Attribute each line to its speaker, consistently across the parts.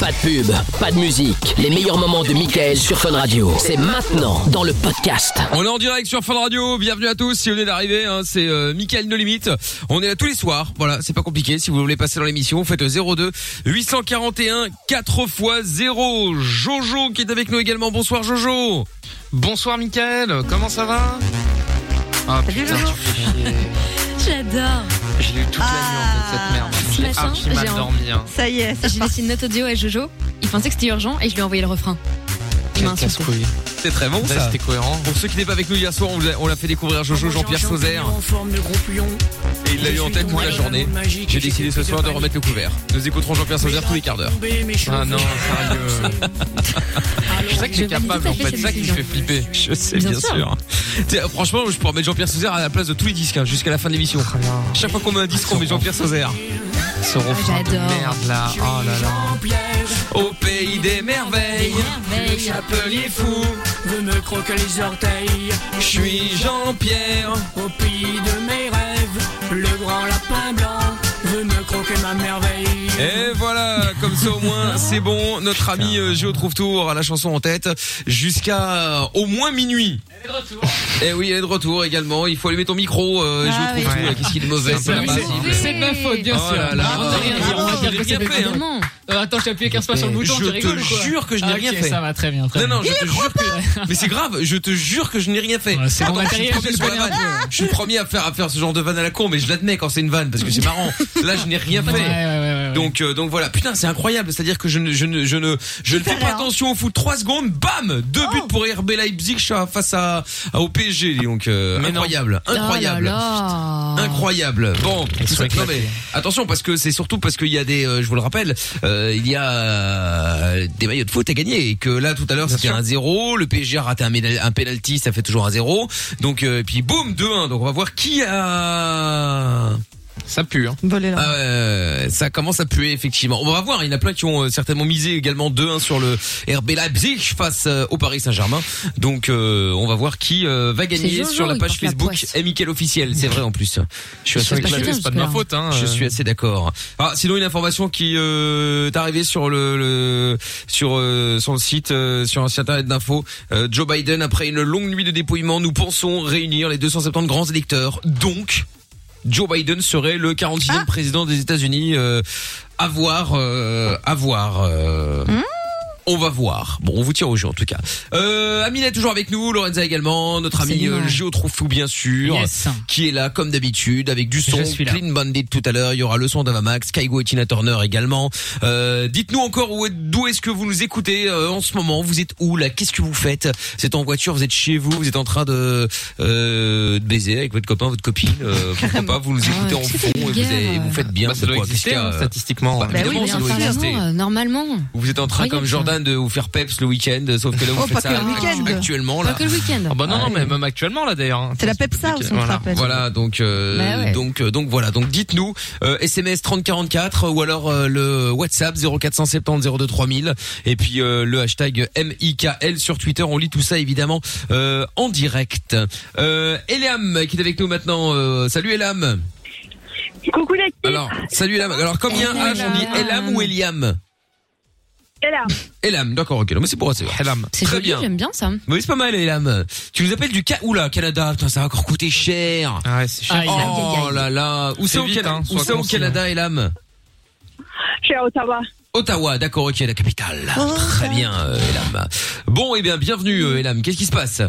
Speaker 1: Pas de pub, pas de musique. Les meilleurs moments de Michael sur Fun Radio. C'est maintenant dans le podcast.
Speaker 2: On est en direct sur Fun Radio. Bienvenue à tous. Si vous venez d'arriver, hein, c'est euh, Mickaël No Limite. On est là tous les soirs. Voilà, c'est pas compliqué. Si vous voulez passer dans l'émission, vous faites 02 841 4 x 0. Jojo qui est avec nous également. Bonsoir Jojo.
Speaker 3: Bonsoir Mickaël. Comment ça va Ah putain,
Speaker 4: Bonjour. J'adore.
Speaker 3: j'ai eu toute la nuit en fait cette
Speaker 4: Ah, Ce
Speaker 3: merde. J'ai
Speaker 4: matin,
Speaker 3: archi mal
Speaker 4: j'ai en-
Speaker 3: dormi. Hein.
Speaker 5: Ça y est, c'est
Speaker 4: J'ai laissé une note audio à Jojo. Il pensait que c'était urgent et je lui ai envoyé le refrain. Il m'a insulté.
Speaker 3: Casse-couille.
Speaker 2: C'est très bon
Speaker 3: Là
Speaker 2: ça.
Speaker 3: Bah, c'était cohérent.
Speaker 2: Pour ceux qui n'étaient pas avec nous hier soir, on l'a- on l'a fait découvrir
Speaker 4: Ah,
Speaker 2: Jojo Jean-Pierre Sauzer. Et il l'a eu en tête toute la journée. J'ai décidé ce soir de remettre le couvert. Nous écouterons Jean-Pierre Sauzer tous les quarts d'heure.
Speaker 3: Ah non, sérieux. Je sais que
Speaker 4: Je
Speaker 3: t'es
Speaker 4: valide
Speaker 3: capable
Speaker 4: tout à
Speaker 3: en
Speaker 4: fait
Speaker 3: fait,
Speaker 4: cette
Speaker 3: c'est ça qui me
Speaker 4: décision.
Speaker 3: fait flipper.
Speaker 2: Je sais,
Speaker 4: Bien sûr.
Speaker 2: Tiens, franchement, je pourrais mettre Jean-Pierre Sauzère à la place de tous les disques hein, jusqu'à la fin de l'émission.
Speaker 4: Oh
Speaker 2: Chaque fois qu'on met un disque, on met Jean-Pierre Sauzère.
Speaker 3: Ce refrain de
Speaker 4: Ah, j'adore.
Speaker 3: merde là. Oh là là.
Speaker 2: Au pays des merveilles, le chapelier fou,
Speaker 6: Veux me croquer les orteils
Speaker 2: je suis Jean-Pierre.
Speaker 6: au pays de mes rêves. Le grand lapin blanc veut me croquer ma merveille.
Speaker 2: Et voilà, comme ça au moins c'est bon. Notre ami euh, Gio trouve tour à la chanson en tête jusqu'à euh, au moins minuit. Et oui, elle est de retour également. Il faut allumer ton micro. Euh, Gio
Speaker 5: Ah oui.
Speaker 2: Trouve-Tout,
Speaker 3: Ouais.
Speaker 2: là, Qu'est-ce qu'il est mauvais
Speaker 3: C'est un peu-
Speaker 2: pas
Speaker 3: c'est-
Speaker 2: possible.
Speaker 7: C'est de ma faute, bien
Speaker 2: Ah Oh
Speaker 7: sûr.
Speaker 2: là là.
Speaker 7: Ah, on n'a rien dit, on va dire que c'est
Speaker 2: Bien fait, hein.
Speaker 4: Évidemment.
Speaker 7: Euh, attends, je t'ai appuyé 15 fois sur le bouton,
Speaker 2: Eh, Je
Speaker 7: tu rigoles
Speaker 2: te
Speaker 7: ou quoi
Speaker 2: jure que je n'ai
Speaker 7: Ah,
Speaker 2: rien
Speaker 7: ok,
Speaker 2: fait.
Speaker 7: Ça va très bien, très
Speaker 2: Non,
Speaker 7: bien.
Speaker 2: non, je te jure
Speaker 4: hein.
Speaker 2: que. Mais c'est grave, je te jure que je n'ai rien fait.
Speaker 7: Ouais, c'est mon
Speaker 2: Attends, je suis
Speaker 7: matériel,
Speaker 2: le premier
Speaker 7: je
Speaker 2: sur la
Speaker 7: connais un
Speaker 2: vanne. Je suis le premier à faire, à faire ce genre de vanne à la con, mais je l'admets quand c'est une vanne parce que c'est marrant. Là, je n'ai rien
Speaker 7: Ouais, ouais,
Speaker 2: fait.
Speaker 7: ouais, ouais.
Speaker 2: Donc, euh, donc voilà. Putain, c'est incroyable. C'est-à-dire que je ne, je ne, je ne, je ne fais pas
Speaker 5: rien.
Speaker 2: attention au foot. Trois secondes, bam, deux
Speaker 4: Oh.
Speaker 2: buts pour RB Leipzig cha- face à, à au PSG. Donc euh, incroyable, incroyable.
Speaker 4: Oh là là.
Speaker 2: Incroyable. Bon,
Speaker 3: sont
Speaker 2: non,
Speaker 3: éclatés.
Speaker 2: mais attention parce que c'est surtout parce qu'il y a des, euh, je vous le rappelle, euh, il y a euh, des maillots de foot à gagner et que là tout à l'heure c'était un 0 le PSG a raté un, ménal- un penalty, ça fait toujours un 0 Donc euh, et puis boum 2-1. Donc on va voir qui a.
Speaker 3: Ça pue. Hein.
Speaker 5: volé là.
Speaker 2: Ah, euh, ça commence à puer effectivement. On va voir, il y en a plein qui ont euh, certainement misé également 2-1 sur le RB Leipzig face euh, au Paris Saint-Germain. Donc euh, on va voir qui euh, va gagner
Speaker 4: Jojo,
Speaker 2: sur la
Speaker 4: il
Speaker 2: page
Speaker 4: porte la
Speaker 2: Facebook
Speaker 4: poisse.
Speaker 2: et Mickaël officiel. C'est vrai en plus. Je suis assez
Speaker 4: C'est pas
Speaker 2: d'accord.
Speaker 4: éclaté,
Speaker 3: C'est pas de ma faute. Hein.
Speaker 2: Je suis assez d'accord. Ah, sinon une information qui euh, est arrivée sur le, le- sur euh, sur le site euh, sur un site internet d'info. Euh, Joe Biden après une longue nuit de dépouillement, nous pensons réunir les 270 grands électeurs. Donc Joe Biden serait le 46e président des États-Unis. Euh, à voir, euh, à voir. euh, On va voir. Bon, on vous tient au jeu en tout cas. Euh, Amina est toujours avec nous, Lorenza également, notre ami
Speaker 4: Absolument.
Speaker 2: euh, Géo Troufou bien sûr
Speaker 7: Yes.
Speaker 2: qui est là comme d'habitude avec du son
Speaker 7: Je suis là.
Speaker 2: Clean Bandit tout à l'heure il y aura le son d'Avamax Kaigo et Tina Turner également euh, dites-nous encore où est- d'où est-ce que vous nous écoutez euh, en ce moment vous êtes où là qu'est-ce que vous faites vous êtes en voiture vous êtes chez vous vous êtes en train de, euh, de baiser avec votre copain votre copine euh, pourquoi pas vous nous écoutez
Speaker 4: Ah,
Speaker 2: en
Speaker 4: qu'est-ce que
Speaker 2: fond
Speaker 4: c'est
Speaker 2: et vous,
Speaker 4: vulgaire,
Speaker 2: avez- vous faites bien
Speaker 3: Bah, ça
Speaker 2: c'est
Speaker 3: doit
Speaker 2: quoi,
Speaker 3: exister
Speaker 2: qu'est-ce
Speaker 3: hein,
Speaker 2: qu'il y a, euh,
Speaker 3: statistiquement.
Speaker 2: bah,
Speaker 4: Bah
Speaker 2: évidemment,
Speaker 4: oui,
Speaker 2: ça
Speaker 4: bien
Speaker 2: doit exister.
Speaker 4: évidemment, euh, normalement.
Speaker 2: vous êtes en train comme
Speaker 4: Incroyable, ça.
Speaker 2: Jordan de vous faire peps le week-end sauf que là vous
Speaker 5: Oh,
Speaker 2: faites
Speaker 5: pas
Speaker 2: ça
Speaker 5: que le
Speaker 2: actu-
Speaker 5: week-end.
Speaker 2: actuellement
Speaker 4: Pas
Speaker 2: là
Speaker 4: que le week-end.
Speaker 3: Ah bah non, non, mais même actuellement là d'ailleurs. hein.
Speaker 5: C'est la
Speaker 3: Ça,
Speaker 5: Pepsa ou
Speaker 3: compliqué.
Speaker 5: son
Speaker 3: Voilà.
Speaker 5: rappelle.
Speaker 2: Voilà, donc euh,
Speaker 4: Bah ouais.
Speaker 2: donc euh, donc voilà, donc dites-nous euh, SMS 3044 ou alors euh, le WhatsApp 0470 02 3000 et puis euh, le hashtag MIKL sur Twitter, on lit tout ça évidemment euh, en direct. Euh, Eliam qui est avec nous maintenant, euh, salut Eliam.
Speaker 8: Coucou les filles.
Speaker 2: Alors, salut Eliam. Alors comme il y a un H, on dit Eliam ou Eliam
Speaker 8: Et là,
Speaker 2: Eliam, d'accord, OK. Non mais c'est pour assez. Eliam.
Speaker 4: C'est
Speaker 2: Très
Speaker 4: joli,
Speaker 2: bien.
Speaker 4: j'aime bien ça.
Speaker 2: Oui, c'est pas mal Eliam. Tu nous appelles du Ca... Oula, Canada, putain, ça va encore coûter cher.
Speaker 3: Ah ouais, c'est chiant.
Speaker 7: Aïe, aïe, aïe.
Speaker 2: Oh là là, où
Speaker 3: C'est
Speaker 2: ça au,
Speaker 3: vite,
Speaker 2: Cana-
Speaker 3: hein,
Speaker 2: où
Speaker 3: soit
Speaker 2: ça au
Speaker 3: concis,
Speaker 2: Canada, Elam
Speaker 8: je suis à Ottawa.
Speaker 2: Ottawa, d'accord, ok, la capitale.
Speaker 4: Ah.
Speaker 2: Très bien, euh, Elam. Bon, eh bien, bienvenue, euh, Elam. Qu'est-ce qui se passe
Speaker 8: Euh,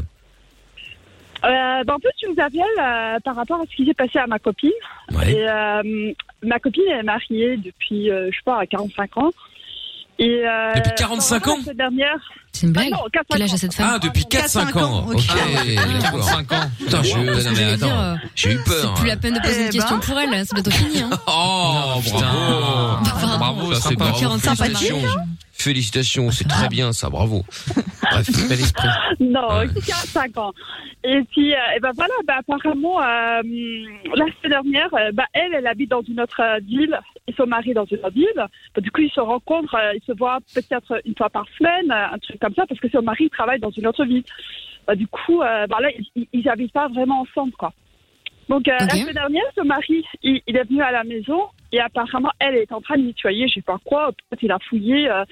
Speaker 8: ben, en fait, je vous appelle euh, par rapport à ce qui s'est passé à ma copine.
Speaker 2: Ouais.
Speaker 8: Et, euh, ma copine est mariée depuis, euh, je sais pas, 45 ans. Et, euh,
Speaker 2: Depuis 45
Speaker 8: par rapport
Speaker 2: ans
Speaker 8: à cette dernière.
Speaker 4: C'est une
Speaker 8: Ah
Speaker 4: blague
Speaker 8: non, 45
Speaker 4: Quel âge a
Speaker 8: ans.
Speaker 4: cette femme
Speaker 2: Ah, depuis 4-5 ans.
Speaker 5: ans,
Speaker 2: Ok,
Speaker 5: ok.
Speaker 2: d'accord.
Speaker 3: 45
Speaker 4: Ah.
Speaker 3: ans.
Speaker 2: Putain, je...
Speaker 4: Parce
Speaker 2: non,
Speaker 4: que
Speaker 2: mais
Speaker 4: j'allais dire,
Speaker 2: attends,
Speaker 4: euh,
Speaker 2: j'ai eu
Speaker 4: C'est
Speaker 2: peur.
Speaker 4: plus
Speaker 2: hein.
Speaker 4: la peine de poser
Speaker 5: Eh
Speaker 4: une question
Speaker 5: ben.
Speaker 4: pour elle, c'est bientôt fini. Hein.
Speaker 2: Oh, putain.
Speaker 4: Bravo.
Speaker 3: Bravo,
Speaker 2: Ça, c'est
Speaker 3: sympa.
Speaker 2: bravo.
Speaker 4: Sympathique.
Speaker 2: Félicitations. Félicitations, c'est très bien ça, bravo. Bref, bel esprit.
Speaker 8: Non,
Speaker 2: Ouais.
Speaker 8: depuis 45 ans. Et puis, euh, et ben voilà, ben, apparemment, euh, la semaine dernière, euh, ben, elle, elle habite dans une autre euh, ville et son mari dans une autre ville. Ben, du coup, ils se rencontrent, euh, ils se voient peut-être une fois par semaine, euh, un truc comme ça, parce que son mari travaille dans une autre ville. Ben, du coup, euh, ben là, ils- ils n'habitent pas vraiment ensemble, quoi. Donc, euh,
Speaker 4: Ok.
Speaker 8: la semaine dernière, ce mari, il, il est venu à la maison Et apparemment, elle est en train de nettoyer, je sais pas quoi. Peut-être il a fouillé euh,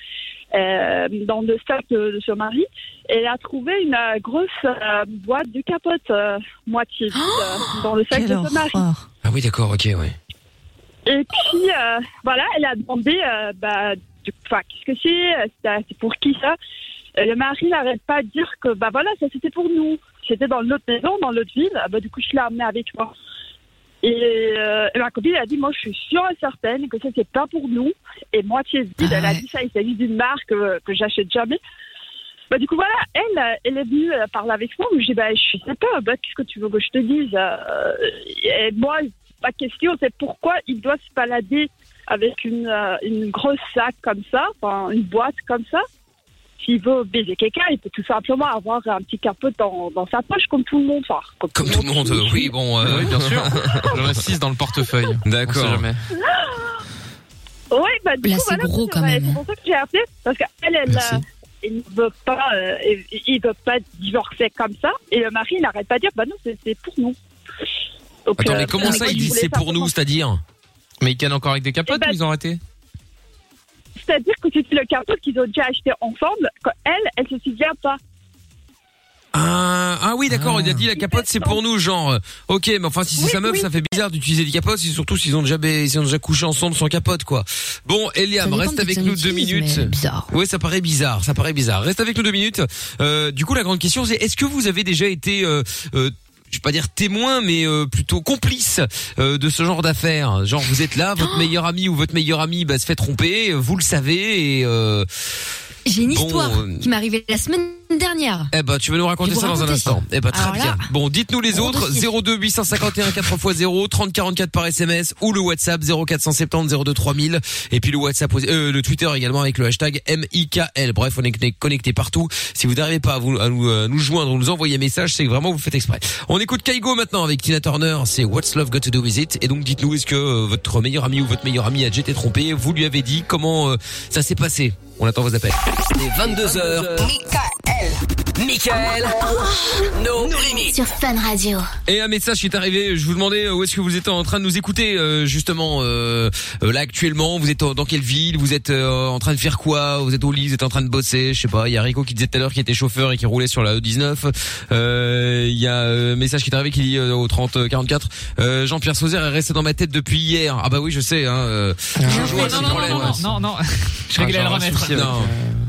Speaker 8: euh, dans le sac de, de son mari. Et elle a trouvé une euh, grosse euh, boîte de capote euh, moitié vide, euh, dans le sac de
Speaker 2: Quelle
Speaker 8: son mari.
Speaker 2: Ah oui, d'accord, ok, ouais.
Speaker 8: Et puis, euh, voilà, elle a demandé, euh, bah, du- enfin, qu'est-ce que c'est euh, c'est C'est pour qui ça Euh, Le mari n'arrête pas de dire que, bah voilà, ça c'était pour nous. C'était dans l'autre maison, dans l'autre ville. Ah, Bah, du coup, je l'ai amené avec moi. Et, euh, et ma copine a dit, moi, je suis sûre et certaine que ça, c'est pas pour nous. Et moitié vide, elle a dit ça, il s'agit d'une marque euh, que j'achète jamais. Bah, du coup, voilà, elle, euh, elle est venue euh, parler avec moi. mais Je dis, bah, je sais pas, bah, qu'est-ce que tu veux que je te dise euh, Et moi, ma question, c'est pourquoi il doit se balader avec une, euh, une grosse sac comme ça, enfin, une boîte comme ça S'il veut baiser quelqu'un, il peut tout simplement avoir un petit capot dans, dans sa poche, comme tout le monde. Enfin, comme
Speaker 2: Comme tout le monde, euh, oui, bon. Oui, bien sûr.
Speaker 3: J'en ai 6 dans le portefeuille.
Speaker 2: D'accord.
Speaker 8: Oui, bah, du
Speaker 4: Là,
Speaker 8: coup,
Speaker 4: c'est
Speaker 8: voilà,
Speaker 4: gros,
Speaker 8: c'est-
Speaker 4: quand même.
Speaker 8: C'est pour ça que j'ai appelé, parce qu'elle, elle,
Speaker 3: Merci.
Speaker 8: euh, il ne veut pas, euh, il- il veut pas divorcer comme ça, et le mari il n'arrête pas de dire, bah non, c'est c'est pour nous. Donc,
Speaker 2: Attends,
Speaker 8: euh,
Speaker 2: mais comment
Speaker 8: moi,
Speaker 2: ça,
Speaker 8: je
Speaker 2: il dit
Speaker 8: voulais
Speaker 2: c'est pour
Speaker 8: simplement-
Speaker 2: nous, c'est-à-dire
Speaker 3: Mais ils cannent encore avec des capotes
Speaker 8: Eh ben-
Speaker 3: ou ils ont arrêté
Speaker 8: C'est-à-dire que c'était le capot qu'ils ont déjà acheté ensemble, quand elle, elle se souvient pas.
Speaker 2: ah, ah oui, d'accord, il a dit la capote, c'est pour nous, genre. euh, Ok, mais enfin, si c'est
Speaker 8: Oui,
Speaker 2: sa meuf,
Speaker 8: oui.
Speaker 2: ça fait bizarre d'utiliser des capotes, et surtout s'ils ont déjà, ba- s'ils ont déjà couché ensemble sans capote, quoi. Bon, Eliam,
Speaker 4: dépend
Speaker 2: reste
Speaker 4: de
Speaker 2: avec
Speaker 4: qui
Speaker 2: nous deux
Speaker 4: utilise,
Speaker 2: minutes.
Speaker 4: mais Bizarre.
Speaker 2: Oui, ça paraît bizarre, ça paraît bizarre. Reste avec nous deux minutes. Euh, du coup, la grande question, c'est est-ce que vous avez déjà été, euh, euh, je vais pas dire témoin, mais euh, plutôt complice euh, de ce genre d'affaires Genre, vous êtes là, votre meilleur ami ou votre meilleure amie bah, se fait tromper, vous le savez, et... Euh,
Speaker 4: J'ai une
Speaker 2: Bon,
Speaker 4: histoire
Speaker 2: euh,
Speaker 4: qui m'est arrivée la semaine dernière.
Speaker 2: eh ben, tu vas nous raconter
Speaker 4: Je vais
Speaker 2: ça
Speaker 4: vous
Speaker 2: dans un
Speaker 4: raconter ça.
Speaker 2: instant. Eh ben, très
Speaker 4: Alors
Speaker 2: bien.
Speaker 4: là-
Speaker 2: Bon, dites-nous les
Speaker 4: Bon,
Speaker 2: autres.
Speaker 4: dossier.
Speaker 2: 02 851 4x0, 30 44 par SMS ou le WhatsApp 0470 02 3000. Et puis le WhatsApp, aussi- euh, le Twitter également avec le hashtag MIKL. Bref, on est connect- connecté partout. Si vous n'arrivez pas à, vous, à nous, euh, nous joindre ou nous envoyer un message, c'est que vraiment vous faites exprès. On écoute Kaigo maintenant avec Tina Turner. C'est What's Love Got to Do With It. Et donc, dites-nous, est-ce que euh, votre meilleur ami ou votre meilleure amie a déjà été trompé? Vous lui avez dit comment euh, ça s'est passé? On attend vos appels.
Speaker 1: Les 22h, Michael, No Limit.
Speaker 5: Sur Fun Radio.
Speaker 2: Et un message qui est arrivé, je vous demandais euh, où est-ce que vous êtes en train de nous écouter euh, justement euh, euh, là actuellement, vous êtes en- dans quelle ville, vous êtes euh, en train de faire quoi, vous êtes au lit, vous êtes en train de bosser, je sais pas, il y a Rico qui disait tout à l'heure qu'il était chauffeur et qui roulait sur la E19, Euh, il y a euh, un message qui est arrivé qui dit euh, au 30 44 euh, Jean-Pierre Sauzer est resté dans ma tête depuis hier. Ah bah oui, je sais hein. euh,
Speaker 3: Ah.
Speaker 2: Jojo a
Speaker 7: Non,
Speaker 2: ses
Speaker 7: non, non,
Speaker 2: problèmes.
Speaker 7: non, non,
Speaker 2: Ah,
Speaker 7: non, non. Je crois qu'il allait le remettre.
Speaker 2: Non.
Speaker 3: euh,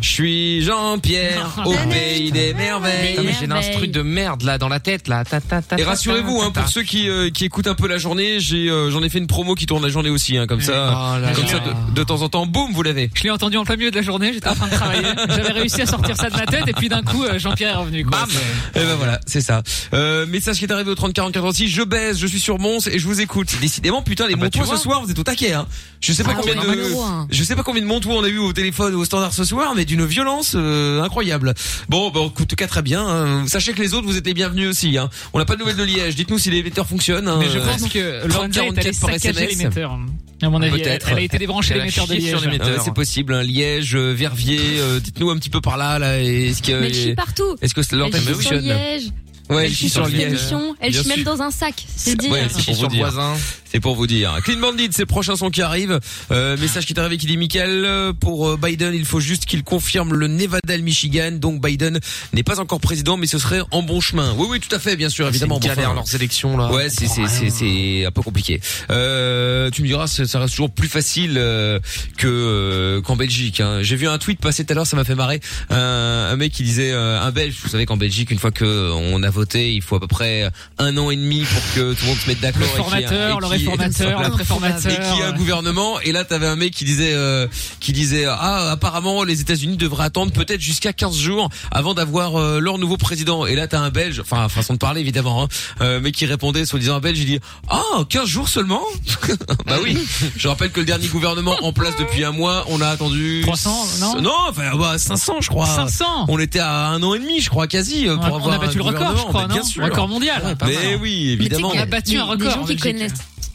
Speaker 2: Je suis Jean-Pierre au pays des merveilles.
Speaker 3: Non, mais j'ai un
Speaker 4: Merveille.
Speaker 3: truc de merde là dans la tête là. Ta, ta, ta,
Speaker 2: Et
Speaker 3: ta,
Speaker 2: rassurez-vous,
Speaker 3: ta,
Speaker 2: hein,
Speaker 3: ta.
Speaker 2: pour ceux qui, euh, qui écoutent un peu la journée, j'ai euh, j'en ai fait une promo qui tourne la journée aussi, hein, comme ça,
Speaker 3: Oh là
Speaker 2: comme
Speaker 3: là.
Speaker 2: ça de, de temps en temps, boum, vous l'avez.
Speaker 7: Je l'ai entendu en plein milieu de la journée, j'étais en train de travailler. J'avais réussi à sortir ça de ma tête et puis d'un coup, euh, Jean-Pierre est revenu. Quoi.
Speaker 2: Et ben voilà, c'est ça. Euh, message qui est arrivé au 30 40 46. Je baise, je suis sur Mons et je vous écoute. Décidément, putain,
Speaker 7: Ah
Speaker 2: les
Speaker 3: bah,
Speaker 2: Montois
Speaker 3: tu vois.
Speaker 2: ce soir, vous êtes au taquet. Hein. Je sais pas
Speaker 4: Ah,
Speaker 2: combien
Speaker 4: ouais,
Speaker 2: de,
Speaker 4: normaux, hein.
Speaker 2: je sais pas combien de Montois on a eu au téléphone au standard ce soir, mais d'une violence euh, incroyable. Bon, bah, écoute, tout cas très bien. hein. Sachez que les autres, vous êtes les bienvenus aussi. Hein. On n'a pas de nouvelles de Liège. Dites-nous si les metteurs fonctionnent. hein.
Speaker 7: Mais je
Speaker 2: Euh,
Speaker 7: pense que
Speaker 2: 30,
Speaker 7: Lorenza est
Speaker 2: 44
Speaker 7: allée
Speaker 2: par
Speaker 7: saccager
Speaker 2: SMS.
Speaker 7: l'émetteur. À mon avis, elle,
Speaker 2: Peut-être.
Speaker 7: elle a été débranchée
Speaker 3: Elle a
Speaker 7: l'émetteur de
Speaker 3: chié
Speaker 7: Liège.
Speaker 3: sur l'émetteur.
Speaker 2: Ah ouais, c'est possible, hein. Liège, euh, Verviers, euh, dites-nous un petit peu par là, là, et est-ce que,
Speaker 4: Mais elle chie partout.
Speaker 2: est-ce que
Speaker 4: Elle
Speaker 2: l'antenne
Speaker 4: chie sur
Speaker 2: fonctionne
Speaker 4: Liège.
Speaker 2: Ouais,
Speaker 4: Elle chie sur
Speaker 3: Liège.
Speaker 4: l'émission. Elle
Speaker 2: Bien
Speaker 4: chie même
Speaker 2: sûr.
Speaker 4: dans un sac. C'est dire.
Speaker 2: Ouais, c'est
Speaker 3: Chier
Speaker 2: pour vous
Speaker 3: sur le
Speaker 2: dire.
Speaker 3: voisin.
Speaker 2: C'est pour vous dire. Clean Bandit, c'est prochain son qui arrive. Euh, message qui est arrivé qui dit Michael, euh, pour euh, Biden, il faut juste qu'il confirme le Nevada et le Michigan. Donc Biden n'est pas encore président, mais ce serait en bon chemin. Oui, oui, tout à fait, bien sûr, évidemment.
Speaker 3: Ah, C'est une
Speaker 2: bon,
Speaker 3: galère
Speaker 2: enfin,
Speaker 3: leurs élections là.
Speaker 2: Ouais, c'est c'est c'est
Speaker 7: Hein.
Speaker 2: c'est un peu compliqué. Euh, tu me diras, ça ça reste toujours plus facile euh, que euh, qu'en Belgique. hein. J'ai vu un tweet passer tout à l'heure, ça m'a fait marrer. Un, un mec qui disait euh, un Belge. Vous savez qu'en Belgique, une fois que euh, on a voté, il faut à peu près un an et demi pour que tout le monde se mette d'accord.
Speaker 7: Le
Speaker 2: et qu'il y ait un-
Speaker 7: formateur,
Speaker 2: et
Speaker 7: le
Speaker 2: qu'il y ait-
Speaker 7: réformateur, le
Speaker 2: et
Speaker 7: préformateur.
Speaker 2: qu'il y a un gouvernement et là t'avais un mec qui disait euh, qui disait ah apparemment les États-Unis devraient attendre peut-être jusqu'à 15 jours avant d'avoir euh, leur nouveau président et là t'as un Belge enfin façon de parler évidemment hein, euh, mais qui répondait soi-disant un Belge il dit ah 15 jours seulement bah oui je rappelle que le dernier gouvernement en place depuis un mois on a attendu
Speaker 7: 300, non
Speaker 2: non enfin bah, 500 je crois
Speaker 7: 500
Speaker 2: on était à un an et demi je crois quasi euh,
Speaker 7: On
Speaker 2: pour
Speaker 7: a,
Speaker 2: avoir
Speaker 7: on a battu
Speaker 2: un
Speaker 7: le record, je
Speaker 2: gouvernement.
Speaker 7: crois,
Speaker 2: Bah,
Speaker 7: non
Speaker 2: bien sûr
Speaker 7: Record mondial.
Speaker 2: mais oui
Speaker 4: Mais tu sais
Speaker 2: évidemment
Speaker 4: que
Speaker 7: On a battu
Speaker 4: les-
Speaker 7: un record
Speaker 4: Les gens
Speaker 7: en
Speaker 4: qui
Speaker 7: Belgique.
Speaker 4: connaissent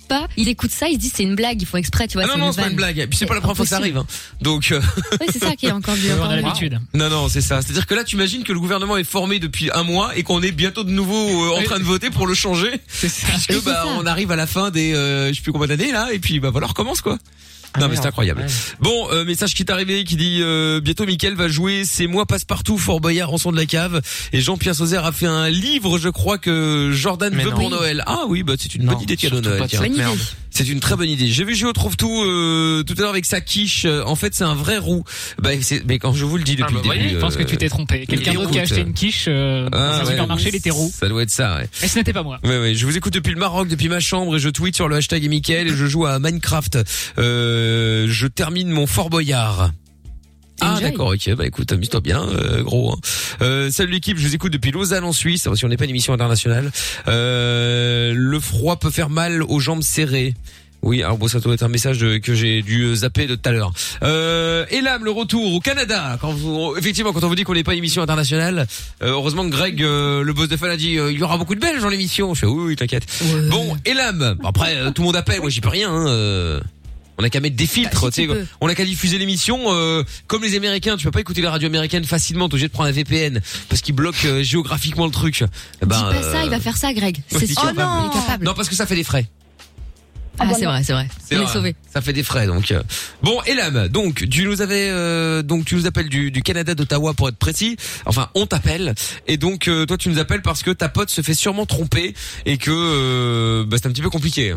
Speaker 4: pas. Il écoute ça, il se dit c'est une blague, il faut exprès, tu vois.
Speaker 2: Ah non, non, c'est pas une blague. Et puis c'est pas la première fois que ça arrive. hein. Donc, euh,
Speaker 4: Oui, c'est ça qui est encore bien.
Speaker 7: On a l'habitude.
Speaker 2: non, non, c'est ça. C'est-à-dire que là, tu imagines que le gouvernement est formé depuis un mois et qu'on est bientôt de nouveau euh, en train de voter pour le changer.
Speaker 7: C'est ça.
Speaker 2: Puisque, bah, on arrive à la fin des, euh, je sais plus combien d'années, là, et puis, bah, voilà, on recommence, quoi.
Speaker 7: Ah,
Speaker 2: non, Ah, mais c'est incroyable. Bon, euh, message qui est arrivé qui dit euh, bientôt Mickaël va jouer C'est moi passe-partout Fort Boyard en son de la cave et Jean-Pierre Sauzère a fait un livre je crois que Jordan
Speaker 3: Mais
Speaker 2: veut
Speaker 3: non.
Speaker 2: pour Noël. Ah oui, bah c'est une
Speaker 3: Non,
Speaker 2: bonne idée Tiano
Speaker 3: surtout
Speaker 2: Noël.
Speaker 3: pas de
Speaker 2: tiens.
Speaker 3: cette
Speaker 4: Bonne
Speaker 3: merde.
Speaker 4: idée.
Speaker 2: C'est une très bonne idée. J'ai vu Géo trouve tout euh, tout à l'heure avec sa quiche. Euh, En fait, c'est un vrai roux. Bah, c'est- mais quand je vous le dis depuis
Speaker 7: Ah bah,
Speaker 2: le début,
Speaker 7: voyez, je pense
Speaker 2: euh,
Speaker 7: que tu t'es trompé. Quelqu'un
Speaker 2: les
Speaker 7: d'autre qui a
Speaker 2: routes.
Speaker 7: acheté une quiche euh, dans
Speaker 2: Ah,
Speaker 7: un
Speaker 2: ouais.
Speaker 7: supermarché, il était roux.
Speaker 2: Ça doit être ça. Ouais.
Speaker 7: Et ce n'était pas moi.
Speaker 2: Ouais, ouais, je vous écoute depuis le Maroc, depuis ma chambre, et je tweet sur le hashtag et Mickaël, et je joue à Minecraft. Euh, je termine mon Fort Boyard. Ah
Speaker 4: Enjoy.
Speaker 2: d'accord, ok, bah écoute, amuse-toi bien, euh, gros. hein. Euh, salut l'équipe, je vous écoute depuis Lausanne en Suisse, si on n'est pas une émission internationale. Euh, le froid peut faire mal aux jambes serrées. Oui, alors bon, ça doit être un message de- que j'ai dû euh, zapper de tout à l'heure. Euh, et l'âme, le retour au Canada. Quand vous, effectivement, quand on vous dit qu'on n'est pas une émission internationale, euh, heureusement que Greg, euh, le boss de fan, a dit euh, il y aura beaucoup de Belges dans l'émission. Je fais oui, oui, t'inquiète. Bon, et l'âme. Après, euh, tout le monde appelle, moi j'y peux rien. hein, euh. On a qu'à mettre des filtres,
Speaker 4: Bah, si
Speaker 2: tu
Speaker 4: tu
Speaker 2: sais,
Speaker 4: peux.
Speaker 2: on a qu'à diffuser l'émission euh, comme les Américains. Tu peux pas écouter la radio américaine facilement, t'es obligé de prendre un VPN parce qu'ils bloquent euh, géographiquement le truc. Eh
Speaker 4: Dis
Speaker 2: Ben,
Speaker 4: pas ça,
Speaker 2: euh,
Speaker 4: il va faire ça, Greg.
Speaker 2: oui,
Speaker 4: C'est sûr.
Speaker 2: il est capable.
Speaker 4: Il est capable.
Speaker 2: non, parce que ça fait des frais.
Speaker 4: Ah, c'est vrai, c'est vrai.
Speaker 2: C'est
Speaker 4: On est
Speaker 2: vrai.
Speaker 4: sauvés.
Speaker 2: Ça fait des frais donc. euh. Bon, Elam, donc tu nous avais euh, donc tu nous appelles du, du Canada d'Ottawa pour être précis. Enfin, on t'appelle et donc euh, toi tu nous appelles parce que ta pote se fait sûrement tromper et que euh, bah, c'est un petit peu compliqué.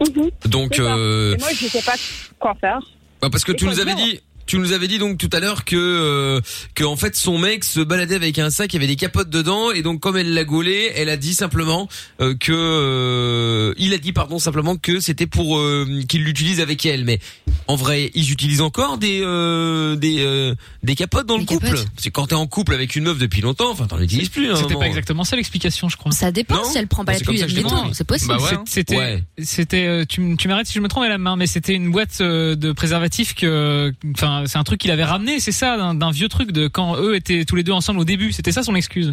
Speaker 8: Mhm.
Speaker 2: Donc
Speaker 8: C'est ça.
Speaker 2: euh,
Speaker 8: Et moi, je sais pas quoi faire.
Speaker 2: bah, parce que
Speaker 8: Et
Speaker 2: tu nous
Speaker 8: quoi
Speaker 2: avais
Speaker 8: dire
Speaker 2: dit tu nous avais dit donc tout à l'heure que euh, que en fait son mec se baladait avec un sac, il y avait des capotes dedans et donc comme elle l'a gaulé, elle a dit simplement euh, que euh, il a dit pardon simplement que c'était pour euh, qu'il l'utilise avec elle mais en vrai, ils utilisent encore des euh, des euh, des capotes dans
Speaker 4: Des
Speaker 2: le couple.
Speaker 4: capotes.
Speaker 2: C'est quand t'es en couple avec une meuf depuis longtemps, enfin t'en utilises plus. hein, à un
Speaker 7: C'était
Speaker 2: moment.
Speaker 7: pas exactement ça l'explication, je crois. Bah
Speaker 4: Ça dépend
Speaker 2: Non
Speaker 4: si elle prend pas
Speaker 2: Bah,
Speaker 4: la
Speaker 2: c'est comme
Speaker 4: pluie,
Speaker 2: ça que je
Speaker 4: elle
Speaker 2: l'ai
Speaker 4: détend.
Speaker 2: compris.
Speaker 4: C'est possible.
Speaker 7: C'est-
Speaker 2: hein.
Speaker 7: C'était,
Speaker 2: Ouais.
Speaker 7: c'était. euh, Tu, m- tu m'arrêtes si je me trompe à la main, mais c'était une boîte euh, de préservatifs que, enfin, c'est un truc qu'il avait ramené, c'est ça, d'un, d'un vieux truc de quand eux étaient tous les deux ensemble au début. C'était ça son excuse.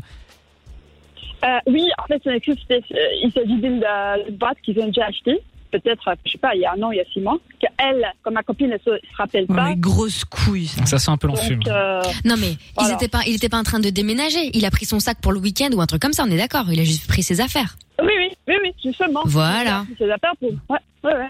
Speaker 8: Euh, oui, en fait, son excuse, c'était, euh, il s'agit d'une euh, boîte qu'ils ont déjà achetée, peut-être, euh, je sais pas, il y a un an, il y a six mois, qu'elle, comme ma copine, elle se, se rappelle pas.
Speaker 5: grosse couille.
Speaker 7: Ça sent un peu l'enfume.
Speaker 8: donc, euh,
Speaker 4: Non mais
Speaker 8: Voilà.
Speaker 4: ils étaient pas, il était pas en train de déménager. Il a pris son sac pour le week-end ou un truc comme ça. On est d'accord. Il a juste pris ses affaires.
Speaker 8: oui, oui, oui, oui, justement.
Speaker 4: Voilà.
Speaker 8: C'est la peur pour. Ouais, ouais, ouais.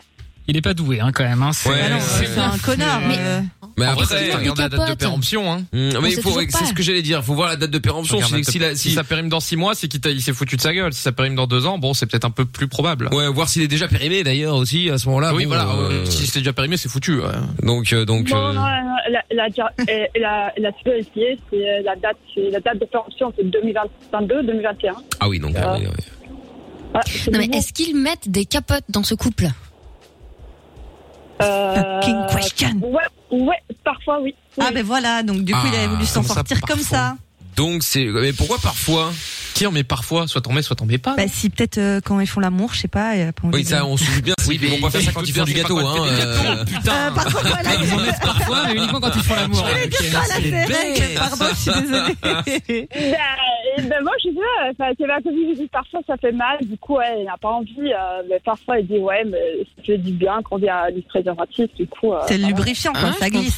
Speaker 7: Il est pas doué, hein, quand même. Hein. C'est,
Speaker 2: Ouais,
Speaker 5: Ah non,
Speaker 7: c'est-
Speaker 5: c'est un connard.
Speaker 4: Mais-
Speaker 5: euh,
Speaker 2: Mais
Speaker 3: Après,
Speaker 2: après,
Speaker 4: c'est
Speaker 3: c'est
Speaker 4: toujours des
Speaker 3: regarder la date de
Speaker 4: capotes.
Speaker 3: péremption. Hein.
Speaker 2: hum, mais
Speaker 4: sait
Speaker 2: il faut,
Speaker 4: toujours pas.
Speaker 2: c'est ce que j'allais dire. Faut voir la date de péremption.
Speaker 3: Regarde
Speaker 2: Si,
Speaker 3: la
Speaker 2: si
Speaker 3: date-
Speaker 2: la-
Speaker 3: si
Speaker 2: si-
Speaker 3: ça périme dans 6 mois, c'est qu'il t'a- il s'est foutu de sa gueule. Si ça périme dans 2 ans, bon, c'est peut-être un peu plus probable.
Speaker 2: ouais, voir s'il est déjà périmé d'ailleurs aussi à ce moment-là.
Speaker 3: oui,
Speaker 2: bon,
Speaker 3: voilà.
Speaker 2: euh,
Speaker 3: euh, Si c'était déjà périmé, c'est foutu. ouais.
Speaker 2: Donc euh, donc.
Speaker 8: Non,
Speaker 2: euh,
Speaker 8: non, non, la, la, la, la, la CESIE, c'est euh, la date, c'est la date de péremption, c'est 2022, 2021.
Speaker 2: Ah oui, donc.
Speaker 8: Euh,
Speaker 2: ah oui, oui.
Speaker 8: Voilà, c'est
Speaker 4: Non mais
Speaker 8: nouveau.
Speaker 4: est-ce qu'ils mettent des capotes dans ce couple
Speaker 8: Euh,
Speaker 5: King question.
Speaker 8: Ouais, ouais, parfois oui.
Speaker 5: Ah
Speaker 8: Oui.
Speaker 5: ben voilà, donc du coup il avait
Speaker 2: Ah,
Speaker 5: voulu s'en
Speaker 3: comme ça,
Speaker 5: sortir comme ça.
Speaker 2: Donc c'est. Mais pourquoi parfois
Speaker 3: Tiens, mais parfois, soit tombé, soit tombé pas.
Speaker 5: Bah si peut-être euh, quand ils font l'amour, je sais pas. il a pas envie
Speaker 2: Oui,
Speaker 5: de-
Speaker 2: ça, on se dit bien.
Speaker 3: Oui,
Speaker 2: Oui, mais
Speaker 3: mais
Speaker 2: on va faire ça
Speaker 3: écoute
Speaker 2: quand ils
Speaker 3: bien,
Speaker 2: font du
Speaker 3: je sais pas
Speaker 2: gâteau,
Speaker 3: quoi,
Speaker 2: hein.
Speaker 3: fais des
Speaker 2: euh,
Speaker 5: Euh, par contre, voilà,
Speaker 7: Ils en mettent parfois, mais uniquement quand ils font l'amour.
Speaker 5: j'allais dire ça, là, c'est
Speaker 2: bête.
Speaker 5: mec. Pardon, je suis désolée.
Speaker 8: Bah, et ben moi, je sais pas, enfin, c'est ma copine qui dit parfois ça fait mal, du coup, ouais, elle n'a pas envie, euh, mais parfois elle dit ouais, mais ça fait du bien quand il y a du préservatif, du coup. euh,
Speaker 5: C'est le
Speaker 8: voilà.
Speaker 5: lubrifiant, quoi, ça glisse.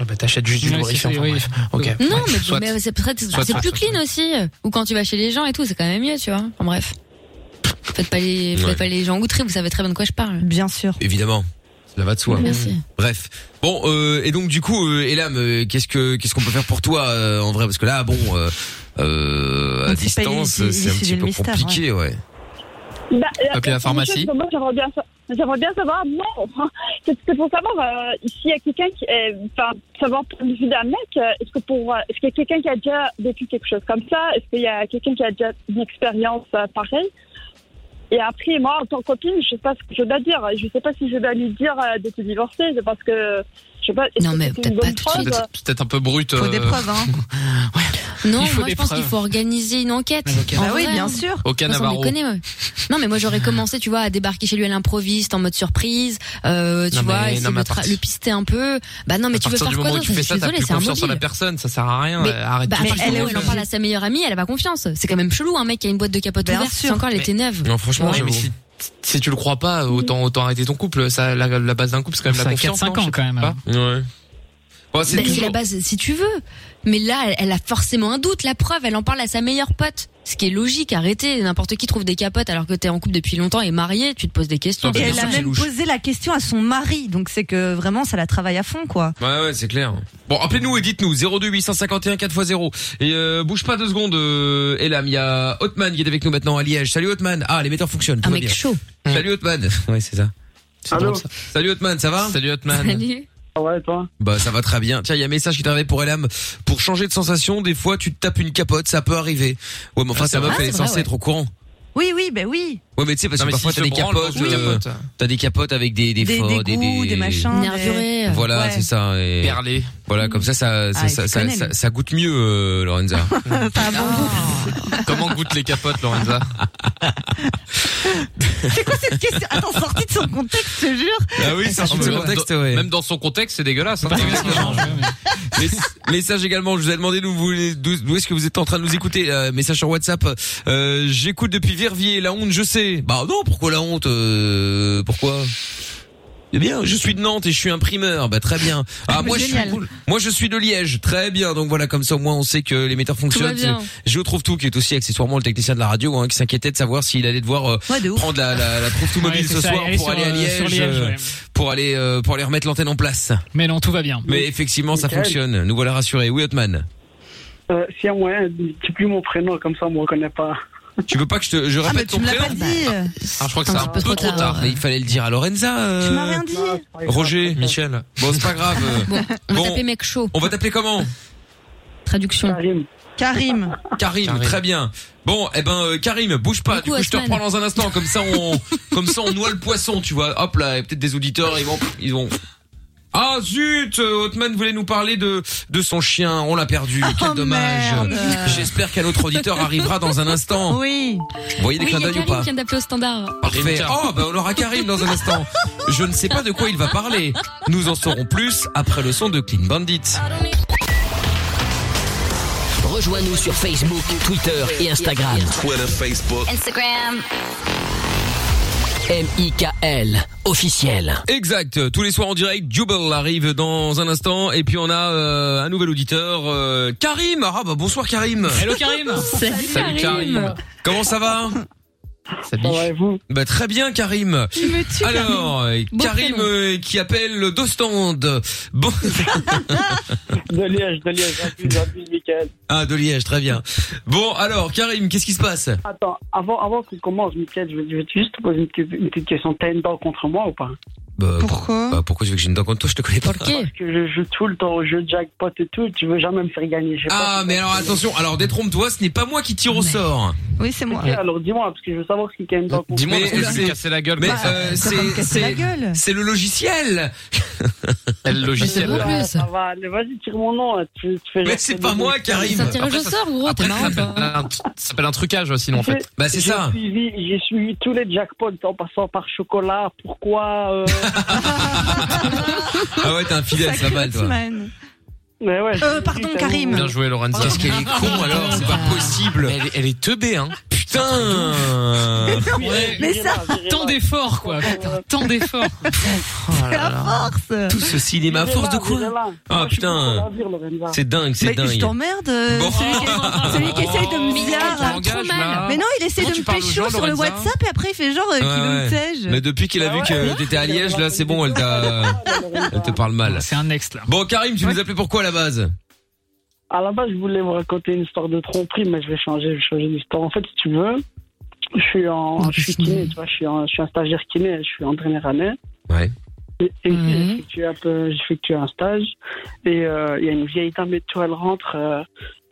Speaker 3: Ah Bah, t'achètes juste du
Speaker 7: Ouais,
Speaker 3: lubrifiant.
Speaker 7: c'est-
Speaker 3: enfin,
Speaker 7: oui.
Speaker 3: bref. Ok.
Speaker 4: Non,
Speaker 3: Ouais,
Speaker 4: mais,
Speaker 3: soit.
Speaker 4: mais c'est peut-être-
Speaker 3: soit-
Speaker 4: c'est plus
Speaker 3: soit-
Speaker 4: clean aussi. Ou quand tu vas chez les gens et tout, c'est quand même mieux, tu vois. Enfin bref. Faites pas les, faites
Speaker 2: Ouais.
Speaker 4: pas les gens outrés. Vous savez très bien de quoi je parle.
Speaker 5: Bien sûr.
Speaker 2: Évidemment. Cela va de soi.
Speaker 4: Merci.
Speaker 2: Bref. Bon, euh, et donc du coup, euh, Elam, euh, qu'est-ce que qu'est-ce qu'on peut faire pour toi euh, en vrai Parce que là, bon, euh, euh, à
Speaker 5: On ne sait pas
Speaker 2: distance,
Speaker 5: les- les
Speaker 2: c'est un
Speaker 5: issues
Speaker 2: petit
Speaker 5: du
Speaker 2: peu
Speaker 5: mystère,
Speaker 2: compliqué, ouais.
Speaker 8: Bah,
Speaker 3: Appeler la
Speaker 8: une
Speaker 3: pharmacie.
Speaker 8: chose que Moi, j'aimerais bien, sa- j'aimerais bien savoir, non, c'est c'est pour savoir euh, s'il y a quelqu'un qui est, enfin, savoir pour le vue d'un mec, euh, est-ce que pour, euh, est-ce qu'il y a quelqu'un qui a déjà vécu quelque chose comme ça Est-ce qu'il y a quelqu'un qui a déjà une expérience euh, pareille et après, moi, en tant que copine, je sais pas ce que je dois dire. Je sais pas si je dois lui dire euh, de se divorcer, parce que, je sais pas. est-ce
Speaker 4: Non,
Speaker 8: que
Speaker 4: mais
Speaker 8: c'est une
Speaker 4: peut-être
Speaker 8: bonne
Speaker 4: pas tout de suite.
Speaker 8: chose
Speaker 3: Peut-être peut-être un peu brut.
Speaker 5: Faut
Speaker 3: euh,
Speaker 5: des preuves, hein.
Speaker 4: Non,
Speaker 7: Il faut
Speaker 4: moi
Speaker 7: des
Speaker 4: je pense
Speaker 7: preuves.
Speaker 4: qu'il faut organiser une enquête.
Speaker 7: Une enquête.
Speaker 4: En
Speaker 5: Bah oui,
Speaker 4: vrai,
Speaker 5: bien
Speaker 4: hein.
Speaker 5: sûr.
Speaker 3: Au
Speaker 4: Moi, sans
Speaker 3: Canavaro.
Speaker 4: déconner, ouais. Non, mais moi j'aurais commencé, tu vois, à débarquer chez lui à l'improviste, en mode surprise, euh, tu
Speaker 3: Non, mais-
Speaker 4: vois,
Speaker 3: non,
Speaker 4: essayer
Speaker 3: mais
Speaker 4: de
Speaker 3: à
Speaker 4: tra-
Speaker 3: partir-
Speaker 4: le pister un peu. Bah non, mais
Speaker 3: À
Speaker 4: tu
Speaker 3: partir
Speaker 4: veux faire
Speaker 3: du
Speaker 4: quoi
Speaker 3: moment où
Speaker 4: d'autre
Speaker 3: tu fais
Speaker 4: Je
Speaker 3: ça,
Speaker 4: suis
Speaker 3: t'as
Speaker 4: désolée,
Speaker 3: plus
Speaker 4: c'est un
Speaker 3: confiance en la
Speaker 4: mobile.
Speaker 3: personne. Ça sert à rien.
Speaker 4: Mais-
Speaker 3: euh, Arrête.
Speaker 4: Bah, à
Speaker 5: Mais
Speaker 4: partir du
Speaker 5: elle
Speaker 4: moment où
Speaker 5: est
Speaker 4: elle en
Speaker 5: au
Speaker 4: parle à sa meilleure amie, elle a pas confiance. C'est quand même chelou, un mec qui a une boîte de capote
Speaker 5: Bien
Speaker 4: ouverte, si
Speaker 5: sûr.
Speaker 4: encore elle était neuve.
Speaker 2: Non, franchement,
Speaker 3: Ouais, mais
Speaker 2: j'avoue.
Speaker 3: si- si tu le crois pas, autant autant arrêter ton couple. Ça, la, la base d'un couple, c'est quand même
Speaker 7: Ça
Speaker 3: la
Speaker 7: a
Speaker 3: confiance.
Speaker 7: 4-5
Speaker 3: non
Speaker 7: ans,
Speaker 3: Je sais
Speaker 7: quand même,
Speaker 3: pas. Ouais. Bon, c'est
Speaker 9: Bah, c'est
Speaker 3: toujours-
Speaker 9: la base, si tu veux. Mais là, elle, elle a forcément un doute. La preuve, elle en parle à sa meilleure pote. Ce qui est logique, arrêtez. N'importe qui trouve des capotes alors que t'es en couple depuis longtemps et marié, tu te poses des questions.
Speaker 5: Et elle a même posé la question à son mari, donc c'est que vraiment ça la travaille à fond quoi.
Speaker 2: Ouais, ouais, c'est clair. Bon, appelez-nous et dites-nous 02 851 4x0. Et euh, bouge pas deux secondes, euh, Elam. Il y a Hotman qui est avec nous maintenant à Liège. Salut Hotman. Ah, les metteurs fonctionnent. tout
Speaker 9: Un
Speaker 2: va
Speaker 9: mec
Speaker 2: bien.
Speaker 9: chaud.
Speaker 2: Salut Hotman. Ouais, c'est ça. C'est
Speaker 9: Allô
Speaker 2: drôle, ça. Salut Hotman, ça va Salut Hotman.
Speaker 9: Salut.
Speaker 10: Ah Ouais, toi
Speaker 2: Bah ça va très bien. Tiens, il y a un message qui t'arrivait pour Elam. Pour changer de sensation, des fois tu te tapes une capote, ça peut arriver. Ouais, mais enfin
Speaker 5: Ah,
Speaker 2: ça
Speaker 5: c'est
Speaker 2: meuf
Speaker 5: vrai.
Speaker 2: elle est
Speaker 5: Ah, c'est vrai,
Speaker 2: censée
Speaker 5: ouais.
Speaker 2: être au courant.
Speaker 5: Oui oui ben oui.
Speaker 2: Ouais, mais tu sais parce
Speaker 3: Non,
Speaker 2: que
Speaker 3: mais
Speaker 2: parfois
Speaker 3: s'il
Speaker 2: t'as
Speaker 3: se
Speaker 2: des
Speaker 3: branle,
Speaker 2: capotes,
Speaker 3: l'autre,
Speaker 2: euh,
Speaker 3: capote.
Speaker 2: t'as des capotes avec des des
Speaker 5: Des-
Speaker 2: fo-
Speaker 5: des goûts, des machins, des- Nervurés.
Speaker 2: Voilà,
Speaker 5: Ouais.
Speaker 2: c'est ça. Et...
Speaker 3: Perlé.
Speaker 2: Voilà, comme ça ça ça
Speaker 5: Ah,
Speaker 2: ça,
Speaker 5: il
Speaker 2: ça,
Speaker 5: connaît,
Speaker 2: ça-
Speaker 5: lui.
Speaker 2: ça goûte mieux, euh, Lorenza.
Speaker 3: Comment goûtent les capotes, Lorenza
Speaker 5: C'est quoi cette question Attends, sortie de son contexte, je te jure.
Speaker 2: Ah oui,
Speaker 3: c'est
Speaker 2: sorti de son contexte, ouais.
Speaker 3: Même dans son contexte, c'est dégueulasse. hein.
Speaker 2: Mess- message également, je vous ai demandé d'où vous voulez- d'où d'où est-ce que vous êtes en train de nous écouter. euh, message sur WhatsApp. Euh, J'écoute depuis Verviers. La honte, je sais. Bah non, pourquoi la honte euh, Pourquoi Eh bien, je suis de Nantes et je suis imprimeur. Bah très bien. Ah
Speaker 5: Mais
Speaker 2: moi je suis
Speaker 5: génial.
Speaker 2: cool. moi je suis de Liège. Très bien. Donc voilà, comme ça au moins on sait que les metteurs fonctionnent.
Speaker 5: bien.
Speaker 2: Je trouve tout qui est aussi accessoirement le technicien de la radio hein, qui s'inquiétait de savoir s'il allait devoir euh, prendre la la, la trouve tout mobile
Speaker 7: Ouais, c'est
Speaker 2: ce
Speaker 7: ça,
Speaker 2: soir
Speaker 7: aller
Speaker 2: pour
Speaker 7: sur,
Speaker 2: aller à
Speaker 7: euh,
Speaker 2: Liège,
Speaker 7: sur Liège,
Speaker 2: euh,
Speaker 7: ouais.
Speaker 2: pour aller euh, pour aller remettre l'antenne en place.
Speaker 7: Mais non, tout va bien.
Speaker 2: Mais effectivement, ça
Speaker 10: Nickel.
Speaker 2: fonctionne. Nous voilà rassurés. Oui, Hotman.
Speaker 10: euh, S'il y a moyen, dis plus mon prénom, comme ça on me reconnaît pas.
Speaker 2: Tu veux pas que je, te, je répète ton prénom Ah, je crois que c'est un peu trop tard. Mais il fallait le dire à Lorenza. euh,
Speaker 5: Tu m'as rien dit.
Speaker 2: Roger, Michel. Bon, c'est pas grave.
Speaker 9: Bon, on
Speaker 2: Bon.
Speaker 9: va taper mec chaud.
Speaker 2: On va t'appeler comment
Speaker 9: Traduction.
Speaker 10: Karim.
Speaker 5: Karim.
Speaker 2: Karim, très bien. Bon, eh ben euh, Karim, bouge pas. Du coup, je te reprends dans un instant. Comme ça, on, comme ça, on noie le poisson, tu vois. Hop là, et peut-être des auditeurs, ils vont, ils vont. Ah zut, euh, Hotman voulait nous parler de de son chien. On l'a perdu.
Speaker 9: Oh,
Speaker 2: Quel dommage. J'espère qu'un autre auditeur arrivera dans un instant.
Speaker 5: Oui.
Speaker 2: Vous voyez des
Speaker 9: Oui,
Speaker 2: clins
Speaker 9: il y a
Speaker 2: d'œil ou
Speaker 9: Karine
Speaker 2: pas
Speaker 9: qui vient d'appeler au standard.
Speaker 2: Parfait. Oh, ben on aura Karim dans un instant. Je ne sais pas de quoi il va parler. Nous en saurons plus après le son de Clean Bandit.
Speaker 1: Rejoins-nous sur Facebook, Twitter et Instagram.
Speaker 11: Twitter, Facebook.
Speaker 9: Instagram.
Speaker 2: bah.
Speaker 1: M-I-K-L, officiel.
Speaker 2: Exact. Tous les soirs en direct, Jubal arrive dans un instant. Et puis on a euh, un nouvel auditeur, euh, Karim. Ah bah bonsoir Karim.
Speaker 7: Hello, Karim. Salut,
Speaker 2: Salut Karim.
Speaker 7: Karim.
Speaker 2: Comment ça va Salut. Bah très bien Karim. Alors euh,
Speaker 10: Beau
Speaker 2: Karim
Speaker 10: prénom.
Speaker 2: euh, qui appelle d'Ostend. Bon.
Speaker 10: de Liège, de Liège, j'abuse, j'abuse, Michael.
Speaker 2: ah de Liège, très bien. Bon alors Karim, qu'est-ce qui se passe
Speaker 10: Attends, avant, avant qu'on commence, Michael, je vais, je vais juste te poser une petite, une petite question. T'as une dent contre moi ou pas
Speaker 2: Bah, pourquoi Pourquoi tu veux que j'ai une dent contre toi Je te connais pas.
Speaker 10: Parce que je joue tout le temps au jeu de jackpot et tout, tu veux jamais me faire gagner. Je sais pas
Speaker 2: Ah
Speaker 10: si-
Speaker 2: mais alors attention, alors détrompe-toi, ce n'est pas moi qui tire au sort.
Speaker 5: Oui, c'est moi.
Speaker 10: Ok, alors dis-moi, parce que je veux savoir ce qui a une dent contre
Speaker 2: Mais
Speaker 10: moi.
Speaker 2: c'est- mais, euh, c'est c'est- c'est le logiciel.
Speaker 3: le logiciel.
Speaker 10: Ouais, Ah, ça va, allez, vas-y, tire mon nom. hein, Tu, tu fais
Speaker 2: Mais c'est pas moi, Karim.
Speaker 9: C'est un tirage au sort, gros, t'es marrant. toi.
Speaker 3: Un- Ça s'appelle un trucage, ouais, sinon, en fait. Bah,
Speaker 2: Bah,
Speaker 10: J'ai suivi- J'ai suivi tous les jackpots en passant par chocolat. Pourquoi euh,
Speaker 2: Ah ouais, t'es un fidèle, ça mal toi.
Speaker 10: Mais ouais,
Speaker 5: Euh, pardon, Karim.
Speaker 3: Bien joué, Lorenza.
Speaker 2: Qu'est-ce qu'elle est con alors, c'est pas possible.
Speaker 3: Elle, est- elle est teubée, hein.
Speaker 2: Putain. Hein.
Speaker 5: Mais ça,
Speaker 7: Tant d'efforts, quoi. Putain, Tant d'efforts.
Speaker 3: Oh
Speaker 5: c'est la force.
Speaker 2: Tout ce cinéma à force de
Speaker 10: virez-la,
Speaker 2: quoi
Speaker 10: virez-la.
Speaker 2: Ah putain. C'est dingue, c'est
Speaker 5: Mais je
Speaker 2: dingue.
Speaker 5: t'emmerde. euh,
Speaker 2: Bon.
Speaker 5: Celui, qui, celui qui essaye de me
Speaker 9: Mais
Speaker 5: dire. euh,
Speaker 9: tu l'engages, là.
Speaker 5: Mais non, il essaye
Speaker 3: Comment
Speaker 5: de
Speaker 3: tu
Speaker 5: me
Speaker 3: parles aux
Speaker 5: pécho
Speaker 3: gens,
Speaker 5: sur le
Speaker 3: Lorenza
Speaker 5: WhatsApp et après il fait genre euh, qu'il
Speaker 2: Ouais,
Speaker 5: veut me
Speaker 2: ouais.
Speaker 5: sais-je.
Speaker 2: Mais depuis qu'il a
Speaker 10: Ah
Speaker 2: vu que t'étais à Liège, là, c'est bon, elle t'a, elle te parle mal.
Speaker 7: C'est un next, là.
Speaker 2: Bon, Karim, tu nous appelais pourquoi à la base
Speaker 10: À la base, je voulais vous raconter une histoire de tromperie, mais je vais changer, je vais changer d'histoire. En fait, si tu veux, je suis en,
Speaker 3: Oh,
Speaker 10: je suis kiné, tu vois, je suis, en- je suis un stagiaire kiné, je suis en dernière année.
Speaker 2: Ouais.
Speaker 10: Et, et j'ai effectué un peu- j'ai effectué un stage et euh, il y a une vieille dame et tout, elle rentre euh,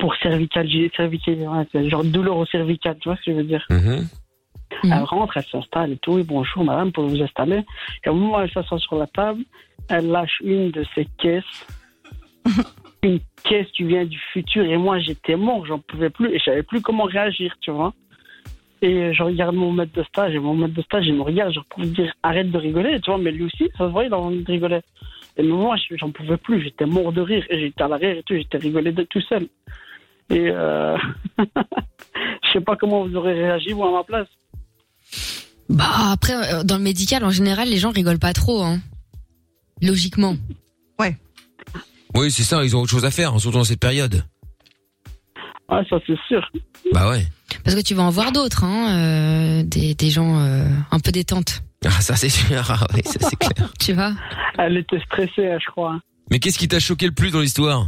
Speaker 10: pour cervicale, j'ai cervicale, ouais, c'est genre douleur au cervical, tu vois ce que je veux dire. Elle rentre, elle s'installe et tout. Oui, bonjour madame, pour vous installer. Et au moment où elle s'assoit sur la table, elle lâche une de ses caisses. une caisse qui vient du futur. Et moi, j'étais mort, j'en pouvais plus. Et je savais plus comment réagir, tu vois. Et je regarde mon maître de stage. Et mon maître de stage, il me regarde, genre pour lui dire arrête de rigoler, tu vois. Mais lui aussi, ça se voyait, il avait envie de rigoler. Et moi, je- j'en pouvais plus. J'étais mort de rire. Et j'étais à l'arrière et tout. J'étais rigolé de tout seul. Et euh, je sais pas comment vous aurez réagi, vous, à ma place.
Speaker 9: Bah après, euh, dans le médical, en général, les gens rigolent pas trop, hein. Logiquement.
Speaker 5: Ouais.
Speaker 2: Oui, c'est ça, ils ont autre chose à faire, hein, surtout dans cette période.
Speaker 10: Ah, ça c'est sûr.
Speaker 2: Bah ouais.
Speaker 9: Parce que tu vas en voir d'autres, hein, euh, des, des gens euh, un peu détentes.
Speaker 2: Ah, ça c'est sûr. Ah oui, ça c'est clair.
Speaker 9: Tu vois
Speaker 10: Elle était stressée, hein, je crois. hein.
Speaker 2: Mais qu'est-ce qui t'a choqué le plus dans l'histoire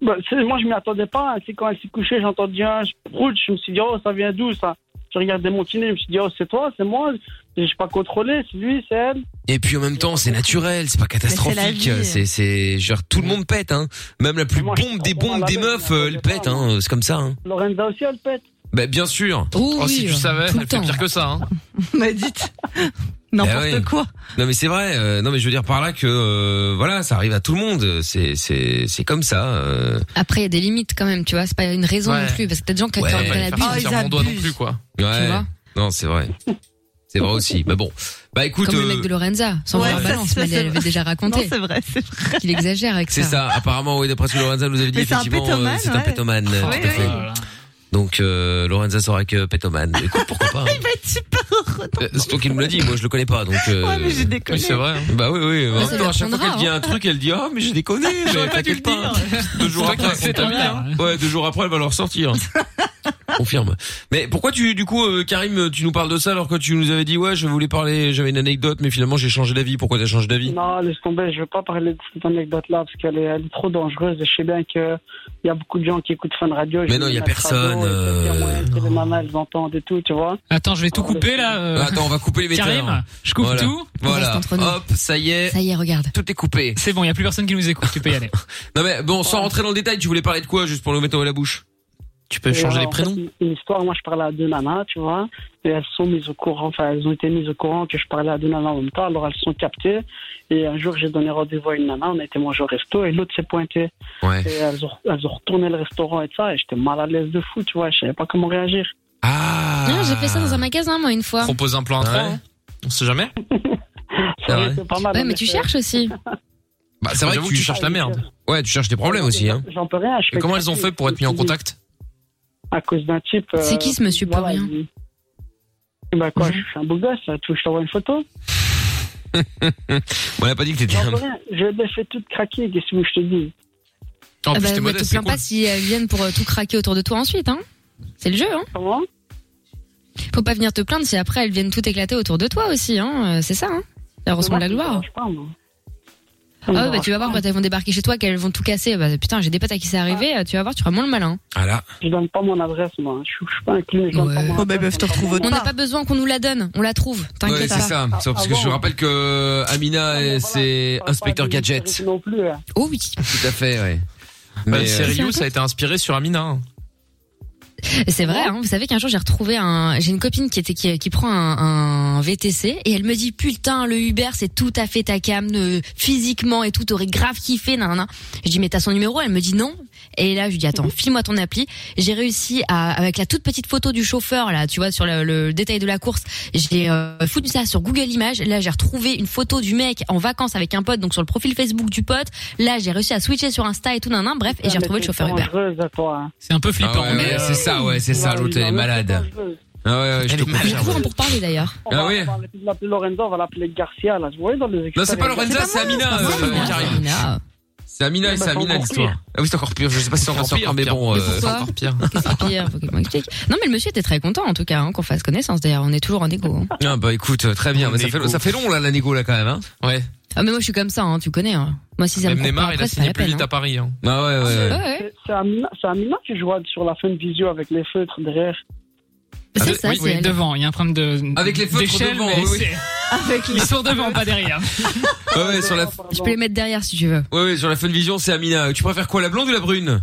Speaker 10: Bah, c'est- moi, je m'y attendais pas. hein. C'est quand elle s'est couchée, j'entendais un prout. Je me suis dit, oh, ça vient d'où ça Je regardais mon kiné, je me suis dit, oh, c'est toi, c'est moi. J'ai pas contrôlé, c'est lui, c'est elle.
Speaker 2: Et puis en même temps, c'est naturel, c'est pas catastrophique.
Speaker 10: vie.
Speaker 2: C'est, c'est, genre tout le monde pète, hein. Même la plus
Speaker 10: Moi, je
Speaker 2: bombe des
Speaker 10: comprends
Speaker 2: bombes
Speaker 10: la
Speaker 2: des
Speaker 10: même,
Speaker 2: meufs,
Speaker 10: mais
Speaker 2: euh, elle pète, hein. C'est comme ça, hein.
Speaker 10: Lorenza aussi, elle pète.
Speaker 2: Bah bien sûr.
Speaker 9: Oh,
Speaker 3: si
Speaker 2: oui,
Speaker 3: tu
Speaker 2: euh,
Speaker 3: savais,
Speaker 2: tout le
Speaker 3: elle fait
Speaker 2: temps.
Speaker 3: pire que ça. Hein.
Speaker 5: Mais dites,
Speaker 2: Bah
Speaker 5: n'importe
Speaker 2: ouais.
Speaker 5: quoi.
Speaker 2: Non mais c'est vrai. euh, non mais je veux dire par là que euh, voilà, ça arrive à tout le monde. C'est, c'est, c'est comme ça. euh.
Speaker 9: Après, il y a des limites quand même, tu vois. C'est pas une raison
Speaker 2: Ouais.
Speaker 9: non plus, parce que t'as des gens qui
Speaker 2: Ouais.
Speaker 9: quand
Speaker 2: Faut pas les
Speaker 9: la
Speaker 2: faire
Speaker 9: bise.
Speaker 5: Ah,
Speaker 2: sentir mon doigt non plus, quoi. Ouais.
Speaker 9: vois
Speaker 2: non, c'est vrai. C'est vrai aussi. Mais bon. Bah écoute.
Speaker 9: Comme le
Speaker 2: euh,
Speaker 9: mec de Lorenza, sans
Speaker 5: Ouais,
Speaker 9: vouloir
Speaker 5: ça,
Speaker 9: balance,
Speaker 5: ça,
Speaker 9: mais
Speaker 5: c'est
Speaker 9: elle l'avait
Speaker 5: vrai.
Speaker 9: déjà raconté.
Speaker 5: Non, c'est vrai, c'est
Speaker 9: vrai. Qu'il exagère avec ça.
Speaker 2: C'est ça, apparemment, oui, d'après ce que Lorenza nous avait dit,
Speaker 9: Mais c'est un
Speaker 2: effectivement, euh,
Speaker 9: pétomane,
Speaker 2: c'est un
Speaker 9: ouais.
Speaker 2: pétomane. tout à
Speaker 9: oui,
Speaker 2: fait. Donc, euh, Lorenza sera que pétomane. Écoute, pourquoi pas hein.
Speaker 5: Il va être super heureux.
Speaker 2: Euh, C'est toi qui nous l'as dit, moi je le connais pas, donc. euh,
Speaker 5: Ouais, mais j'ai déconné.
Speaker 2: oui, c'est vrai. hein. Bah oui, oui.
Speaker 5: Ouais,
Speaker 2: en
Speaker 5: ça
Speaker 2: même temps, à
Speaker 5: lui
Speaker 2: chaque fois qu'elle
Speaker 5: apprendra,
Speaker 2: dit
Speaker 5: hein.
Speaker 2: un truc, elle dit ah mais j'ai déconné, mais t'inquiète pas. Deux jours après,
Speaker 3: qui l'as fait,
Speaker 2: confirme. ouais, deux jours après, elle va leur sortir. Confirme. Mais pourquoi tu, du coup, euh, Karim, tu nous parles de ça alors que tu nous avais dit ouais, je voulais parler, j'avais une anecdote, mais finalement j'ai changé d'avis. Pourquoi t'as changé d'avis
Speaker 10: Non, laisse tomber, je veux pas parler de cette anecdote-là parce qu'elle est, elle est trop dangereuse et je sais bien qu'il y a beaucoup de gens qui écoutent Fun Radio.
Speaker 2: Mais non, il y a personne. euh,
Speaker 10: Que les mamans, elles entendent et tout, tu vois.
Speaker 7: Attends, je vais tout couper là. euh,
Speaker 2: Bah, Attends, on va couper les métaux.
Speaker 7: Karim, je coupe
Speaker 2: Voilà.
Speaker 7: tout.
Speaker 2: Voilà. Hop, ça y est.
Speaker 9: Ça y est, regarde.
Speaker 2: Tout est coupé.
Speaker 7: C'est bon, il y a plus personne qui nous écoute. Tu peux y aller.
Speaker 2: Non mais bon, sans rentrer dans le détail, tu voulais parler de quoi juste pour le mettre à la bouche Tu peux
Speaker 10: Et alors, en fait, une- Une histoire, moi je parlais à deux nanas, tu vois, et elles sont mises au courant, enfin elles ont été mises au courant que je parlais à deux nanas en même temps, alors elles sont captées. Et un jour j'ai donné rendez-vous à une nana, on a été manger au resto et l'autre s'est pointée.
Speaker 2: Ouais.
Speaker 10: Et elles ont, elles ont retourné le restaurant et tout ça, et j'étais mal à l'aise de fou, tu vois, je savais pas comment réagir.
Speaker 2: Ah.
Speaker 9: Non, j'ai fait ça dans un magasin, moi, une fois.
Speaker 3: Propose un plan à trois. hein. On sait jamais.
Speaker 10: hein,
Speaker 9: Ouais, mais tu cherches aussi.
Speaker 2: Bah, c'est vrai que
Speaker 3: J'avoue
Speaker 2: tu
Speaker 3: que tu cherches la merde.
Speaker 2: Ouais, tu cherches des problèmes aussi. Hein.
Speaker 10: J'en peux rien, je
Speaker 3: Et comment elles ont fait pour être mis en contact
Speaker 10: À cause d'un type. euh,
Speaker 9: C'est qui ce monsieur Mhm.
Speaker 10: pour
Speaker 9: Paulien
Speaker 10: Bah quoi, je suis un beau gosse, tu veux que je t'envoie une photo
Speaker 2: On n'a pas dit que t'étais.
Speaker 10: J'en
Speaker 2: un-
Speaker 10: peux rien, Ah, je les fais toutes craquer, qu'est-ce que je te dis
Speaker 9: Ah bah, bah, te plains pas si elles viennent pour euh, tout craquer autour de toi ensuite, hein. C'est le jeu, hein.
Speaker 10: Comment
Speaker 9: Faut pas venir te plaindre si après elles viennent tout éclater autour de toi aussi, hein. Euh, C'est ça, hein. La rançon de la
Speaker 2: hein.
Speaker 12: bah,
Speaker 9: gloire. Ah ouais, bah tu vas voir quand elles vont débarquer chez toi qu'elles vont tout casser. Bah putain, j'ai des potes à qui c'est arrivé, euh, tu vas voir, tu feras moins le malin.
Speaker 2: Ah là.
Speaker 10: Je donne pas mon adresse, moi. Je suis je suis pas inclus. Je donne pas mon adresse.
Speaker 9: On n'a pas besoin qu'on nous la donne, on la trouve, t'inquiète
Speaker 2: Ouais,
Speaker 9: pas.
Speaker 2: c'est ça.
Speaker 10: Ah,
Speaker 2: Sauf parce que je vous rappelle que Amina, euh, c'est inspecteur gadget.
Speaker 10: Non plus. hein.
Speaker 9: Oh oui.
Speaker 2: Tout à fait, ouais.
Speaker 3: Bah,
Speaker 2: Mais,
Speaker 3: c'est
Speaker 2: euh,
Speaker 3: Ryu, ça a été inspiré sur Amina. hein.
Speaker 9: C'est vrai, hein, vous savez qu'un jour j'ai retrouvé un, j'ai une copine qui était qui, qui prend un, un VTC et elle me dit putain le Uber c'est tout à fait ta cam ne- physiquement et tout t'aurais grave kiffé nanana. Je dis mais t'as son numéro Elle me dit non et là je lui dis attends file-moi ton appli. J'ai réussi à avec la toute petite photo du chauffeur là tu vois sur le, le détail de la course j'ai euh, foutu ça sur Google Images là j'ai retrouvé une photo du mec en vacances avec un pote donc sur le profil Facebook du pote là j'ai réussi à switcher sur Insta et tout nanana bref et j'ai retrouvé le chauffeur Uber.
Speaker 10: dangereuse à toi. hein.
Speaker 7: C'est un peu flippant.
Speaker 2: Ah ouais, ouais,
Speaker 3: euh,
Speaker 2: c'est ça, ouais, c'est ça. L'autre, elle est malade. Ah ouais, ouais, je te
Speaker 9: Il y a
Speaker 2: confirme.
Speaker 9: toujours un pour parler d'ailleurs.
Speaker 2: Ah oui.
Speaker 10: On va l'appeler Lorenzo, on va l'appeler Garcia, là. Vous voyez dans les
Speaker 2: Non, c'est pas Lorenza, c'est Amina, euh, Karim. C'est Amina et
Speaker 10: Bah,
Speaker 2: c'est
Speaker 10: c'est
Speaker 2: Amina
Speaker 10: encore
Speaker 2: l'histoire.
Speaker 10: pire.
Speaker 2: Ah oui, c'est encore pire. Je sais pas si c'est encore
Speaker 3: C'est
Speaker 2: pire,
Speaker 3: encore
Speaker 2: mais
Speaker 3: pire.
Speaker 2: bon.
Speaker 3: Mais
Speaker 2: euh,
Speaker 9: pourquoi
Speaker 2: c'est encore pire.
Speaker 9: Qu'est-ce qui est pire Faut qu'il m'explique. Non, mais le monsieur était très content en tout cas hein, qu'on fasse connaissance. D'ailleurs, on est toujours en égo. hein.
Speaker 2: Ah bah écoute, très bien. Mais ça fait, ça fait long là, la négo là quand même. Hein ouais.
Speaker 9: Ah, mais moi je suis comme ça, hein, tu connais. hein. Moi, si ça
Speaker 3: Même
Speaker 9: me coupe pas
Speaker 3: Neymar, il
Speaker 9: après,
Speaker 3: a
Speaker 9: c'est pas
Speaker 3: signé
Speaker 9: la
Speaker 3: plus
Speaker 9: peine.
Speaker 3: vite à Paris. hein.
Speaker 2: Ah ouais, ouais. ouais.
Speaker 9: ouais.
Speaker 10: C'est- C'est Amina, c'est Amina qui joue sur la fin de visio avec les feutres derrière.
Speaker 7: C'est
Speaker 2: Ah,
Speaker 10: ça,
Speaker 7: oui,
Speaker 10: c'est
Speaker 7: oui,
Speaker 10: elle.
Speaker 7: devant. Il y a un problème de
Speaker 2: Avec les feutres
Speaker 7: d'échelle,
Speaker 2: devant,
Speaker 7: mais
Speaker 2: oui, oui.
Speaker 7: c'est- Ils sont devant, pas derrière.
Speaker 2: Ouais, ouais, sur la,
Speaker 9: Je peux les mettre derrière si tu veux.
Speaker 2: ouais, ouais, sur la fun vision, c'est Amina. Tu préfères quoi, la blonde ou la brune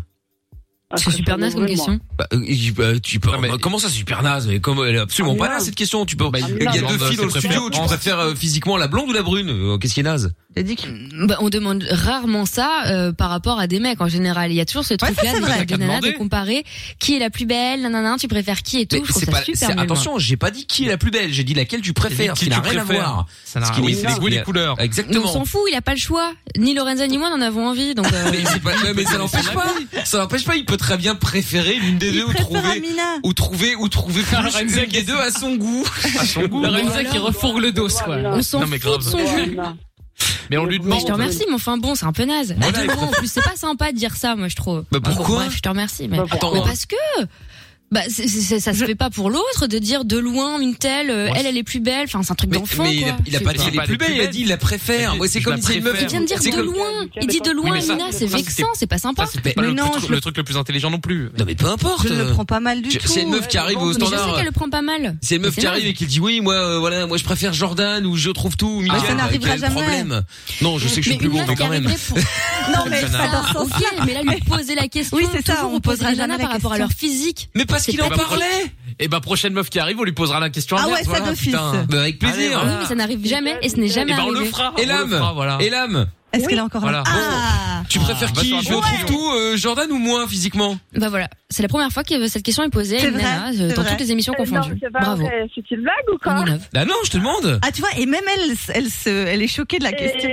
Speaker 7: Ah,
Speaker 9: C'est super naze comme question.
Speaker 2: Bah, euh, il- bah, tu peux- bah, comment ça super naze mais comment elle est
Speaker 9: Ah,
Speaker 2: absolument
Speaker 10: Amina.
Speaker 2: pas naze cette question tu peux il y
Speaker 10: Amina.
Speaker 2: a deux
Speaker 3: Amina,
Speaker 2: filles dans le
Speaker 3: c'est
Speaker 2: studio tu
Speaker 3: préférence.
Speaker 2: préfères euh, physiquement la blonde ou la brune Euh, qu'est-ce qui est naze
Speaker 9: Bah, on demande rarement ça euh, par rapport à des mecs en général. Il y a toujours ce truc-là
Speaker 2: c'est
Speaker 9: de-
Speaker 2: vrai.
Speaker 9: de,
Speaker 2: T'as qu'à
Speaker 9: nanas de
Speaker 2: demander.
Speaker 9: comparer qui est la plus belle, nanana, tu préfères qui et tout.
Speaker 2: Mais
Speaker 9: je trouve
Speaker 2: c'est
Speaker 9: ça
Speaker 2: pas-
Speaker 9: super
Speaker 2: c'est-
Speaker 9: nul, moi.
Speaker 2: attention, j'ai pas dit qui est la plus belle, j'ai dit laquelle tu préfères, ce
Speaker 3: qui
Speaker 2: qui n'a
Speaker 3: tu
Speaker 2: rien à
Speaker 3: préfères.
Speaker 2: voir.
Speaker 3: Ça n'a
Speaker 2: Ce qui
Speaker 3: rien-
Speaker 2: est-
Speaker 3: oui, c'est les goûts, les couleurs.
Speaker 9: hein. Mais on
Speaker 2: Exactement.
Speaker 9: s'en fout, il a pas le choix. Ni Lorenza ni moi n'en avons envie. Donc, euh,
Speaker 2: Mais, c'est pas- ouais, mais ça n'empêche pas. Ça n'empêche pas. Il peut très bien préférer l'une des deux ou trouver, ou trouver, ou trouver plus
Speaker 7: Lorenza
Speaker 2: l'une des deux à son goût. À son goût.
Speaker 7: Lorenza qui refourgue le dos, quoi.
Speaker 9: on s'en
Speaker 2: Non,
Speaker 9: fout
Speaker 2: mais
Speaker 9: de son
Speaker 2: grave.
Speaker 9: jeu.
Speaker 3: Mais on lui
Speaker 9: Mais
Speaker 3: demande.
Speaker 9: je te remercie, mais enfin bon, c'est un peu naze.
Speaker 3: Voilà,
Speaker 9: À deux
Speaker 3: il
Speaker 9: gros, en
Speaker 3: préfère-
Speaker 9: plus, c'est pas sympa de dire ça, moi, je trouve.
Speaker 3: Bah,
Speaker 9: Bon,
Speaker 3: pourquoi
Speaker 9: Bref, je te remercie, mais,
Speaker 3: Bah, pourquoi
Speaker 9: Mais parce que. Bah, c'est- c'est- c'est- ça se fait pas pour l'autre de dire de loin une telle, euh, elle, elle est plus belle. Enfin, c'est un truc d'enfant.
Speaker 2: Mais il a,
Speaker 9: quoi.
Speaker 2: il a pas dit elle est plus belle, il a dit il la préfère. Ouais, c'est
Speaker 3: Je
Speaker 2: comme
Speaker 3: la
Speaker 2: si une meuf.
Speaker 3: préfère.
Speaker 9: Il vient de dire
Speaker 2: c'est
Speaker 9: de
Speaker 2: comme-
Speaker 9: loin. Il dit de
Speaker 2: Oui,
Speaker 9: loin,
Speaker 2: mais ça-
Speaker 9: Mina, c'est
Speaker 3: ça,
Speaker 9: vexant, c'est pas sympa.
Speaker 3: C'est pas le, truc, le truc le plus intelligent non plus.
Speaker 2: Non mais peu importe.
Speaker 5: Je ne le prends pas mal du
Speaker 2: Je-
Speaker 5: tout.
Speaker 2: c'est une meuf qui arrive au
Speaker 9: Mais je sais
Speaker 2: standard.
Speaker 9: qu'elle le prend pas mal.
Speaker 2: C'est une meuf
Speaker 9: Mais
Speaker 2: qui arrive
Speaker 9: naze.
Speaker 2: et qui dit oui, moi, euh, voilà, moi je préfère Jordan ou je trouve tout, ou Michael.
Speaker 9: ça n'arrivera
Speaker 2: quel est le
Speaker 9: jamais.
Speaker 2: problème Non, je sais que je suis
Speaker 9: Mais
Speaker 2: plus
Speaker 9: une
Speaker 2: bon,
Speaker 9: meuf
Speaker 2: mais
Speaker 9: qui
Speaker 2: quand même.
Speaker 9: arriverait
Speaker 5: Non, mais
Speaker 2: Nana.
Speaker 9: ça, ok, mais là, lui poser la question.
Speaker 5: Oui, c'est ça,
Speaker 9: toujours,
Speaker 5: on posera
Speaker 9: pose des nanas
Speaker 5: jamais la
Speaker 9: par rapport à
Speaker 5: question.
Speaker 9: leur physique.
Speaker 2: Mais parce
Speaker 9: C'est
Speaker 2: qu'il en
Speaker 9: pas-
Speaker 2: parlait
Speaker 3: Et bah, prochaine meuf qui arrive, on lui posera la question.
Speaker 9: Ah
Speaker 3: inverse,
Speaker 9: ouais, ça
Speaker 3: voilà,
Speaker 9: d'office.
Speaker 3: putain. Bah,
Speaker 5: Ah
Speaker 3: avec
Speaker 9: Oui,
Speaker 3: plaisir.
Speaker 9: mais ça n'arrive jamais et ben, ce n'est jamais
Speaker 3: Et bah, on le
Speaker 9: arrivé.
Speaker 3: fera.
Speaker 2: Et
Speaker 3: on le fera, voilà. Bah,
Speaker 2: l'âme Et l'âme
Speaker 5: Est-ce qu'elle est encore
Speaker 3: Voilà.
Speaker 5: là Ah
Speaker 2: Tu préfères qui Je trouve tout, euh, Jordan ou moi physiquement
Speaker 9: Bah voilà, c'est la première fois que cette question est posée à
Speaker 5: C'est
Speaker 9: une
Speaker 5: vrai,
Speaker 9: nana, euh,
Speaker 5: c'est
Speaker 9: dans
Speaker 5: vrai.
Speaker 9: toutes les émissions confondues. Bravo.
Speaker 8: Eh, C'est une blague ou quoi
Speaker 2: Bah non, je te demande.
Speaker 5: Ah, tu vois, et même elle, elle, se, elle est choquée de la question.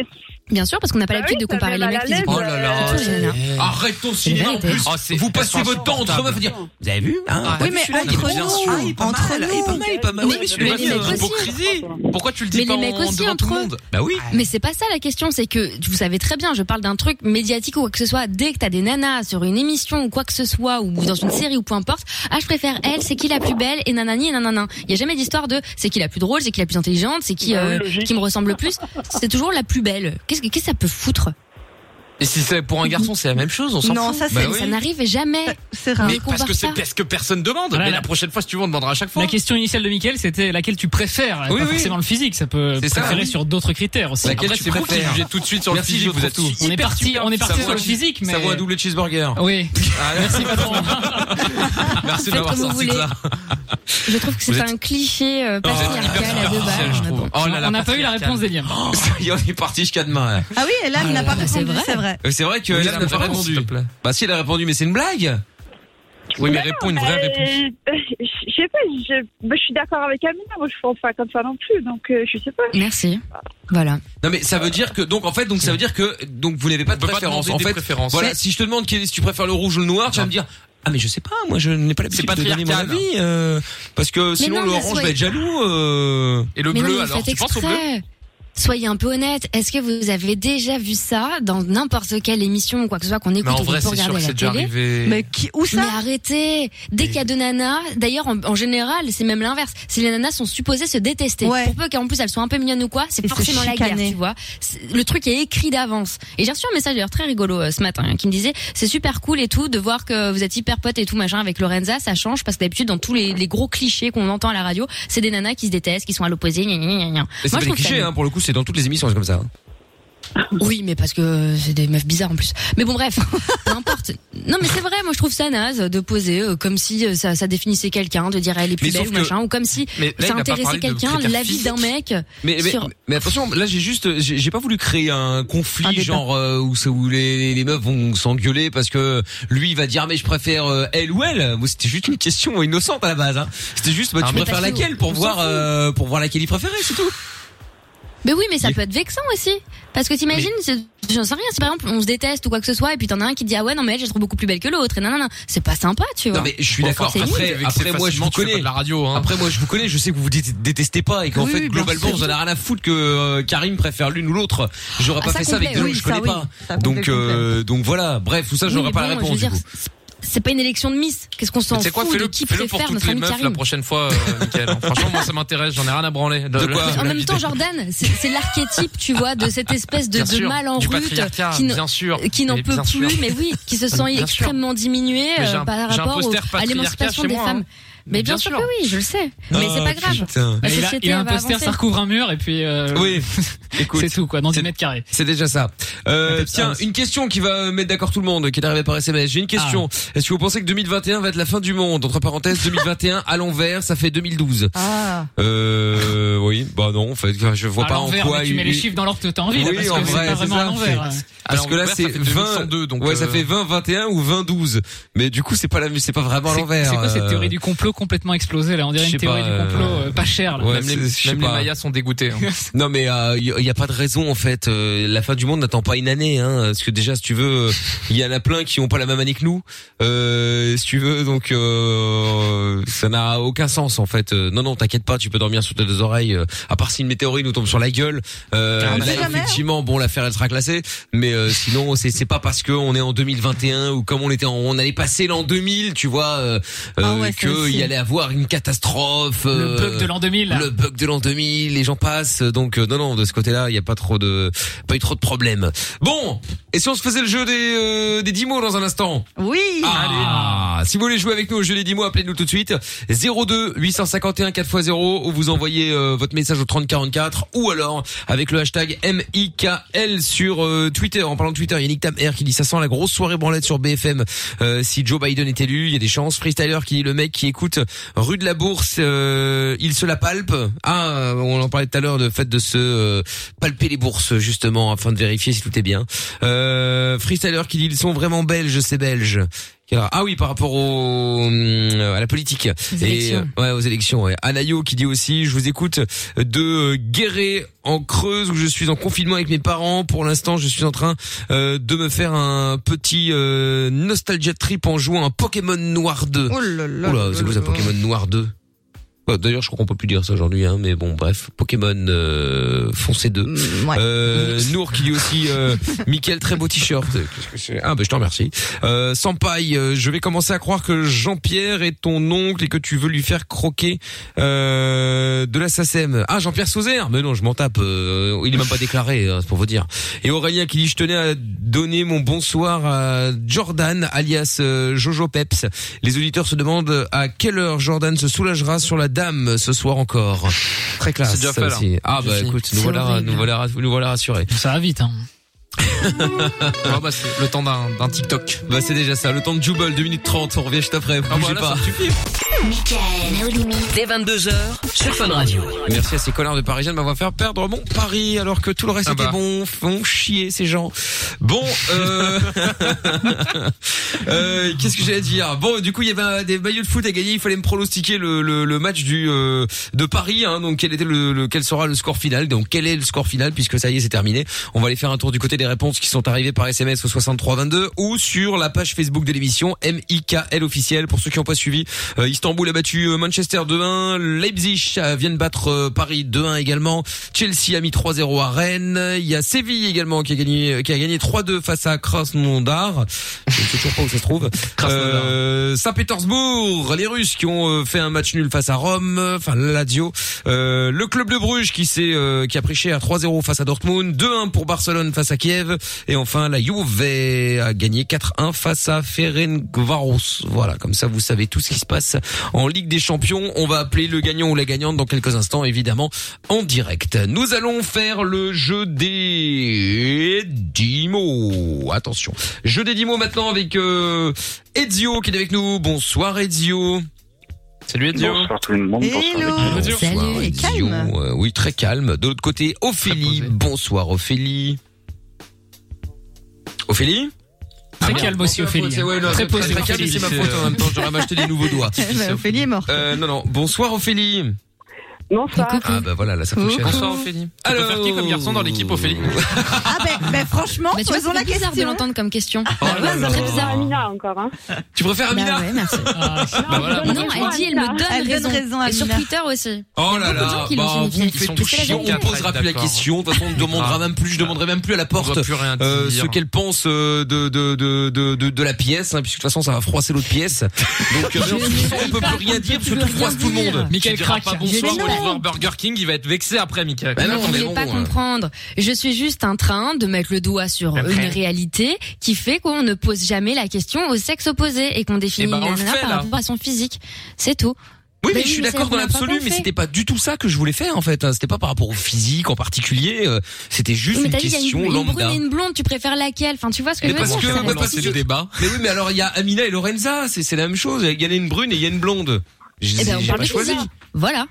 Speaker 9: Bien sûr, parce qu'on n'a pas l'habitude de
Speaker 8: Bah ça
Speaker 9: comparer
Speaker 8: met
Speaker 9: les
Speaker 8: mal
Speaker 9: mecs
Speaker 8: à euh,
Speaker 9: physiquement.
Speaker 2: Oh là là.
Speaker 9: Surtout les nanas.
Speaker 2: Arrête ton cinéma en plus.
Speaker 3: Eh. Oh, c'est-
Speaker 2: Vous
Speaker 3: elles
Speaker 2: passez
Speaker 3: sont
Speaker 2: votre temps entre meufs à dire. Vous avez vu hein,
Speaker 3: Ah,
Speaker 2: t'as
Speaker 5: oui,
Speaker 2: vu
Speaker 5: mais
Speaker 2: celui-là, il est
Speaker 5: entre
Speaker 2: bien
Speaker 5: nous,
Speaker 2: sûr.
Speaker 5: ah,
Speaker 2: il est pas
Speaker 5: entre
Speaker 2: mal,
Speaker 5: nous.
Speaker 2: il est pas mal, il est pas mal.
Speaker 9: Mais-
Speaker 2: Oui, mais
Speaker 9: mais
Speaker 2: celui-là,
Speaker 9: les
Speaker 2: il
Speaker 9: mecs
Speaker 2: est
Speaker 9: aussi.
Speaker 2: hypocrisie. Pourquoi tu le dis
Speaker 9: Mais
Speaker 2: pas
Speaker 9: les
Speaker 2: en
Speaker 9: mecs aussi
Speaker 2: devant tout
Speaker 9: entre
Speaker 2: le
Speaker 9: eux.
Speaker 2: monde Bah oui.
Speaker 9: Mais c'est pas ça la question, c'est que vous savez très bien, je parle d'un truc médiatique ou quoi que ce soit, dès que t'as des nanas sur une émission ou quoi que ce soit, ou dans une série ou peu importe, ah je préfère elle, c'est qui la plus belle, et nanani et nanana. Il y a jamais d'histoire de c'est qui la plus drôle, c'est qui la plus intelligente, c'est qui, euh, qui me ressemble le plus. C'est toujours la plus belle. Qu'est-ce que qu'est-ce que ça peut foutre
Speaker 3: Et si c'est pour un garçon, c'est la même chose, on s'en
Speaker 5: Non,
Speaker 3: fout.
Speaker 5: ça,
Speaker 3: Bah
Speaker 5: c'est-
Speaker 3: oui.
Speaker 9: Ça n'arrive jamais.
Speaker 5: C'est
Speaker 9: On
Speaker 5: rare.
Speaker 9: ne
Speaker 3: Mais parce
Speaker 9: compare
Speaker 3: que c'est
Speaker 9: pas.
Speaker 3: parce que personne demande.
Speaker 7: Voilà.
Speaker 3: Mais la prochaine fois, si tu veux, on demandera à chaque fois.
Speaker 7: La question initiale de Mickaël, c'était laquelle tu préfères. et
Speaker 2: Oui,
Speaker 7: pas
Speaker 2: oui.
Speaker 7: forcément le physique, ça peut
Speaker 2: C'est ça,
Speaker 7: préférer
Speaker 2: oui.
Speaker 7: sur d'autres critères aussi.
Speaker 2: Laquelle
Speaker 3: Après,
Speaker 2: tu
Speaker 3: c'est vous qui
Speaker 2: préfères
Speaker 3: jugez tout de suite sur le
Speaker 2: Merci,
Speaker 3: physique,
Speaker 2: je
Speaker 3: vous
Speaker 2: trouve
Speaker 3: êtes tout.
Speaker 7: On est
Speaker 2: hyper
Speaker 7: parti,
Speaker 2: piquant.
Speaker 7: on est
Speaker 2: Ça
Speaker 7: parti
Speaker 2: vaut
Speaker 7: sur le
Speaker 2: un-
Speaker 7: physique, mais.
Speaker 2: Ça vaut un double cheeseburger.
Speaker 7: Oui.
Speaker 2: Merci patron. Merci
Speaker 9: Faites
Speaker 2: d'avoir
Speaker 9: comme vous
Speaker 2: sorti
Speaker 9: voulez.
Speaker 2: ça.
Speaker 7: Ah
Speaker 9: Je trouve que
Speaker 2: Vous
Speaker 9: c'est
Speaker 2: êtes-
Speaker 9: un cliché euh, patriarcal à deux
Speaker 3: artificiel, je trouve.
Speaker 9: balles.
Speaker 3: Oh là là,
Speaker 7: on n'a pas eu la
Speaker 3: patriarcal.
Speaker 7: réponse d'Eliam.
Speaker 2: Et on est parti jusqu'à demain. là.
Speaker 5: Ah oui, et là, il n'a pas
Speaker 9: bah, c'est
Speaker 5: répondu,
Speaker 9: vrai.
Speaker 5: c'est vrai.
Speaker 2: Euh, C'est vrai que
Speaker 3: Oui,
Speaker 2: Hélène
Speaker 3: la
Speaker 2: n'a pas
Speaker 3: réponse, s'il
Speaker 2: répondu.
Speaker 3: te plaît.
Speaker 2: Bah si, elle a répondu, mais c'est une blague.
Speaker 3: Oui, mais réponds une vraie réponse.
Speaker 8: Euh, Je sais pas, je, bah, je suis d'accord avec Amina, moi je pense pas comme ça non plus, donc euh, je sais pas.
Speaker 9: Merci. Voilà.
Speaker 2: Non mais ça veut dire que donc en fait donc ça veut dire que donc vous n'avez pas de
Speaker 3: peut pas
Speaker 2: préférence
Speaker 3: demander
Speaker 2: en
Speaker 3: des
Speaker 2: fait.
Speaker 3: préférences.
Speaker 2: Voilà,
Speaker 3: Mais-
Speaker 2: si je te demande quel- si tu préfères le rouge ou le noir, tu vas me dire ah mais je sais pas, moi je n'ai pas l'habitude
Speaker 3: C'est
Speaker 2: de donner mon
Speaker 3: patriarcal.
Speaker 2: avis euh, parce que sinon
Speaker 9: non,
Speaker 2: le
Speaker 9: mais
Speaker 2: orange
Speaker 9: soyez-
Speaker 2: va être jaloux. euh.
Speaker 3: Et le
Speaker 9: mais
Speaker 3: bleu,
Speaker 9: non, mais
Speaker 3: alors,
Speaker 9: faites
Speaker 3: tu penses au bleu
Speaker 9: exprès. Soyez un peu honnête. Est-ce que vous avez déjà vu ça dans n'importe quelle émission ou quoi que ce soit qu'on
Speaker 3: Mais
Speaker 9: écoute
Speaker 3: en
Speaker 9: ou qu'on
Speaker 3: vrai,
Speaker 9: peut
Speaker 3: c'est sûr que
Speaker 9: regarder à la
Speaker 3: c'est déjà
Speaker 9: télé
Speaker 3: arrivé.
Speaker 5: Mais qui, où
Speaker 9: mais
Speaker 5: ça
Speaker 9: arrêtez Dès qu'il y a deux nanas, d'ailleurs en, en général, c'est même l'inverse. Si les nanas sont supposées se détester,
Speaker 5: Ouais.
Speaker 9: pour peu qu'en plus elles soient un peu mignonnes ou quoi, c'est
Speaker 5: Et se
Speaker 9: forcément la guerre,
Speaker 5: chicaner.
Speaker 9: tu vois. C'est- Le truc est écrit d'avance. Et j'ai reçu un message d'ailleurs très rigolo euh, ce matin hein, qui me disait c'est super cool et tout de voir que vous êtes hyper potes et tout machin avec Lorenza, ça change parce que d'habitude dans tous les, les gros clichés qu'on entend à la radio, c'est des nanas qui se détestent, qui sont à l'opposé. gna, gna, gna, gna.
Speaker 2: Mais c'est
Speaker 9: Moi
Speaker 2: pas
Speaker 9: je trouve
Speaker 2: des
Speaker 9: ça
Speaker 2: clichés
Speaker 9: nul.
Speaker 2: hein, pour le coup, c'est dans toutes les émissions c'est comme ça. hein.
Speaker 9: Oui, mais parce que c'est des meufs bizarres en plus. Mais bon, bref, peu importe. Non, mais c'est vrai, moi je trouve ça naze de poser euh, comme si euh, ça, ça définissait quelqu'un, de dire elle est plus
Speaker 2: Mais sauf
Speaker 9: belle ou
Speaker 2: que-
Speaker 9: machin, ou comme si
Speaker 3: Mais là, il
Speaker 9: ça
Speaker 3: a pas
Speaker 9: intéressait
Speaker 3: parlé de
Speaker 9: quelqu'un,
Speaker 3: critères
Speaker 9: l'avis d'un mec.
Speaker 2: Mais, mais,
Speaker 9: Sur-
Speaker 2: mais attention, là j'ai juste, j'ai j'ai pas voulu créer un conflit
Speaker 9: Un débat.
Speaker 2: genre euh, où, ça- où les, les- les meufs vont s'engueuler parce que lui il va dire mais je préfère euh, elle ou elle. Moi c'était juste une question innocente à la base. Hein. C'était juste bah,
Speaker 3: Ah,
Speaker 2: tu
Speaker 3: mais
Speaker 2: préfères
Speaker 9: parce que
Speaker 2: laquelle
Speaker 9: on
Speaker 2: pour
Speaker 9: s'en
Speaker 2: voir
Speaker 9: fout.
Speaker 2: euh, pour voir laquelle il préférait, c'est tout.
Speaker 9: Mais oui, mais ça peut être vexant aussi. Parce que t'imagines, c'est- j'en sais rien, si par exemple on se déteste ou quoi que ce soit, et puis t'en as un qui dit ah ouais, non, mais elle, je la trouve beaucoup plus belle que l'autre, et nanana. C'est pas sympa, tu vois.
Speaker 2: Non mais je suis
Speaker 3: Bon,
Speaker 2: d'accord.
Speaker 9: c'est
Speaker 2: Après,
Speaker 3: Avec ces
Speaker 2: après moi je
Speaker 3: facilement,
Speaker 2: vous
Speaker 3: tu fais pas
Speaker 2: connais.
Speaker 3: de la radio, hein.
Speaker 2: Après moi je vous connais, je sais que vous vous dé- détestez pas et qu'en
Speaker 5: Oui,
Speaker 2: fait
Speaker 5: bien
Speaker 2: globalement
Speaker 5: sûr.
Speaker 2: vous en avez rien à foutre que euh, Karim préfère l'une ou l'autre. J'aurais
Speaker 9: Ah,
Speaker 2: pas
Speaker 9: ça
Speaker 2: fait ça avec
Speaker 9: complète,
Speaker 2: deux
Speaker 9: oui,
Speaker 2: que je
Speaker 5: ça,
Speaker 2: connais
Speaker 5: oui.
Speaker 2: pas.
Speaker 5: Ça
Speaker 2: Donc
Speaker 5: complète,
Speaker 2: euh, donc voilà, bref, tout ça
Speaker 9: Oui,
Speaker 2: j'aurais
Speaker 9: mais
Speaker 2: pas
Speaker 9: bon,
Speaker 2: la
Speaker 9: je veux
Speaker 2: réponse. du
Speaker 9: dire,
Speaker 2: coup.
Speaker 9: c'est- c'est pas une élection de Miss. Qu'est-ce qu'on s'en
Speaker 3: Tu sais quoi,
Speaker 9: fout
Speaker 3: fais-le
Speaker 9: de qui
Speaker 3: fais-le pour
Speaker 9: préfère
Speaker 3: toutes
Speaker 9: notre
Speaker 3: les
Speaker 9: ami
Speaker 3: meufs la
Speaker 9: Karim
Speaker 3: prochaine fois, euh, Mickaël.
Speaker 2: Hein.
Speaker 3: Franchement, moi, ça m'intéresse, j'en ai rien à branler. De, euh,
Speaker 2: quoi
Speaker 9: En même temps, Jordan, c'est c'est l'archétype, tu vois, de cette espèce de,
Speaker 3: Bien
Speaker 9: de
Speaker 3: sûr,
Speaker 9: mal en
Speaker 3: du
Speaker 9: rute
Speaker 3: patriarcat,
Speaker 9: qui, ne-
Speaker 3: bien sûr.
Speaker 9: qui n'en
Speaker 3: Mais
Speaker 9: peut
Speaker 3: bien sûr.
Speaker 9: plus, mais oui, qui se sent
Speaker 3: Bien sûr.
Speaker 9: extrêmement diminué
Speaker 3: Mais
Speaker 9: euh,
Speaker 3: j'ai un-
Speaker 9: par
Speaker 3: j'ai un
Speaker 9: rapport au-
Speaker 3: poster
Speaker 9: à
Speaker 3: patriarcal
Speaker 9: l'émancipation
Speaker 3: chez
Speaker 9: des
Speaker 3: moi, hein.
Speaker 9: femmes. Mais bien, sûr que oui, je le sais. Mais c'est pas grave. La
Speaker 7: Et là,
Speaker 9: société
Speaker 7: il a
Speaker 9: elle
Speaker 7: un
Speaker 9: va
Speaker 7: poster,
Speaker 9: avancer.
Speaker 7: ça recouvre un mur et puis. euh,
Speaker 2: Oui. Écoute,
Speaker 7: c'est tout quoi, dans 10 mètres carrés. Ah,
Speaker 2: C'est déjà ça. Euh,
Speaker 7: Appelle ça
Speaker 2: tiens,
Speaker 7: aussi.
Speaker 2: une question qui va mettre d'accord tout le monde, qui est arrivée par SMS. J'ai une question.
Speaker 7: Ah.
Speaker 2: Est-ce que vous pensez que 2021 va être la fin du monde Entre parenthèses, 2021 à l'envers, ça fait 2012.
Speaker 5: Ah.
Speaker 2: Euh, oui, bah non, en fait, je vois
Speaker 7: à
Speaker 2: pas en
Speaker 7: l'envers,
Speaker 2: quoi.
Speaker 7: mais tu mets les
Speaker 2: il-
Speaker 7: chiffres dans l'ordre que t'as envie, là,
Speaker 2: Oui,
Speaker 7: parce
Speaker 2: en
Speaker 7: que c'est
Speaker 2: vrai,
Speaker 7: pas vraiment
Speaker 2: ça,
Speaker 7: à l'envers.
Speaker 2: c'est- Parce que là,
Speaker 3: l'envers, ça
Speaker 2: c'est
Speaker 3: fait
Speaker 2: 20,
Speaker 3: 2102, donc,
Speaker 2: ouais, ça
Speaker 3: euh,
Speaker 2: fait 20, 21 ou 20, 12. Mais du coup, c'est pas la, c'est pas vraiment à
Speaker 7: C'est-
Speaker 2: l'envers.
Speaker 7: C'est quoi cette
Speaker 2: euh.
Speaker 7: théorie du complot complètement explosée là On dirait
Speaker 2: je
Speaker 7: une
Speaker 2: sais
Speaker 7: théorie
Speaker 2: pas,
Speaker 7: du
Speaker 2: euh,
Speaker 7: complot euh, pas chère là.
Speaker 2: Ouais,
Speaker 3: Même les-
Speaker 2: c'est- je
Speaker 3: même
Speaker 2: sais
Speaker 3: les
Speaker 2: pas.
Speaker 3: Mayas sont dégoûtés. hein.
Speaker 2: Non mais il n'y a pas de raison en fait. Euh, la fin du monde n'attend pas une année, hein, parce que déjà si tu veux, il y en a plein qui ont pas la même année que nous. Euh, si tu veux, donc euh, ça n'a aucun sens en fait. Euh, non non, t'inquiète pas, tu peux dormir sur tes deux oreilles. euh, à part si une météorite nous tombe sur la gueule, euh,
Speaker 7: Ah, on
Speaker 2: là,
Speaker 7: sait jamais, hein.
Speaker 2: effectivement bon l'affaire elle sera classée. Mais euh, sinon c'est c'est pas parce que on est en 2021 ou comme on était en- on allait passer l'an 2000, tu vois, euh,
Speaker 7: Ah
Speaker 2: euh,
Speaker 7: ouais, ça
Speaker 2: que
Speaker 7: aussi.
Speaker 2: il y allait avoir une catastrophe. euh,
Speaker 7: Le bug de l'an 2000. là.
Speaker 2: Le bug de l'an 2000, les gens passent. Donc euh, non, non, de ce côté-là, il n'y a pas trop de, pas eu trop de problèmes. Bon, et si on se faisait le jeu des euh, des 10 mots dans un instant
Speaker 5: Oui.
Speaker 2: Ah, si vous voulez jouer avec nous au jeu des 10 mots, appelez-nous tout de suite 02 851 4x0 ou vous envoyez euh, votre message au 3044 ou alors avec le hashtag MIKL sur euh, Twitter. En parlant de Twitter, il y a Nick Tam Air qui dit ça sent la grosse soirée branlette sur BFM. Euh, si Joe Biden est élu, il y a des chances. Freestyler qui dit le mec qui écoute rue de la Bourse, euh, il se la palpe. Ah, on en parlait tout à l'heure de fait de se euh, palper les bourses justement afin de vérifier si tout est bien. Euh, Freestyler qui dit ils sont vraiment belges, ces Belges. Ah oui, par rapport au, hum, à la politique euh,
Speaker 11: Aux élections.
Speaker 2: ouais, aux élections. Ouais. Anayo qui dit aussi, je vous écoute de euh, Guéret en Creuse où je suis en confinement avec mes parents. Pour l'instant, je suis en train euh, de me faire un petit euh, nostalgia trip en jouant à Pokémon Noir 2.
Speaker 5: Oh là là
Speaker 2: Oula,
Speaker 5: là
Speaker 2: c'est quoi ça,
Speaker 5: là là.
Speaker 2: Pokémon Noir 2 Ouais, D'ailleurs, je crois qu'on peut plus dire ça aujourd'hui, hein, mais bon, bref, Pokémon euh, foncé 2. Euh, Nour qui dit aussi, euh, Mickaël, très beau t-shirt. Qu'est-ce que c'est Ah, ben je te remercie. Euh, Sampaï, euh, je vais commencer à croire que Jean-Pierre est ton oncle et que tu veux lui faire croquer euh, de la SACEM. Ah, Jean-Pierre Sauzère Mais non, je m'en tape. euh, il est même pas déclaré, hein, c'est pour vous dire. Et Aurélien qui dit, je tenais à donner mon bonsoir à Jordan, alias euh, Jojo Peps. Les auditeurs se demandent à quelle heure Jordan se soulagera sur la dame ce soir encore. Très classe.
Speaker 3: C'est déjà
Speaker 2: ça
Speaker 3: fait, là.
Speaker 2: aussi. Ah bah
Speaker 3: C'est
Speaker 2: écoute, nous voilà,
Speaker 3: horrible.
Speaker 2: nous voilà, nous voilà rassurés.
Speaker 7: Ça va vite, hein.
Speaker 2: Ah bah, c'est le temps d'un d'un TikTok. Ah, Bah c'est déjà ça, le temps de Jubel, 2 minutes 30, on revient juste après, bougez
Speaker 1: là,
Speaker 2: pas.
Speaker 1: ça
Speaker 11: Michael, au limite.
Speaker 1: Dès 22h sur Fun Radio.
Speaker 2: Merci à ces connards de Parisiens de m'avoir fait perdre mon pari alors que tout le reste
Speaker 1: Ah bah.
Speaker 2: était bon. Font chier ces gens. Bon, euh... euh, qu'est-ce que j'allais dire Bon, du coup, il y avait un- des maillots de foot à gagner. Il fallait me pronostiquer le, le, le match du euh, de Paris. hein. donc, quel était le, le- quel sera le score final Donc, quel est le score final Puisque ça y est, c'est terminé. On va aller faire un tour du côté des réponses qui sont arrivées par SMS au 6322 ou sur la page Facebook de l'émission MIKL officiel. Pour ceux qui n'ont pas suivi, euh, Istanbul a battu euh, Manchester 2-1. Leipzig euh, vient de battre euh, Paris 2-1 également. Chelsea a mis 3-0 à Rennes. Il y a Séville également qui a gagné, euh, qui a gagné 3-2 face à Krasnodar. Je sais toujours pas où ça se trouve. Euh, Saint-Pétersbourg, les Russes qui ont euh, fait un match nul face à Rome, euh, enfin Lazio. Euh, le club de Bruges qui s'est, euh, qui a pris cher 3-0 face à Dortmund, 2-1 pour Barcelone face à Kiev. Et enfin, la Juve a gagné 4-1 face à Ferencvaros. Voilà, comme ça vous savez tout ce qui se passe en Ligue des Champions. On va appeler le gagnant ou la gagnante dans quelques instants, évidemment, en direct. Nous allons faire le jeu des 10 mots. Attention. Jeu des 10 mots maintenant avec euh, Ezio qui est avec nous. Bonsoir Ezio. Salut
Speaker 13: Ezio. Bonsoir tout le monde, bonsoir Hello. Ezio. Salut, et calme.
Speaker 2: Euh, oui, très calme. De l'autre côté, Ophélie. Bonsoir Ophélie. Ophélie
Speaker 7: Très
Speaker 2: Ah, merde.
Speaker 7: calme aussi, Ophélie.
Speaker 2: Ouais, non,
Speaker 7: Très posée,
Speaker 2: Très calme,
Speaker 7: Ophélie.
Speaker 2: c'est ma faute en même temps. J'aurais m'acheté des nouveaux doigts.
Speaker 5: Bah, Ophélie est morte.
Speaker 2: Euh, non, non. Bonsoir Ophélie.
Speaker 10: Bonsoir.
Speaker 2: Ah bah voilà, là ça
Speaker 5: Coucou.
Speaker 2: fonctionne.
Speaker 5: Bonsoir,
Speaker 2: Ophélie.
Speaker 3: Alors... faire qui comme garçon dans l'équipe Ophélie
Speaker 5: Ah ben, ben, franchement,
Speaker 9: Mais tu vois,
Speaker 5: posons la
Speaker 9: c'est bizarre
Speaker 5: question.
Speaker 9: de l'entendre comme question.
Speaker 2: Oh là là.
Speaker 9: très bizarre.
Speaker 13: Amina encore, hein.
Speaker 2: Tu préfères Amina
Speaker 9: ouais, merci.
Speaker 2: Bah,
Speaker 9: Non, elle dit, elle me donne
Speaker 5: Elle donne
Speaker 9: raison.
Speaker 5: raison,
Speaker 9: Et sur
Speaker 5: Amina.
Speaker 9: Twitter aussi.
Speaker 2: Oh
Speaker 9: Il y a
Speaker 2: là
Speaker 9: beaucoup de gens
Speaker 2: là,
Speaker 9: qui l'ont
Speaker 2: bah, vous
Speaker 9: génifié.
Speaker 2: me faites tout
Speaker 9: C'est la
Speaker 2: chier, on
Speaker 9: vérité.
Speaker 2: ne posera plus la question, de toute façon on ne demandera même plus, je demanderai même plus à la porte
Speaker 3: doit plus rien
Speaker 2: euh,
Speaker 3: dire.
Speaker 2: ce qu'elle pense euh, de, de, de, de, de, de la pièce, hein, puisque de toute façon ça va froisser l'autre pièce. Donc euh,
Speaker 3: Je
Speaker 2: on ne peut plus rien dire, parce que tout froisse tout le monde.
Speaker 3: Michael craque. Pas
Speaker 9: Je
Speaker 3: bonsoir,
Speaker 9: l'ai
Speaker 3: on va
Speaker 9: dit.
Speaker 3: voir Burger King, il va être vexé après, Michael.
Speaker 9: Mais non, vous voulez
Speaker 2: euh. hein.
Speaker 9: pas comprendre. Je suis juste en train de mettre le doigt sur
Speaker 3: Après.
Speaker 9: une réalité qui fait qu'on ne pose jamais la question au sexe opposé et qu'on définit
Speaker 3: Eh ben,
Speaker 9: une
Speaker 3: on le
Speaker 9: nana
Speaker 3: fait,
Speaker 9: par
Speaker 3: là.
Speaker 9: rapport à son physique. C'est tout.
Speaker 2: Oui,
Speaker 9: Bah
Speaker 2: mais je suis
Speaker 9: ça
Speaker 2: d'accord
Speaker 9: vous
Speaker 2: dans
Speaker 9: l'a pas
Speaker 2: l'absolu, mais
Speaker 9: fait.
Speaker 2: c'était pas du tout ça que je voulais faire en fait. hein. C'était pas par rapport au physique en particulier. euh, C'était juste
Speaker 9: Oui, mais
Speaker 2: une
Speaker 9: t'as dit, il y a
Speaker 2: question
Speaker 9: une, une brune
Speaker 2: lambda.
Speaker 9: et une blonde, tu préfères laquelle Enfin, tu vois ce que
Speaker 2: Mais
Speaker 9: je veux dire
Speaker 2: parce que
Speaker 9: ça
Speaker 2: bah,
Speaker 9: reste
Speaker 2: parce que-
Speaker 9: physique.
Speaker 2: Mais oui, mais alors il y a Amina et Lorenza, c'est c'est la même chose. Il y en a une brune et il y a une blonde. J'ai
Speaker 9: Eh ben, on
Speaker 2: j'ai
Speaker 9: parle
Speaker 2: pas
Speaker 9: de
Speaker 2: choisi.
Speaker 9: physique. Voilà.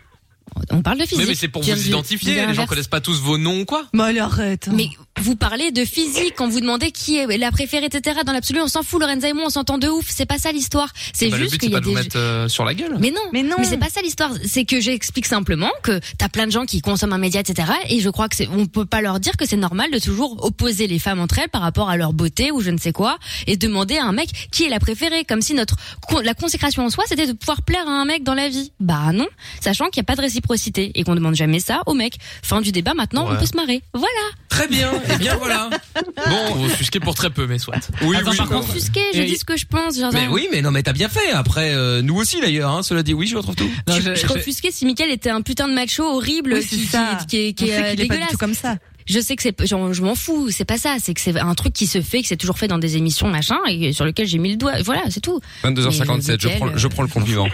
Speaker 9: On parle de
Speaker 2: Mais-
Speaker 9: physique.
Speaker 2: mais c'est pour
Speaker 9: Tu viens
Speaker 2: vous
Speaker 9: de-
Speaker 2: identifier,
Speaker 9: de dire
Speaker 2: les gens
Speaker 9: l'inverse.
Speaker 3: connaissent pas tous vos noms, quoi.
Speaker 5: Mais alors, euh, arrête.
Speaker 9: Mais vous parlez de physique, quand vous demandez qui est la préférée, etc. Dans l'absolu, on s'en fout. Lorenza et moi, on s'entend de ouf. C'est pas ça l'histoire. C'est
Speaker 3: Bah, le
Speaker 9: juste
Speaker 3: but,
Speaker 9: qu'il
Speaker 3: c'est
Speaker 9: y a
Speaker 3: pas de
Speaker 9: des.
Speaker 3: vous mettre euh, sur la gueule.
Speaker 9: Mais non, mais non, mais c'est pas ça l'histoire. C'est que j'explique simplement que t'as plein de gens qui consomment un média, etc. Et je crois que c'est, on peut pas leur dire que c'est normal de toujours opposer les femmes entre elles par rapport à leur beauté ou je ne sais quoi, et demander à un mec qui est la préférée, comme si notre con- la consécration en soi c'était de pouvoir plaire à un mec dans la vie. Bah non, sachant qu'il n'y a pas de réciprocité et qu'on demande jamais ça au mec. Fin du débat. Maintenant,
Speaker 3: Ouais.
Speaker 9: on peut se marrer. Voilà.
Speaker 2: Très bien. Eh bien voilà.
Speaker 3: Bon, vous offusquez pour très peu, mais soit.
Speaker 2: Oui,
Speaker 9: Attends,
Speaker 2: oui,
Speaker 9: par
Speaker 2: non.
Speaker 9: contre, offusqué, je dis ce que je pense. genre,
Speaker 2: Mais oui, mais non, mais t'as bien fait. Après, euh, nous aussi d'ailleurs. hein. Cela dit, oui, je retrouve tout.
Speaker 9: je, je
Speaker 2: euh,
Speaker 9: serais offusquée si Mickaël était un putain de macho horrible
Speaker 5: Oui, c'est
Speaker 9: qui,
Speaker 5: ça.
Speaker 9: qui, qui est, qui
Speaker 5: On
Speaker 9: est,
Speaker 5: sait
Speaker 9: euh,
Speaker 5: qu'il est pas du
Speaker 9: dégueulasse.
Speaker 5: tout comme ça.
Speaker 9: Je sais que c'est, genre, je m'en fous, c'est pas ça, c'est que c'est un truc qui se fait, que c'est toujours fait dans des émissions, machin, et sur lequel j'ai mis le doigt, voilà, c'est tout.
Speaker 2: 22h57, je
Speaker 9: Mais
Speaker 2: prends, je prends le compliment.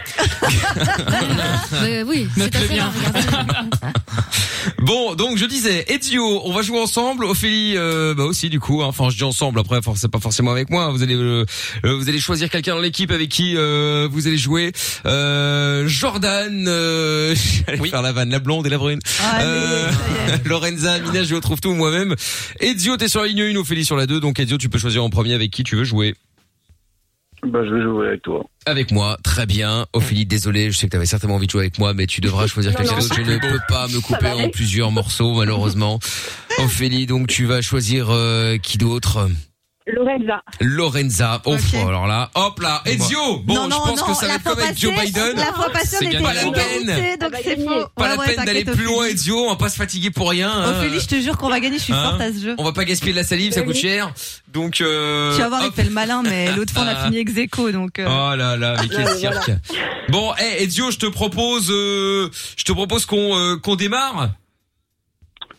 Speaker 9: Euh, oui, c'est à fait là,
Speaker 2: Bon, donc je disais, Ezio, on va jouer ensemble. Ophélie, euh, bah aussi du coup. hein. Enfin, je dis ensemble. Après, for- c'est pas forcément avec moi. Vous allez, euh, euh, vous allez choisir quelqu'un dans l'équipe avec qui euh, vous allez jouer. Euh, Jordan, euh, j'allais faire la vanne, la blonde et la brune. Euh, Lorenza, Mina, je retrouve tout moi-même. Ezio, t'es sur la ligne 1, Ophélie sur la 2. Donc Ezio, tu peux choisir en premier avec qui tu veux jouer.
Speaker 14: Bah, je vais jouer avec toi.
Speaker 2: Avec moi, très bien. Ophélie, désolé, je sais que t'avais certainement envie de jouer avec moi, mais tu devras choisir
Speaker 14: Non,
Speaker 2: quelqu'un
Speaker 14: non.
Speaker 2: d'autre. Je ne peux pas me couper en plusieurs morceaux, malheureusement. Ophélie, donc tu vas choisir euh, qui d'autre
Speaker 8: Lorenza.
Speaker 2: Lorenza. Oh, alors là, hop là, Ezio Bon,
Speaker 8: Non,
Speaker 2: je
Speaker 8: non,
Speaker 2: pense
Speaker 8: non,
Speaker 2: que ça
Speaker 8: la
Speaker 2: va être
Speaker 8: fois
Speaker 2: comme avec Joe
Speaker 8: passée,
Speaker 2: Biden.
Speaker 8: la fois passée, on
Speaker 2: C'est
Speaker 8: était
Speaker 2: pas la
Speaker 8: hyper
Speaker 2: peine.
Speaker 5: C'est- Donc c'est faux.
Speaker 2: Pas
Speaker 5: Ouais,
Speaker 2: la
Speaker 5: ouais,
Speaker 2: peine d'aller
Speaker 5: t'inquiète,
Speaker 2: plus loin, Ezio. On va pas se fatiguer pour rien. hein.
Speaker 5: Ophélie, je te jure qu'on va gagner, je suis
Speaker 2: Hein
Speaker 5: forte à ce jeu.
Speaker 2: On va pas gaspiller de la salive, ça coûte cher. Donc, euh,
Speaker 5: Tu vas voir, il
Speaker 2: hop. Ah.
Speaker 5: fait le malin, mais l'autre fois, on a fini ex aequo, donc. euh,
Speaker 2: Oh là là, mais quel
Speaker 5: Ouais,
Speaker 2: cirque.
Speaker 5: voilà.
Speaker 2: Bon, eh Ezio, je te propose, euh, je te propose qu'on euh, qu'on démarre.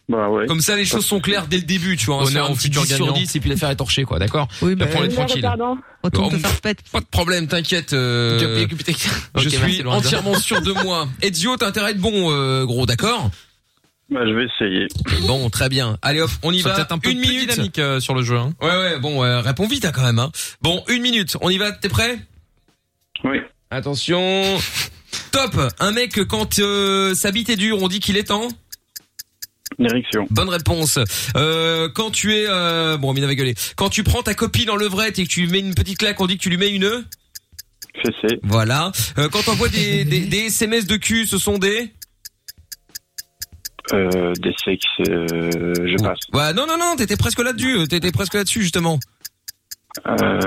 Speaker 14: Bah ouais.
Speaker 2: Comme ça, les choses sont claires dès le début, tu vois. On
Speaker 3: Honneur
Speaker 2: est
Speaker 3: au
Speaker 2: en petit
Speaker 3: futur
Speaker 2: 10 sur
Speaker 3: gagnant.
Speaker 2: 10 et puis l'affaire est torchée, quoi, d'accord Oui,
Speaker 3: bah,
Speaker 2: prends-les
Speaker 3: oui.
Speaker 2: tranquille.
Speaker 3: Pardon.
Speaker 2: Autant te faire Pas de problème, t'inquiète. euh, je
Speaker 3: Ok, merci,
Speaker 2: suis
Speaker 3: Lorenzo.
Speaker 2: entièrement sûr de moi. Ezio, t'as intérêt à être bon, euh, gros, d'accord
Speaker 14: Bah, je vais essayer.
Speaker 2: Bon, très bien. Allez hop, on y
Speaker 3: Sois
Speaker 2: va.
Speaker 3: peut-être un peu
Speaker 2: une
Speaker 3: plus
Speaker 2: minute. euh,
Speaker 3: dynamique,
Speaker 2: sur le jeu. Ouais, ouais. Bon, euh, réponds vite hein, quand même. Hein. Bon, une minute. On y va. T'es prêt
Speaker 14: Oui.
Speaker 2: Attention. Top. Un mec quand euh, sa bite est dure, on dit qu'il est en.
Speaker 14: Une érection.
Speaker 2: Bonne réponse. Euh, quand tu es euh, bon, Mina va gueuler. Quand tu prends ta copine en levrette et que tu lui mets une petite claque, on dit que tu lui mets une.
Speaker 14: Fessé.
Speaker 2: Voilà. Euh, quand t'envoies des, des des SMS de cul, ce sont des.
Speaker 14: Euh, des sexes, euh, je passe.
Speaker 2: Ouais, non, non, non. T'étais presque là-dessus. euh, T'étais presque là-dessus justement.
Speaker 14: Euh,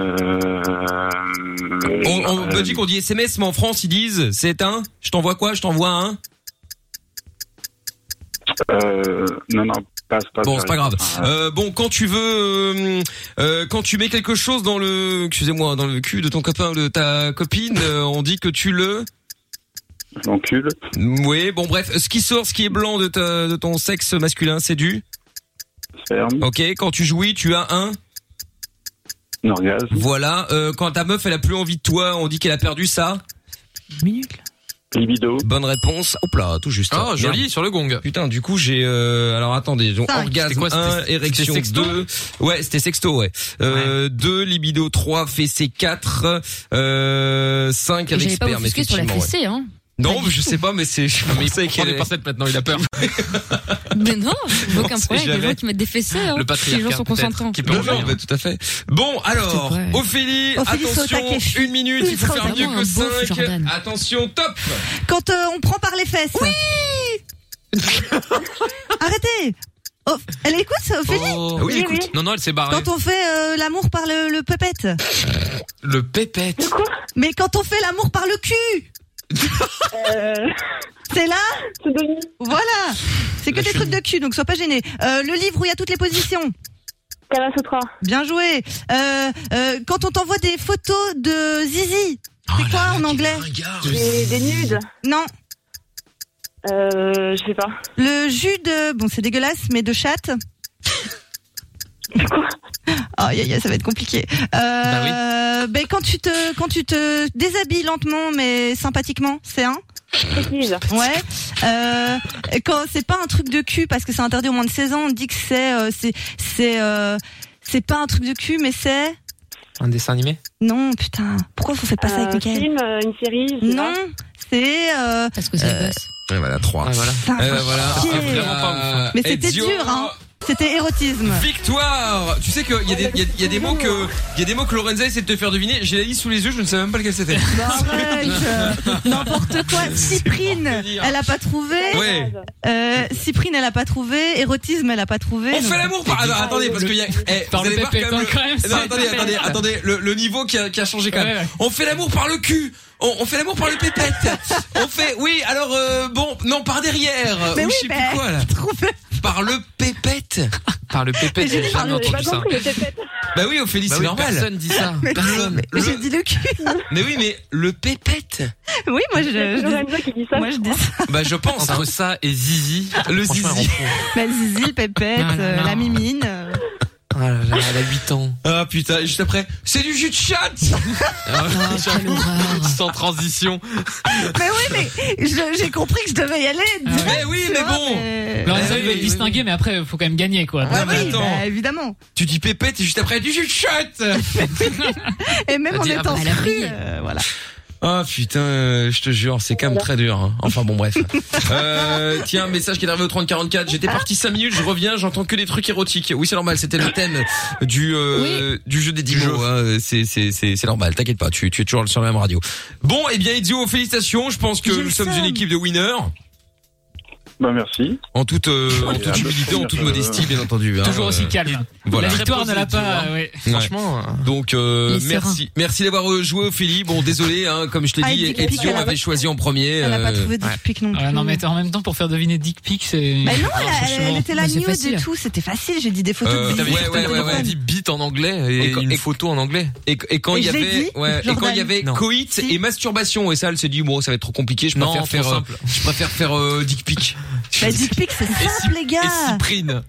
Speaker 2: On, on
Speaker 14: euh,
Speaker 2: me dit qu'on dit SMS, mais en France ils disent c'est un. Je t'envoie quoi Je t'envoie un.
Speaker 14: euh, non, non, passe, passe.
Speaker 2: Bon, c'est pas grave.
Speaker 14: Euh,
Speaker 2: Euh, bon, quand tu veux, euh, euh, quand tu mets quelque chose dans le, excusez-moi, dans le cul de ton copain, ou de ta copine, euh, on dit que tu le.
Speaker 14: L'encule.
Speaker 2: Oui, bon bref, ce qui sort, ce qui est blanc de, ta- de ton sexe masculin, c'est du.
Speaker 14: Ferme.
Speaker 2: Ok, quand tu jouis, tu as un.
Speaker 14: Un orgasme.
Speaker 2: Voilà. Euh, quand ta meuf, elle a plus envie de toi, on dit qu'elle a perdu ça.
Speaker 14: Libido.
Speaker 2: Bonne réponse. Hop là, tout juste.
Speaker 3: Ah, joli,
Speaker 2: sur le gong. Putain, du coup, j'ai euh, alors attendez, donc
Speaker 3: Cinq.
Speaker 2: orgasme
Speaker 3: C'était quoi, c'était-
Speaker 2: 1,
Speaker 3: c'était
Speaker 2: érection
Speaker 3: sexto
Speaker 2: 2. Ouais, c'était sexto, ouais. Euh, 2 libido 3, fessé 4, euh 5 avec
Speaker 9: J'avais pas
Speaker 2: sperme
Speaker 9: offusqué sur la
Speaker 2: effectivement, ouais.
Speaker 9: fessée, hein.
Speaker 2: Non, je sais pas mais c'est je
Speaker 3: Ah, mais il
Speaker 2: pensais
Speaker 3: prend
Speaker 2: qu'il
Speaker 3: des
Speaker 2: est-
Speaker 3: pincettes maintenant, il a peur.
Speaker 9: Mais non,
Speaker 2: On
Speaker 9: aucun
Speaker 2: sait
Speaker 9: problème avec les
Speaker 2: jamais.
Speaker 9: gens qui mettent des fessées, hein.
Speaker 2: Le
Speaker 9: Les gens
Speaker 2: patriarcat,
Speaker 9: sont
Speaker 2: peut-être,
Speaker 9: consentants.
Speaker 2: qui peut Non, revenir. non, bah, tout à fait. Bon, alors, Ophélie,
Speaker 5: Ophélie, saute
Speaker 2: attention,
Speaker 5: à Kefi.
Speaker 2: une minute, il faut
Speaker 5: Ultra
Speaker 2: faire mieux
Speaker 5: vraiment
Speaker 2: que
Speaker 5: un beau
Speaker 2: 5.
Speaker 5: Jordan.
Speaker 2: Attention, top
Speaker 5: Quand euh, on prend par les fesses. Oui Arrêtez Oh, Elle écoute, ça, Ophélie
Speaker 2: Ah
Speaker 3: Oh. Oui, écoute. Non, non, elle s'est barrée.
Speaker 5: Quand on fait euh, l'amour par le, le pépette.
Speaker 2: Ah.
Speaker 3: Le pépette.
Speaker 5: Mais quand on fait l'amour par le cul
Speaker 13: Euh.
Speaker 5: C'est là Voilà C'est que des trucs de cul, donc sois pas gêné. Euh, le livre où il y a toutes les positions. Sutra. Bien joué. Euh, euh, quand on t'envoie des photos de zizi, c'est quoi en anglais
Speaker 13: Des- des nudes
Speaker 5: Non.
Speaker 13: Euh, je sais pas.
Speaker 5: Le jus de... Bon, c'est dégueulasse, mais de chatte. Ah, Aïe, aïe, aïe, ça va être compliqué. Euh,
Speaker 2: Bah
Speaker 5: ben, quand tu te, quand tu te déshabilles lentement mais sympathiquement, c'est un. Ouais. Euh, quand c'est pas un truc de cul parce que c'est interdit au moins de 16 ans, on dit que c'est euh, c'est c'est euh, c'est pas un truc de cul mais c'est
Speaker 3: Un dessin animé
Speaker 5: non putain. Pourquoi vous faites pas ça avec
Speaker 12: Un
Speaker 5: Mickaël
Speaker 12: film, euh, une série je sais
Speaker 5: Non,
Speaker 12: pas.
Speaker 5: c'est euh, euh,
Speaker 2: Et voilà, 3. voilà.
Speaker 5: Ça
Speaker 2: Eh,
Speaker 5: va
Speaker 2: voilà.
Speaker 5: chier.
Speaker 2: Ah, vraiment pas ouf.
Speaker 5: mais c'était
Speaker 2: Ezio.
Speaker 5: dur hein. C'était érotisme.
Speaker 2: Victoire Tu sais qu'il y, a des- il y a- il y a des mots que il y a des mots que Lorenza essaie de te faire deviner. J'ai la liste sous les yeux, je ne sais même pas lequel c'était.
Speaker 5: Bah, arrête. N'importe quoi. Cyprine, elle a pas trouvé.
Speaker 2: Ouais.
Speaker 5: Euh, Cyprine, elle a pas trouvé. Érotisme, elle a pas trouvé.
Speaker 2: On fait l'amour par... ah, non, attendez, parce qu'il y a... eh,
Speaker 7: Par
Speaker 2: vous
Speaker 7: le
Speaker 2: allez voir
Speaker 7: pépé,
Speaker 2: quand même
Speaker 7: quand même,
Speaker 2: le...
Speaker 7: c'est
Speaker 2: Non, attendez,
Speaker 7: pépé.
Speaker 2: attendez, attendez, le, le niveau qui a, qui a changé quand même.
Speaker 7: Ouais, ouais.
Speaker 2: On fait l'amour par le cul on, on fait l'amour par le pépette On fait... Oui, alors, euh, bon, non, par derrière
Speaker 3: Mais
Speaker 2: Ou
Speaker 3: oui,
Speaker 2: je sais
Speaker 3: mais-
Speaker 2: plus quoi, là Par le pépette
Speaker 3: Par le pépé, j'ai jamais entendu ça.
Speaker 2: Bah oui, Ophélie,
Speaker 3: Bah
Speaker 2: c'est
Speaker 3: oui,
Speaker 2: normal
Speaker 3: personne dit ça.
Speaker 5: Mais-
Speaker 2: Personne
Speaker 5: mais J'ai dit le cul.
Speaker 2: Mais oui, mais le pépette
Speaker 5: Oui, moi je.
Speaker 12: C'est Lorenzo
Speaker 5: je dis, moi je dis ça.
Speaker 2: Bah je pense
Speaker 3: Entre ça et Zizi,
Speaker 2: le
Speaker 3: Zizi.
Speaker 5: Mais Zizi, le pépette,
Speaker 3: Non, non,
Speaker 5: euh,
Speaker 3: non.
Speaker 5: la mimine. euh.
Speaker 3: Ah là là, elle a 8 ans.
Speaker 2: Ah putain, juste après, c'est du jus de chatte
Speaker 3: Sans transition.
Speaker 5: Mais oui, mais je- j'ai compris que je devais y aller. direct,
Speaker 2: Eh oui,
Speaker 5: tu
Speaker 2: mais
Speaker 5: vois,
Speaker 2: bon.
Speaker 7: Lorenzo,
Speaker 2: Ah,
Speaker 7: il va
Speaker 2: oui,
Speaker 7: être distingué, mais après, faut quand même gagner, quoi.
Speaker 5: Ah
Speaker 7: Donc,
Speaker 5: oui,
Speaker 7: attends.
Speaker 5: bah, évidemment.
Speaker 2: Tu dis pépette et juste après du jus de chatte
Speaker 5: Et même
Speaker 2: Ah,
Speaker 5: en
Speaker 2: dis-
Speaker 5: étant
Speaker 2: ah, bah, elle a
Speaker 5: cru,
Speaker 2: brillé.
Speaker 5: euh, voilà.
Speaker 2: Ah putain, euh, je te jure, c'est quand même très dur. hein. Enfin bon, bref. Euh, tiens, un message qui est arrivé au 3044. J'étais parti 5 minutes, je reviens, j'entends que des trucs érotiques. Oui, c'est normal, c'était le thème du euh, du jeu des 10 mots. hein. C'est c'est c'est c'est normal, t'inquiète pas, tu tu es toujours sur la même radio. Bon, eh bien, Ezio, félicitations. Je pense que nous sommes une équipe de winners.
Speaker 14: Bah, merci.
Speaker 2: En toute, euh, en
Speaker 14: Incroyable.
Speaker 2: toute humilité, en toute modestie, bien entendu. hein.
Speaker 7: Toujours aussi
Speaker 2: Euh,
Speaker 7: calme.
Speaker 2: Voilà.
Speaker 7: La victoire ne l'a
Speaker 3: hein.
Speaker 7: pas, euh, ouais.
Speaker 2: Franchement. Donc euh,
Speaker 7: Il est
Speaker 2: merci, merci d'avoir euh, joué Ophélie. Bon désolé, hein, comme je t'ai
Speaker 7: Ah,
Speaker 2: dit,
Speaker 7: Dick Pic,
Speaker 2: Edison
Speaker 7: elle a
Speaker 2: avait
Speaker 7: pas-
Speaker 2: choisi en premier.
Speaker 7: elle a pas
Speaker 2: euh,
Speaker 7: trouvé
Speaker 2: ouais.
Speaker 5: Pic non
Speaker 7: Ouais, Ah, non, mais en même temps, pour faire deviner Dick Pic, c'est.
Speaker 5: Mais Bah non, elle,
Speaker 7: Ah,
Speaker 5: elle- elle
Speaker 7: franchement.
Speaker 5: était là
Speaker 7: Mais c'est
Speaker 5: nude et
Speaker 7: facile.
Speaker 5: tout, c'était facile. J'ai dit des photos
Speaker 3: Euh,
Speaker 5: de
Speaker 3: t'avais
Speaker 5: billets.
Speaker 3: juste
Speaker 2: ouais, ouais, ouais.
Speaker 3: dit bit en anglais et,
Speaker 2: Et quand-
Speaker 3: une
Speaker 2: et-
Speaker 3: photo en anglais.
Speaker 2: Et, et quand
Speaker 5: Et
Speaker 2: il y
Speaker 5: je l'ai
Speaker 2: avait,
Speaker 5: dit,
Speaker 2: ouais, et quand il y
Speaker 5: Jordan.
Speaker 2: avait
Speaker 5: Non.
Speaker 2: coït et masturbation et ça, elle s'est dit bon, ça va être trop compliqué. Je
Speaker 3: Non,
Speaker 2: préfère
Speaker 3: trop
Speaker 2: faire, euh,
Speaker 3: simple.
Speaker 2: je préfère faire euh, dick pic. Ah,
Speaker 5: Bah, dick pic, c'est simple, les gars.
Speaker 2: Cyprine.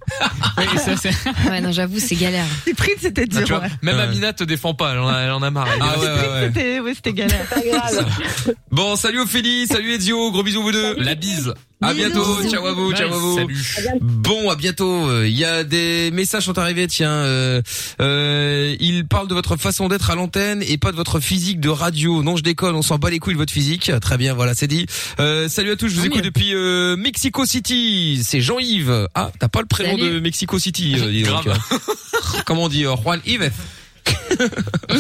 Speaker 9: Ouais, non, j'avoue, c'est galère.
Speaker 5: Cyprine, c'était
Speaker 3: Ah, tu
Speaker 5: dur.
Speaker 3: vois,
Speaker 5: ouais.
Speaker 3: même Amina te défend pas, elle en a, elle en a marre. Elle
Speaker 2: Ah ouais, ouais, ouais.
Speaker 5: C'était ouais, c'était galère.
Speaker 2: Bon, salut Ophélie, salut Ezio, gros bisous vous deux. La bise. À
Speaker 5: Bisous.
Speaker 2: bientôt, ciao à vous, ciao à vous. Bon, à bientôt. Euh, Il y a des messages sont arrivés, tiens. Euh, euh, il parle de votre façon d'être à l'antenne et pas de votre physique de radio. Non, je déconne, on s'en bat les couilles de votre physique. Très bien, voilà, c'est dit. Euh, salut à tous, je vous écoute depuis euh, Mexico City. C'est Jean-Yves. Ah, t'as pas le prénom
Speaker 3: Salut.
Speaker 2: de Mexico City, euh, dis donc. Comment on dit euh, Juan Yves Eh,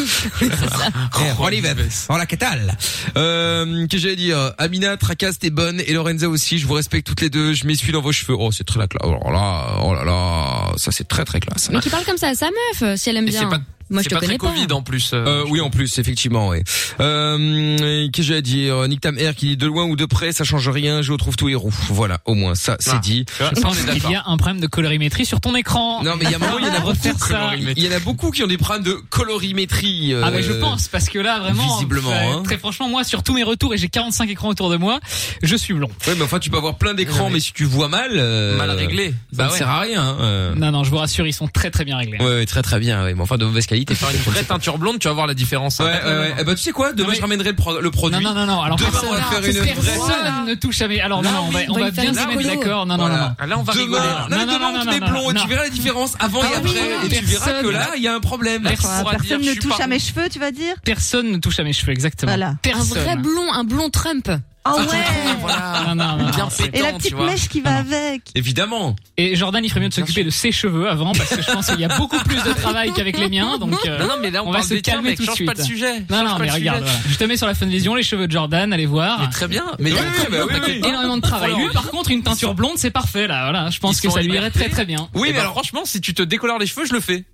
Speaker 7: Oh,
Speaker 2: Juan Ives. Hola, ¿qué tal Euh, que j'allais dire Amina, Tracas, t'es bonne et Lorenza aussi. Je vous respecte toutes les deux. Je m'essuie dans vos cheveux. Oh, c'est très la classe. Oh là là, oh là là, ça c'est très très classe.
Speaker 9: Mais qui parle comme ça à sa meuf, euh, si elle aime
Speaker 2: Et
Speaker 9: bien.
Speaker 2: c'est pas-
Speaker 9: Moi, je
Speaker 2: c'est
Speaker 9: te
Speaker 2: pas très
Speaker 9: connais pas.
Speaker 2: Covid en plus. Euh, oui, en plus, effectivement, oui. Euh, que j'allais dire Nick Tam Air qui dit de loin ou de près, ça change rien. Je retrouve tout héros. Voilà, au moins ça, c'est
Speaker 7: Ah.
Speaker 2: dit.
Speaker 7: Je pense qu'il y a un problème de colorimétrie sur ton écran.
Speaker 2: Non mais il y a un moment, il y en a beaucoup.
Speaker 7: refaire ça.
Speaker 2: Il y en a beaucoup qui ont des problèmes de colorimétrie.
Speaker 7: Ah bah je
Speaker 2: euh,
Speaker 7: pense parce que là vraiment
Speaker 2: visiblement,
Speaker 7: euh,
Speaker 2: hein.
Speaker 7: très franchement moi sur tous mes retours et j'ai 45 écrans autour de moi je suis blond.
Speaker 2: Ouais, mais enfin, tu peux avoir plein d'écrans, mais si tu vois mal, euh,
Speaker 7: Mal réglé.
Speaker 2: ça
Speaker 7: Bah
Speaker 2: ne
Speaker 7: ouais.
Speaker 2: sert à rien. hein, euh.
Speaker 7: Non non je vous rassure ils sont très très bien réglés.
Speaker 2: Ouais, ouais, très très bien. ouais, Mais enfin, de mauvaise qualité.
Speaker 3: Faire une vraie teinture blonde, tu vas voir la différence.
Speaker 2: Ouais, ouais, ouais. Eh ben, tu sais quoi Demain, je ramènerai le, pro- le produit.
Speaker 7: Non non non alors
Speaker 2: Demain,
Speaker 7: personne,
Speaker 2: on va faire une
Speaker 7: personne
Speaker 2: vraie.
Speaker 7: ne touche jamais. Alors non,
Speaker 2: Là,
Speaker 7: non, on va,
Speaker 2: oui,
Speaker 7: on
Speaker 2: va
Speaker 7: va
Speaker 2: y faire
Speaker 7: bien
Speaker 2: une
Speaker 7: se mettre
Speaker 2: vidéo.
Speaker 7: d'accord. Non, non,
Speaker 2: Voilà.
Speaker 7: non, non.
Speaker 2: Là, on va
Speaker 7: Demain,
Speaker 2: rigoler, là.
Speaker 7: Non,
Speaker 2: Non,
Speaker 7: non,
Speaker 2: demain,
Speaker 7: non,
Speaker 2: on te
Speaker 7: non,
Speaker 2: met
Speaker 7: non,
Speaker 2: blond et
Speaker 7: non.
Speaker 2: tu verras la différence avant et
Speaker 7: Ah oui,
Speaker 2: après,
Speaker 7: non,
Speaker 2: et tu verras
Speaker 7: personne.
Speaker 2: que là, il y a un problème.
Speaker 7: Personne pourra
Speaker 5: Personne
Speaker 7: dire,
Speaker 5: ne
Speaker 7: je suis
Speaker 5: touche
Speaker 7: pas-
Speaker 5: à mes cheveux, tu vas dire
Speaker 7: Personne ne touche à mes cheveux exactement.
Speaker 5: Voilà.
Speaker 9: Un
Speaker 7: Personne.
Speaker 9: vrai blond, un blond Trump.
Speaker 5: Ah ouais
Speaker 7: Non, non, non,
Speaker 2: Bien
Speaker 7: non,
Speaker 2: pétant,
Speaker 5: Et la
Speaker 2: tu
Speaker 5: petite
Speaker 2: vois.
Speaker 5: mèche qui va avec.
Speaker 2: Évidemment.
Speaker 7: Et Jordan, il ferait mieux de s'occuper de ses cheveux avant, parce que je pense qu'il y a beaucoup plus de travail qu'avec les miens. Donc, euh,
Speaker 3: Non, non, mais là, on
Speaker 7: va
Speaker 3: parle
Speaker 7: se
Speaker 3: des tiens,
Speaker 7: calmer
Speaker 3: mec,
Speaker 7: tout de
Speaker 3: change
Speaker 7: suite.
Speaker 3: pas de sujet,
Speaker 7: Non,
Speaker 3: change
Speaker 7: non,
Speaker 3: pas
Speaker 7: mais
Speaker 3: de
Speaker 7: regarde,
Speaker 3: sujet.
Speaker 7: voilà. je te mets sur la fin de vision les cheveux de Jordan, allez voir.
Speaker 3: Très bien. Mais
Speaker 7: Ouais,
Speaker 3: oui,
Speaker 7: bah oui,
Speaker 3: t'inquiète
Speaker 7: oui.
Speaker 3: pas.
Speaker 7: énormément de travail. Lui, par contre, une teinture blonde, c'est parfait là. Voilà, je pense
Speaker 3: Ils
Speaker 7: que
Speaker 3: sont
Speaker 7: ça lui
Speaker 3: libérés.
Speaker 7: irait très très bien.
Speaker 2: Eh
Speaker 7: bah,
Speaker 3: Oui,
Speaker 2: ben,
Speaker 3: mais alors franchement, si tu te décolores les cheveux, je le fais.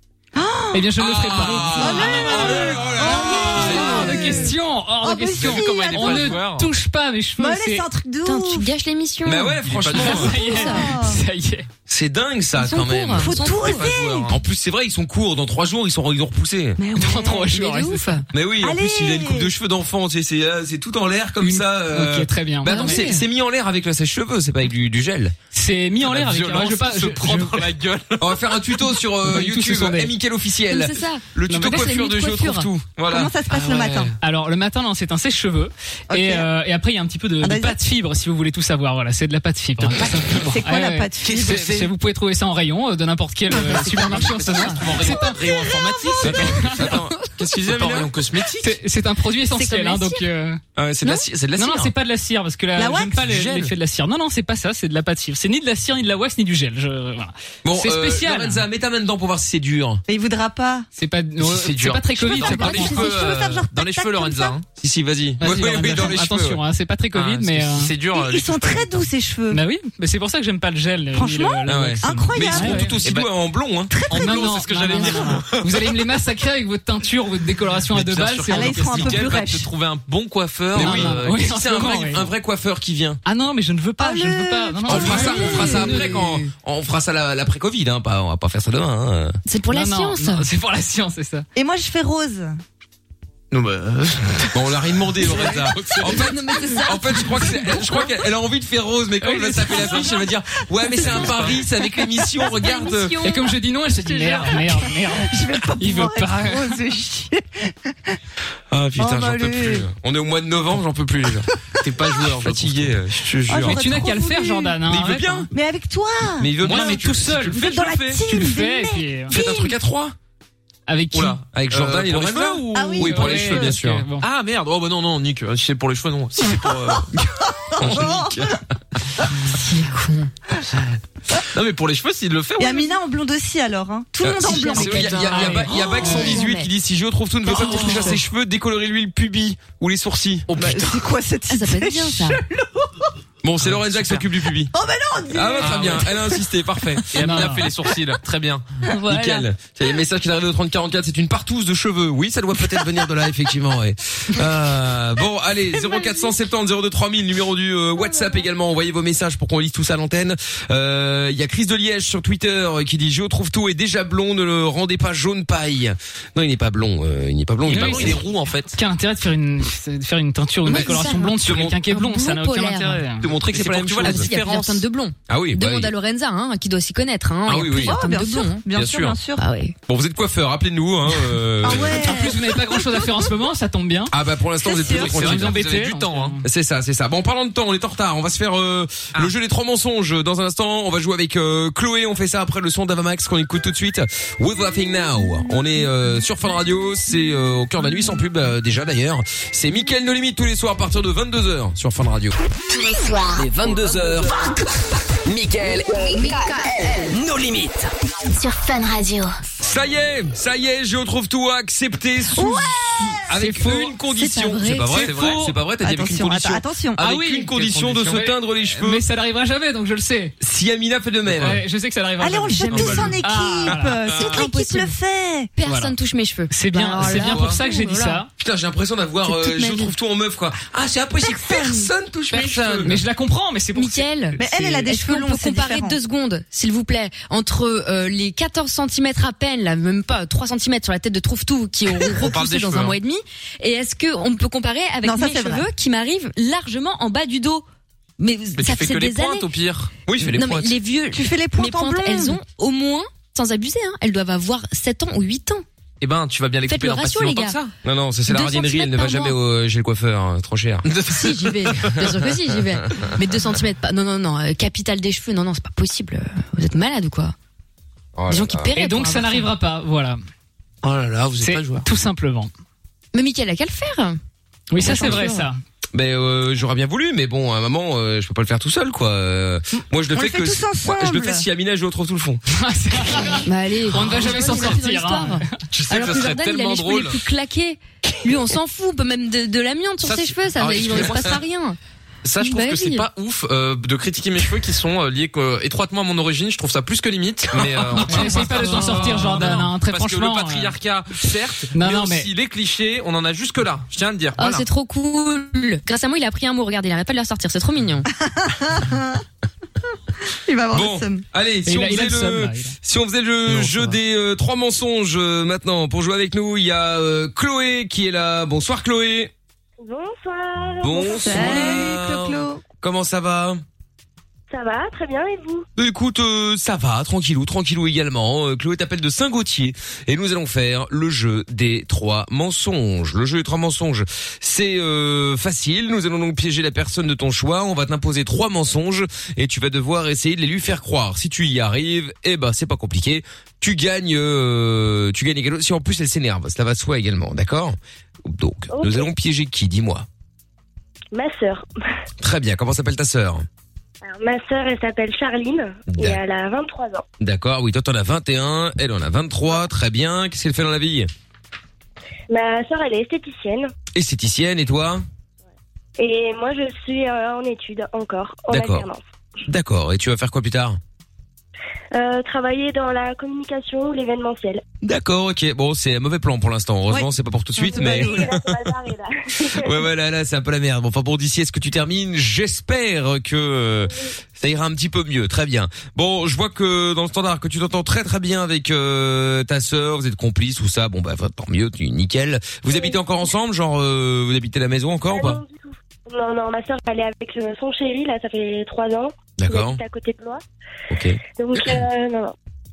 Speaker 7: Eh bien, je ne le ferai
Speaker 2: Ah,
Speaker 7: pas. Ah, Hors de question, hors
Speaker 3: Oh,
Speaker 7: de
Speaker 3: mais
Speaker 7: question.
Speaker 3: si, Comment il est
Speaker 7: On
Speaker 3: pas
Speaker 7: ne
Speaker 3: joueur.
Speaker 7: touche pas à mes cheveux.
Speaker 9: Mollet, c'est un
Speaker 5: truc de
Speaker 9: Putain, tu gâches l'émission.
Speaker 2: Bah ouais, franchement.
Speaker 7: Ça y est, ça y est.
Speaker 2: C'est dingue, ça,
Speaker 9: Ils sont
Speaker 2: quand même.
Speaker 7: hein.
Speaker 9: courts. Faut Ils sont tout courts. oser.
Speaker 2: Pas joueurs, hein. En plus, c'est vrai, ils sont courts. Dans trois jours, ils sont, ils ont repoussé.
Speaker 5: Mais
Speaker 7: Dans trois jours, ouais, c'est ça.
Speaker 2: Mais oui, en
Speaker 7: Allez.
Speaker 2: plus il a une coupe de cheveux d'enfant, tu sais, c'est euh, c'est tout en l'air comme ça.
Speaker 7: Ok, très bien.
Speaker 2: Bah
Speaker 7: Ouais,
Speaker 2: non,
Speaker 7: ouais.
Speaker 2: c'est c'est mis en l'air avec le sèche-cheveux, c'est pas avec du, du gel.
Speaker 7: C'est mis en
Speaker 2: La
Speaker 7: l'air avec.
Speaker 2: violence
Speaker 7: alors, je,
Speaker 2: se prend
Speaker 7: dans
Speaker 3: la gueule.
Speaker 2: On va faire un tuto sur
Speaker 7: On
Speaker 2: euh,
Speaker 7: va du tout se
Speaker 2: YouTube,
Speaker 7: sonder.
Speaker 2: et Mickaël officiel.
Speaker 9: Mais c'est ça.
Speaker 2: Le
Speaker 7: Non,
Speaker 2: tuto
Speaker 7: mais moi, c'est la
Speaker 2: coiffure de
Speaker 7: minute
Speaker 2: Je trouve
Speaker 7: coiffure.
Speaker 2: tout. Voilà.
Speaker 5: Comment ça se passe
Speaker 7: Ah
Speaker 5: le
Speaker 7: ouais.
Speaker 5: matin
Speaker 7: Alors le matin, non, c'est un sèche-cheveux. Et, euh, et après, il y a un petit peu de, de pâte fibre, si vous voulez tout savoir. Voilà, c'est de la pâte fibre.
Speaker 5: C'est quoi
Speaker 7: Ouais,
Speaker 5: la
Speaker 7: ouais.
Speaker 5: pâte fibre
Speaker 7: C'est- c'est- Vous pouvez trouver ça en rayon euh, de n'importe quel euh, supermarché en ce moment. C'est un rayon informatique.
Speaker 2: Qu'est-ce qu'ils avaient là
Speaker 7: C'est- C'est un produit essentiel,
Speaker 2: la
Speaker 7: hein, donc. euh,
Speaker 2: Ah ouais, c'est de la
Speaker 7: non
Speaker 2: cire- c'est de la
Speaker 7: Non,
Speaker 2: cire.
Speaker 7: non, c'est pas de la cire parce que
Speaker 2: La
Speaker 7: la,
Speaker 2: wax,
Speaker 7: j'aime pas les-
Speaker 2: gel.
Speaker 7: l'effet de la cire. Non, non, c'est pas ça, c'est de la pâte fibre. C'est ni de la cire, ni de la wax, ni du gel. Je, voilà.
Speaker 2: Bon,
Speaker 7: c'est
Speaker 2: euh,
Speaker 7: spécial.
Speaker 2: Lorenza, mets ta main dedans pour voir si c'est dur.
Speaker 5: Mais il voudra pas.
Speaker 7: C'est pas,
Speaker 2: Si c'est dur.
Speaker 7: pas très
Speaker 2: Je peux
Speaker 7: Covid.
Speaker 2: faire
Speaker 7: c'est
Speaker 2: dans
Speaker 7: pas
Speaker 2: les
Speaker 7: très-
Speaker 2: cheveux, euh, dans les cheveux, Lorenza. hein. Si, si, vas-y.
Speaker 7: Vas-y,
Speaker 2: Oui, oui, oui,
Speaker 7: Lorenza,
Speaker 2: dans les cheveux. Ah,
Speaker 7: Attention, hein, c'est pas très Covid, mais
Speaker 2: c'est-
Speaker 7: euh,
Speaker 2: c'est dur, Ils- les ils sont cheveux.
Speaker 5: Très doux ces cheveux.
Speaker 7: Bah oui, mais c'est pour ça que j'aime pas le gel.
Speaker 5: Franchement
Speaker 7: Ah
Speaker 5: Incroyable.
Speaker 2: Ah Mais ils seront tout
Speaker 7: Eh ben,
Speaker 2: aussi doux en blond, hein. En
Speaker 7: Non,
Speaker 2: blond,
Speaker 7: non,
Speaker 2: c'est ce que
Speaker 7: non,
Speaker 2: j'allais
Speaker 7: non,
Speaker 2: dire.
Speaker 7: non. Vous allez me les massacrer avec votre teinture, votre décoloration à deux balles.
Speaker 2: Ah,
Speaker 7: c'est-
Speaker 2: Mickaël va te trouver un bon coiffeur.
Speaker 7: Mais oui.
Speaker 2: euh,
Speaker 7: Oui,
Speaker 2: si c'est un vrai,
Speaker 7: oui.
Speaker 2: un vrai coiffeur qui vient.
Speaker 7: Ah non, mais je ne veux pas, je ne veux pas. Non, non,
Speaker 2: on fera
Speaker 7: non,
Speaker 2: ça, on fera ça
Speaker 7: non,
Speaker 2: après
Speaker 7: non,
Speaker 2: quand on fera ça la- l'après-Covid, hein. Pas, on va pas faire ça demain. Hein.
Speaker 7: Non, non, non, C'est pour la science, c'est ça.
Speaker 5: Et moi, je fais rose.
Speaker 2: Non, bah, bon, on l'a rien demandé, Lorenza. En fait,
Speaker 5: Non, mais c'est ça.
Speaker 2: en fait, je crois que c'est- je crois qu'elle elle a envie de faire rose, mais quand elle va taper la fiche, elle va dire, ouais, mais c'est un pari, c'est avec l'émission, regarde.
Speaker 7: Et comme je dis non, elle se dit merde, merde, merde.
Speaker 5: Je vais pas
Speaker 7: Il veut pas.
Speaker 5: Oh,
Speaker 2: Ah
Speaker 7: Oh,
Speaker 2: putain,
Speaker 7: bah,
Speaker 2: j'en peux
Speaker 7: lui. Ah,
Speaker 2: plus. On est au mois de novembre, j'en peux plus, les gars. T'es pas joueur, fatigué,
Speaker 7: Oh,
Speaker 2: je te jure.
Speaker 7: mais tu n'as qu'à le faire, Jordan. Hein,
Speaker 2: Mais il veut
Speaker 7: arrête,
Speaker 2: bien.
Speaker 7: hein.
Speaker 5: Mais avec toi.
Speaker 2: Mais il veut
Speaker 7: Moi,
Speaker 2: bien.
Speaker 7: mais
Speaker 2: Tu-
Speaker 7: tout
Speaker 2: si tu
Speaker 7: seul.
Speaker 2: le
Speaker 5: fais,
Speaker 7: Tu
Speaker 5: dans
Speaker 7: le
Speaker 5: la
Speaker 7: fais, Tu le
Speaker 5: team,
Speaker 7: fais.
Speaker 5: mec.
Speaker 7: et puis, euh,
Speaker 2: Faites un truc à trois.
Speaker 7: Avec qui
Speaker 2: Oula, avec Jordan et
Speaker 3: pour les
Speaker 2: Lorenza
Speaker 3: cheveux
Speaker 2: ou-
Speaker 5: Ah oui.
Speaker 2: Oui, pour les
Speaker 3: Ouais,
Speaker 2: cheveux, bien
Speaker 3: ok,
Speaker 2: sûr.
Speaker 3: bon.
Speaker 2: Ah merde, oh bah non, non, Nick, euh, si c'est pour les cheveux, non. Si c'est pour. euh,
Speaker 5: Oh.
Speaker 2: Nick. Non, mais pour les cheveux, s'il le fait,
Speaker 5: Et
Speaker 2: ouais.
Speaker 5: Amina en blonde aussi, alors. hein. Tout le
Speaker 2: Euh,
Speaker 5: monde en
Speaker 2: si,
Speaker 5: blond.
Speaker 2: c'est vrai, Il y a, il y a- il y a Ba- il y a Bac
Speaker 5: Oh,
Speaker 2: 118 qui dit si Géo trouve tout ne veut pas qu'on touche à ses cheveux, décolorez-lui le pubis ou les sourcils. Oh putain.
Speaker 5: Bah, C'est quoi cette idée Ça peut être bien, ça.
Speaker 2: Bon, c'est Lorenza qui s'occupe du pubis.
Speaker 5: Oh, mais non, dis-
Speaker 2: Ah ouais, très bien, elle a insisté, parfait. Et elle a bien
Speaker 3: Non.
Speaker 2: fait les sourcils, très bien.
Speaker 5: Voilà.
Speaker 2: Nickel. C'est les messages qui arrivent au 3044, c'est une partouze de cheveux. Oui, ça doit peut-être venir de là, effectivement, ouais. Euh, bon, allez, 0470 02 3000, numéro du euh, WhatsApp également. Envoyez vos messages pour qu'on lise tout ça à l'antenne. Euh, Il y a Chris de Liège sur Twitter euh, qui dit Géo trouve tout est déjà blond, ne le rendez pas jaune paille. Non, il n'est pas blond, euh, il n'est pas blond, il est pas blond, il est roux. en fait.
Speaker 7: Quel intérêt de faire une, de faire une teinture ou une
Speaker 2: Mais ça,
Speaker 7: décoloration blonde sur
Speaker 2: te
Speaker 7: quelqu'un qui est
Speaker 2: mon-
Speaker 7: blond, ça
Speaker 2: un
Speaker 7: n'a
Speaker 2: blond
Speaker 7: aucun
Speaker 2: polaire.
Speaker 7: intérêt.
Speaker 2: Te montrer que c'est
Speaker 7: Mais
Speaker 2: pas la
Speaker 7: pour
Speaker 2: même chose.
Speaker 7: ça
Speaker 2: Parce
Speaker 7: qu'il y a
Speaker 9: plusieurs teintes de blond.
Speaker 2: Ah oui, bah,
Speaker 9: Demande
Speaker 2: il-
Speaker 9: à Lorenza, hein, qui doit s'y connaître. Hein.
Speaker 2: Ah
Speaker 9: Il y a
Speaker 2: oui, oui.
Speaker 5: Oh,
Speaker 9: plusieurs
Speaker 2: Ah,
Speaker 9: teintes
Speaker 2: bien
Speaker 9: de blond.
Speaker 2: sûr,
Speaker 9: hein.
Speaker 2: bien sûr. Bon, vous êtes coiffeur, appelez-nous. Hein, euh,
Speaker 9: Ah
Speaker 7: En plus, vous n'avez pas grand chose à faire en ce moment, ça tombe bien.
Speaker 2: Ah bah pour l'instant vous êtes
Speaker 7: C'est
Speaker 2: plutôt
Speaker 7: sûr.
Speaker 2: tranquille.
Speaker 7: Vous embêtez,
Speaker 2: du
Speaker 7: donc,
Speaker 2: temps. Hein. C'est ça, c'est ça. Bon, en parlant de temps, on est en retard. On va se faire euh, le jeu des trois mensonges dans un instant. On va jouer avec euh, Chloé. On fait ça après le son d'Avamax qu'on écoute tout de suite. With Laughing Now. On est euh, sur Fun Radio. C'est euh, au cœur de la nuit sans pub euh, déjà d'ailleurs. C'est Mickaël No Limite tous les soirs à partir de 22 h sur Fun Radio.
Speaker 1: Tous les soirs. Les 22h. Michael. Nos limites.
Speaker 11: Sur Fun Radio.
Speaker 2: Ça y est, ça y est, je retrouve tout accepté sous, avec une condition.
Speaker 7: C'est pas vrai,
Speaker 2: c'est
Speaker 7: c'est
Speaker 2: vrai,
Speaker 7: faux.
Speaker 2: c'est pas vrai, t'as dit avec une
Speaker 7: Attention,
Speaker 2: condition.
Speaker 7: att- attention.
Speaker 2: Avec
Speaker 7: Ah oui,
Speaker 2: une condition
Speaker 7: quelle
Speaker 2: de se
Speaker 7: condition
Speaker 2: teindre les cheveux.
Speaker 7: Mais ça n'arrivera jamais, donc je le sais.
Speaker 2: Si Amina fait de même.
Speaker 7: Ouais, je sais que ça n'arrivera
Speaker 5: Allez,
Speaker 7: jamais.
Speaker 5: on le fait tous en équipe.
Speaker 7: Ah, voilà.
Speaker 5: Toute l'équipe le fait.
Speaker 9: Personne
Speaker 2: Voilà.
Speaker 9: touche mes cheveux.
Speaker 7: C'est bien,
Speaker 5: Bah,
Speaker 7: c'est bien pour ça que j'ai dit ça.
Speaker 2: Putain, j'ai l'impression d'avoir,
Speaker 7: Bah, C'est
Speaker 2: euh,
Speaker 7: toute ma
Speaker 2: je
Speaker 7: vie.
Speaker 2: trouve tout en meuf, quoi. Ah, c'est impossible. Personne touche mes cheveux.
Speaker 7: Mais je la comprends, mais c'est pour
Speaker 9: Mickaël,
Speaker 7: Mais elle, elle a des
Speaker 9: est-ce
Speaker 7: cheveux
Speaker 9: qu'on
Speaker 7: longs,
Speaker 9: peut
Speaker 7: c'est
Speaker 9: comparer
Speaker 7: différent.
Speaker 9: deux secondes, s'il vous plaît, entre euh, les 14 cm à peine, là, même pas 3 cm sur la tête de Trouve-Tout qui ont
Speaker 13: parle des
Speaker 9: repoussé dans
Speaker 13: cheveux,
Speaker 9: un
Speaker 13: hein.
Speaker 9: mois et demi, et est-ce que on peut comparer avec
Speaker 13: Non, ça,
Speaker 9: mes
Speaker 13: c'est
Speaker 9: cheveux
Speaker 13: vrai.
Speaker 9: qui m'arrivent largement en bas du dos Mais,
Speaker 2: Mais
Speaker 9: ça
Speaker 2: tu fais
Speaker 9: c'est
Speaker 2: que les
Speaker 9: des
Speaker 2: pointes
Speaker 9: années.
Speaker 2: au pire. Oui, je fais les
Speaker 9: non, mais
Speaker 2: pointes.
Speaker 9: les vieux,
Speaker 5: Tu fais les
Speaker 9: mes
Speaker 5: pointes en blonde.
Speaker 9: elles ont au moins, sans abuser, hein, elles doivent avoir 7 ans ou 8 ans.
Speaker 2: Eh ben, tu vas bien les
Speaker 9: Faites
Speaker 2: couper
Speaker 9: le
Speaker 2: dans pas si
Speaker 9: ratio, les
Speaker 2: longtemps
Speaker 9: gars.
Speaker 2: que ça. Non, non, ça, c'est la
Speaker 9: Deux
Speaker 2: jardinerie, elle ne va
Speaker 9: centimètres par
Speaker 2: jamais au- chez le coiffeur, hein, trop cher.
Speaker 9: Si, j'y vais. Bien sûr que si, j'y vais. Mais 2 cm, pas. Non, non, non. euh, capital des cheveux, non, non, c'est pas possible. Vous êtes malade ou quoi Des gens qui paieraient
Speaker 7: Et donc
Speaker 9: pour
Speaker 7: ça
Speaker 9: avoir
Speaker 7: n'arrivera pas, voilà.
Speaker 2: Oh là là, vous
Speaker 7: êtes pas joueur. Tout simplement.
Speaker 9: Mais Mickaël a qu'à le faire.
Speaker 7: Oui, ça c'est vrai ça.
Speaker 2: Mais euh, j'aurais bien voulu, mais bon, à un moment, euh, je peux pas le faire tout seul, quoi. Euh, moi, je le
Speaker 7: On
Speaker 2: fais
Speaker 7: le
Speaker 2: que
Speaker 7: fait tous
Speaker 2: si- moi, je le
Speaker 7: ensemble.
Speaker 2: fais si Amina joue retrouve tout le fond.
Speaker 9: Bah allez,
Speaker 7: On ne va jamais s'en
Speaker 9: Jordan, il a fait dans
Speaker 7: sortir. hein.
Speaker 9: l'histoire.
Speaker 2: Tu sais
Speaker 9: Alors
Speaker 2: que
Speaker 9: que,
Speaker 2: ça
Speaker 9: Jordan,
Speaker 2: serait
Speaker 9: il a
Speaker 2: tellement
Speaker 9: les cheveux
Speaker 2: drôle.
Speaker 9: les plus claqués. Lui, on s'en fout, on peut même de, de l'amiante sur
Speaker 3: Ça,
Speaker 9: ses
Speaker 3: c'est-
Speaker 9: cheveux, ça,
Speaker 3: Alors,
Speaker 9: il ne se
Speaker 3: excusez-moi,
Speaker 9: passera
Speaker 3: ça-
Speaker 9: rien.
Speaker 3: Ça, je trouve
Speaker 9: Bah
Speaker 3: que c'est
Speaker 9: oui.
Speaker 3: pas ouf euh, de critiquer mes cheveux qui sont euh, liés que- étroitement à mon origine. Je trouve ça plus que limite. Mais euh,
Speaker 7: Ouais, Essaye pas de
Speaker 9: Oh.
Speaker 7: t'en sortir, Jordan, hein, très
Speaker 3: parce que le
Speaker 7: franchement,
Speaker 3: patriarcat, certes,
Speaker 7: Non,
Speaker 3: mais
Speaker 7: non, mais-
Speaker 3: aussi les clichés, on en a jusque là. Je tiens à le dire.
Speaker 9: Oh,
Speaker 3: Voilà.
Speaker 9: c'est trop cool. Grâce à moi, il a pris un mot. Regardez, il arrête pas de le ressortir. C'est trop mignon.
Speaker 5: Il va avoir
Speaker 2: Bon,
Speaker 5: le seum.
Speaker 2: allez, si
Speaker 5: Il
Speaker 2: on,
Speaker 5: a- il
Speaker 2: faisait
Speaker 5: a le seum,
Speaker 2: le,
Speaker 5: là, il
Speaker 2: si on faisait le jeu des euh, trois mensonges euh, maintenant pour jouer avec nous, il y a euh, Chloé qui est là. Bonsoir Chloé.
Speaker 13: Bonsoir.
Speaker 2: Bonsoir.
Speaker 13: Salut, Clo-Clo.
Speaker 2: Comment ça va
Speaker 12: Ça va, très bien, et vous
Speaker 2: Écoute, euh, ça va, tranquillou, tranquillou également. Euh, Chloé t'appelle de Saint-Gauthier et nous allons faire le jeu des trois mensonges. Le jeu des trois mensonges, c'est euh, facile. Nous allons donc piéger la personne de ton choix. On va t'imposer trois mensonges et tu vas devoir essayer de les lui faire croire. Si tu y arrives, eh ben c'est pas compliqué. Tu gagnes, euh, tu gagnes également. Si en plus elle s'énerve, cela va de soi également, d'accord Donc, nous allons piéger qui Dis-moi.
Speaker 12: Ma sœur.
Speaker 2: Très bien. Comment s'appelle ta sœur
Speaker 12: Alors, ma sœur, elle s'appelle Charline et
Speaker 2: D'accord.
Speaker 12: elle a 23 ans.
Speaker 2: D'accord, oui, toi t'en as 21, elle en a 23, très bien. Qu'est-ce qu'elle fait dans la vie
Speaker 12: Ma sœur, elle est esthéticienne
Speaker 2: Esthéticienne, et toi
Speaker 12: et moi, je suis euh, en études encore, en
Speaker 2: D'accord.
Speaker 12: alternance.
Speaker 2: D'accord, et tu vas faire quoi plus tard
Speaker 12: Euh, travailler dans la communication ou l'événementiel.
Speaker 2: D'accord, ok. Bon, c'est un mauvais plan pour l'instant. Heureusement,
Speaker 12: Ouais.
Speaker 2: c'est pas pour tout de suite,
Speaker 12: Ouais,
Speaker 2: mais...
Speaker 12: c'est pas pareil, là.
Speaker 2: ouais, ouais, là, là, c'est un peu la merde. Bon, enfin bon, d'ici est ce que tu termines, j'espère que euh, ça ira un petit peu mieux. Très bien. Bon, je vois que dans le standard, que tu t'entends très très bien avec euh, ta sœur, vous êtes complices ou ça. Bon, bah enfin, tant mieux, tu nickel. Vous habitez encore ensemble, genre euh, vous habitez à la maison encore ou pas
Speaker 12: Non, non, ma sœur, elle est avec euh, son chéri, là, ça fait 3 ans.
Speaker 2: D'accord.
Speaker 12: Il habite à côté de moi.
Speaker 2: Ok.
Speaker 12: Donc, euh, non, non.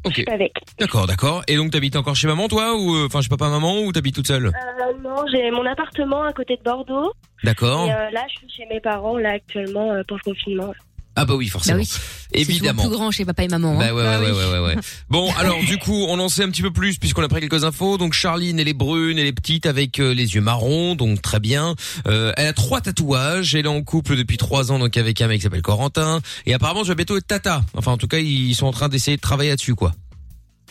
Speaker 2: Ok.
Speaker 12: Je suis avec.
Speaker 2: D'accord, d'accord. Et donc t'habites encore chez maman, toi, ou euh, enfin chez papa, maman, ou t'habites toute seule
Speaker 12: Euh, non, j'ai mon appartement à côté de Bordeaux.
Speaker 2: D'accord.
Speaker 12: Et euh, là, je suis chez mes parents, là, actuellement, euh, pour le confinement.
Speaker 2: Ah bah oui, forcément.
Speaker 9: Bah oui.
Speaker 2: Évidemment.
Speaker 9: Tout grand chez papa et maman.
Speaker 2: Bah
Speaker 9: hein.
Speaker 2: ouais, ouais, ouais, ouais, ouais, ouais. Bon, alors du coup, on en sait un petit peu plus puisqu'on a pris quelques infos. Donc Charline, elle est brune, elle est petite avec euh, les yeux marrons, donc très bien. Euh, elle a trois tatouages, elle est en couple depuis trois ans donc avec un mec qui s'appelle Corentin. Et apparemment, je vais bientôt être tata. Enfin, en tout cas, ils sont en train d'essayer de travailler là-dessus, quoi.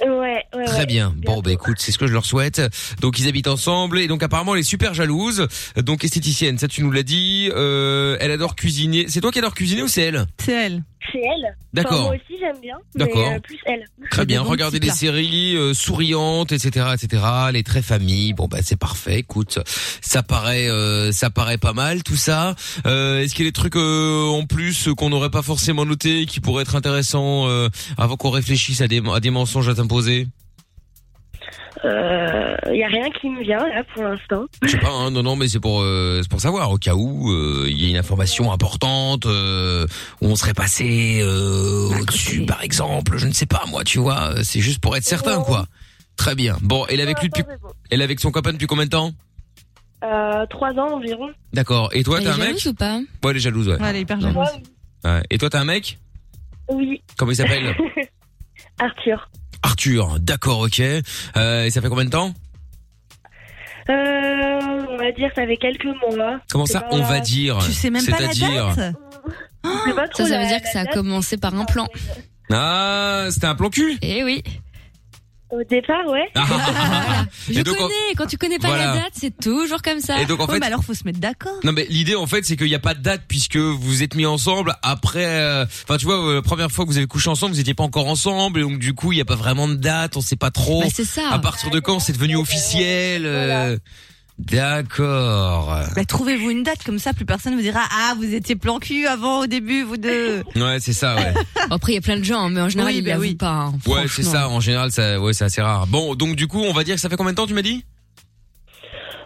Speaker 12: Ouais, ouais.
Speaker 2: Très
Speaker 12: ouais.
Speaker 2: bien. Bon, bah écoute, c'est ce que je leur souhaite. Donc ils habitent ensemble et donc apparemment elle est super jalouse. Donc esthéticienne, ça tu nous l'as dit. Euh, elle adore cuisiner. C'est toi qui adore cuisiner ou c'est elle
Speaker 5: C'est elle.
Speaker 12: C'est elle.
Speaker 2: D'accord.
Speaker 12: Enfin, moi aussi, j'aime bien. mais,
Speaker 2: D'accord.
Speaker 12: euh, plus elle.
Speaker 2: Très bien, regardez des séries euh, souriantes, etc., etc. Les traits famille, bon bah c'est parfait. Écoute, ça paraît, euh, ça paraît pas mal tout ça. Euh, Est-ce qu'il y a des trucs euh, en plus euh, qu'on n'aurait pas forcément noté, qui pourraient être intéressants euh, avant qu'on réfléchisse à des, à des mensonges à t'imposer
Speaker 12: Euh, y a rien qui me vient, là, pour l'instant.
Speaker 2: Je sais pas, hein, non, non, mais c'est pour, euh, c'est pour savoir, au cas où euh, il y a une information importante, euh, où on serait passé euh, au-dessus, par exemple, je ne sais pas, moi, tu vois, euh, c'est juste pour être certain, quoi. Très bien. Bon, elle est avec lui depuis... Elle est avec son copain depuis combien de temps
Speaker 12: Euh, trois ans environ.
Speaker 2: D'accord. Et toi,
Speaker 12: Elle
Speaker 2: t'as
Speaker 12: est
Speaker 2: un mec
Speaker 12: jalouse ou pas
Speaker 2: Ouais, elle est jalouse, ouais.
Speaker 5: elle est hyper
Speaker 2: Non.
Speaker 5: jalouse.
Speaker 2: Ouais. Et toi, t'as un mec
Speaker 12: Oui.
Speaker 2: Comment il s'appelle
Speaker 12: Arthur.
Speaker 2: Arthur. D'accord, ok. Euh, et ça fait combien de temps
Speaker 12: Euh, on va dire, ça fait quelques mois.
Speaker 2: Comment
Speaker 12: C'est
Speaker 2: ça,
Speaker 12: pas-
Speaker 2: on va dire C'est-à-dire-
Speaker 12: C'est pas
Speaker 9: Oh
Speaker 12: trop
Speaker 9: Ça, ça
Speaker 12: la-
Speaker 9: veut dire que
Speaker 12: la
Speaker 9: ça a
Speaker 12: date.
Speaker 9: commencé par un plan.
Speaker 2: Ah, c'était un plan cul
Speaker 9: Eh oui.
Speaker 12: Au départ, ouais.
Speaker 9: Je
Speaker 2: Ah. Et donc, en-
Speaker 9: connais. Quand tu connais pas
Speaker 2: Voilà.
Speaker 9: la date, c'est toujours comme ça.
Speaker 2: Et donc, en Ouais, fait- mais alors,
Speaker 5: faut se mettre d'accord.
Speaker 2: Non mais l'idée en fait c'est qu'il n'y a pas de date puisque vous êtes mis ensemble après euh, enfin tu vois euh, la première fois que vous avez couché ensemble vous n'étiez pas encore ensemble et donc du coup il n'y a pas vraiment de date on sait pas trop
Speaker 9: Bah, c'est ça.
Speaker 2: à partir de quand c'est devenu officiel euh, d'accord
Speaker 5: Bah, trouvez-vous une date comme ça, plus personne vous dira ah vous étiez plan cul avant au début vous deux.
Speaker 2: ouais c'est ça ouais
Speaker 9: Après, il y a plein de gens, hein, mais en général,
Speaker 5: Oui,
Speaker 9: ils
Speaker 5: bah
Speaker 9: l'avouent
Speaker 5: oui.
Speaker 9: pas. hein.
Speaker 2: ouais c'est ça en général ça ouais c'est assez rare bon donc du coup on va dire que ça fait combien de temps tu m'as dit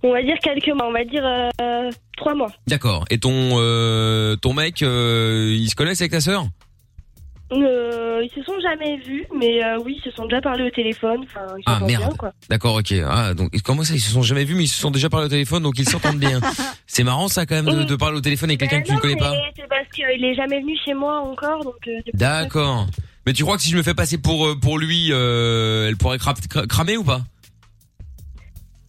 Speaker 12: On va dire quelques mois, on va dire euh, trois mois.
Speaker 2: d'accord et ton euh, ton mec euh, il se connaissent avec ta sœur
Speaker 12: Euh, ils se sont jamais vus, mais euh, oui, ils se sont déjà parlé au téléphone. Enfin, ils
Speaker 2: Ah
Speaker 12: s'entendent bien,
Speaker 2: merde.
Speaker 12: quoi.
Speaker 2: D'accord, ok. Ah donc comment ça ils se sont jamais vus mais ils se sont déjà parlé au téléphone donc ils s'entendent bien. C'est marrant ça quand même de, de parler au téléphone avec quelqu'un que tu ne connais
Speaker 12: Ben Euh, Mais
Speaker 2: pas.
Speaker 12: C'est parce qu'il est jamais venu chez moi encore, donc. euh, depuis-
Speaker 2: D'accord. Mais tu crois que si je me fais passer pour euh, pour lui, euh, elle pourrait cra- cra- cramer ou pas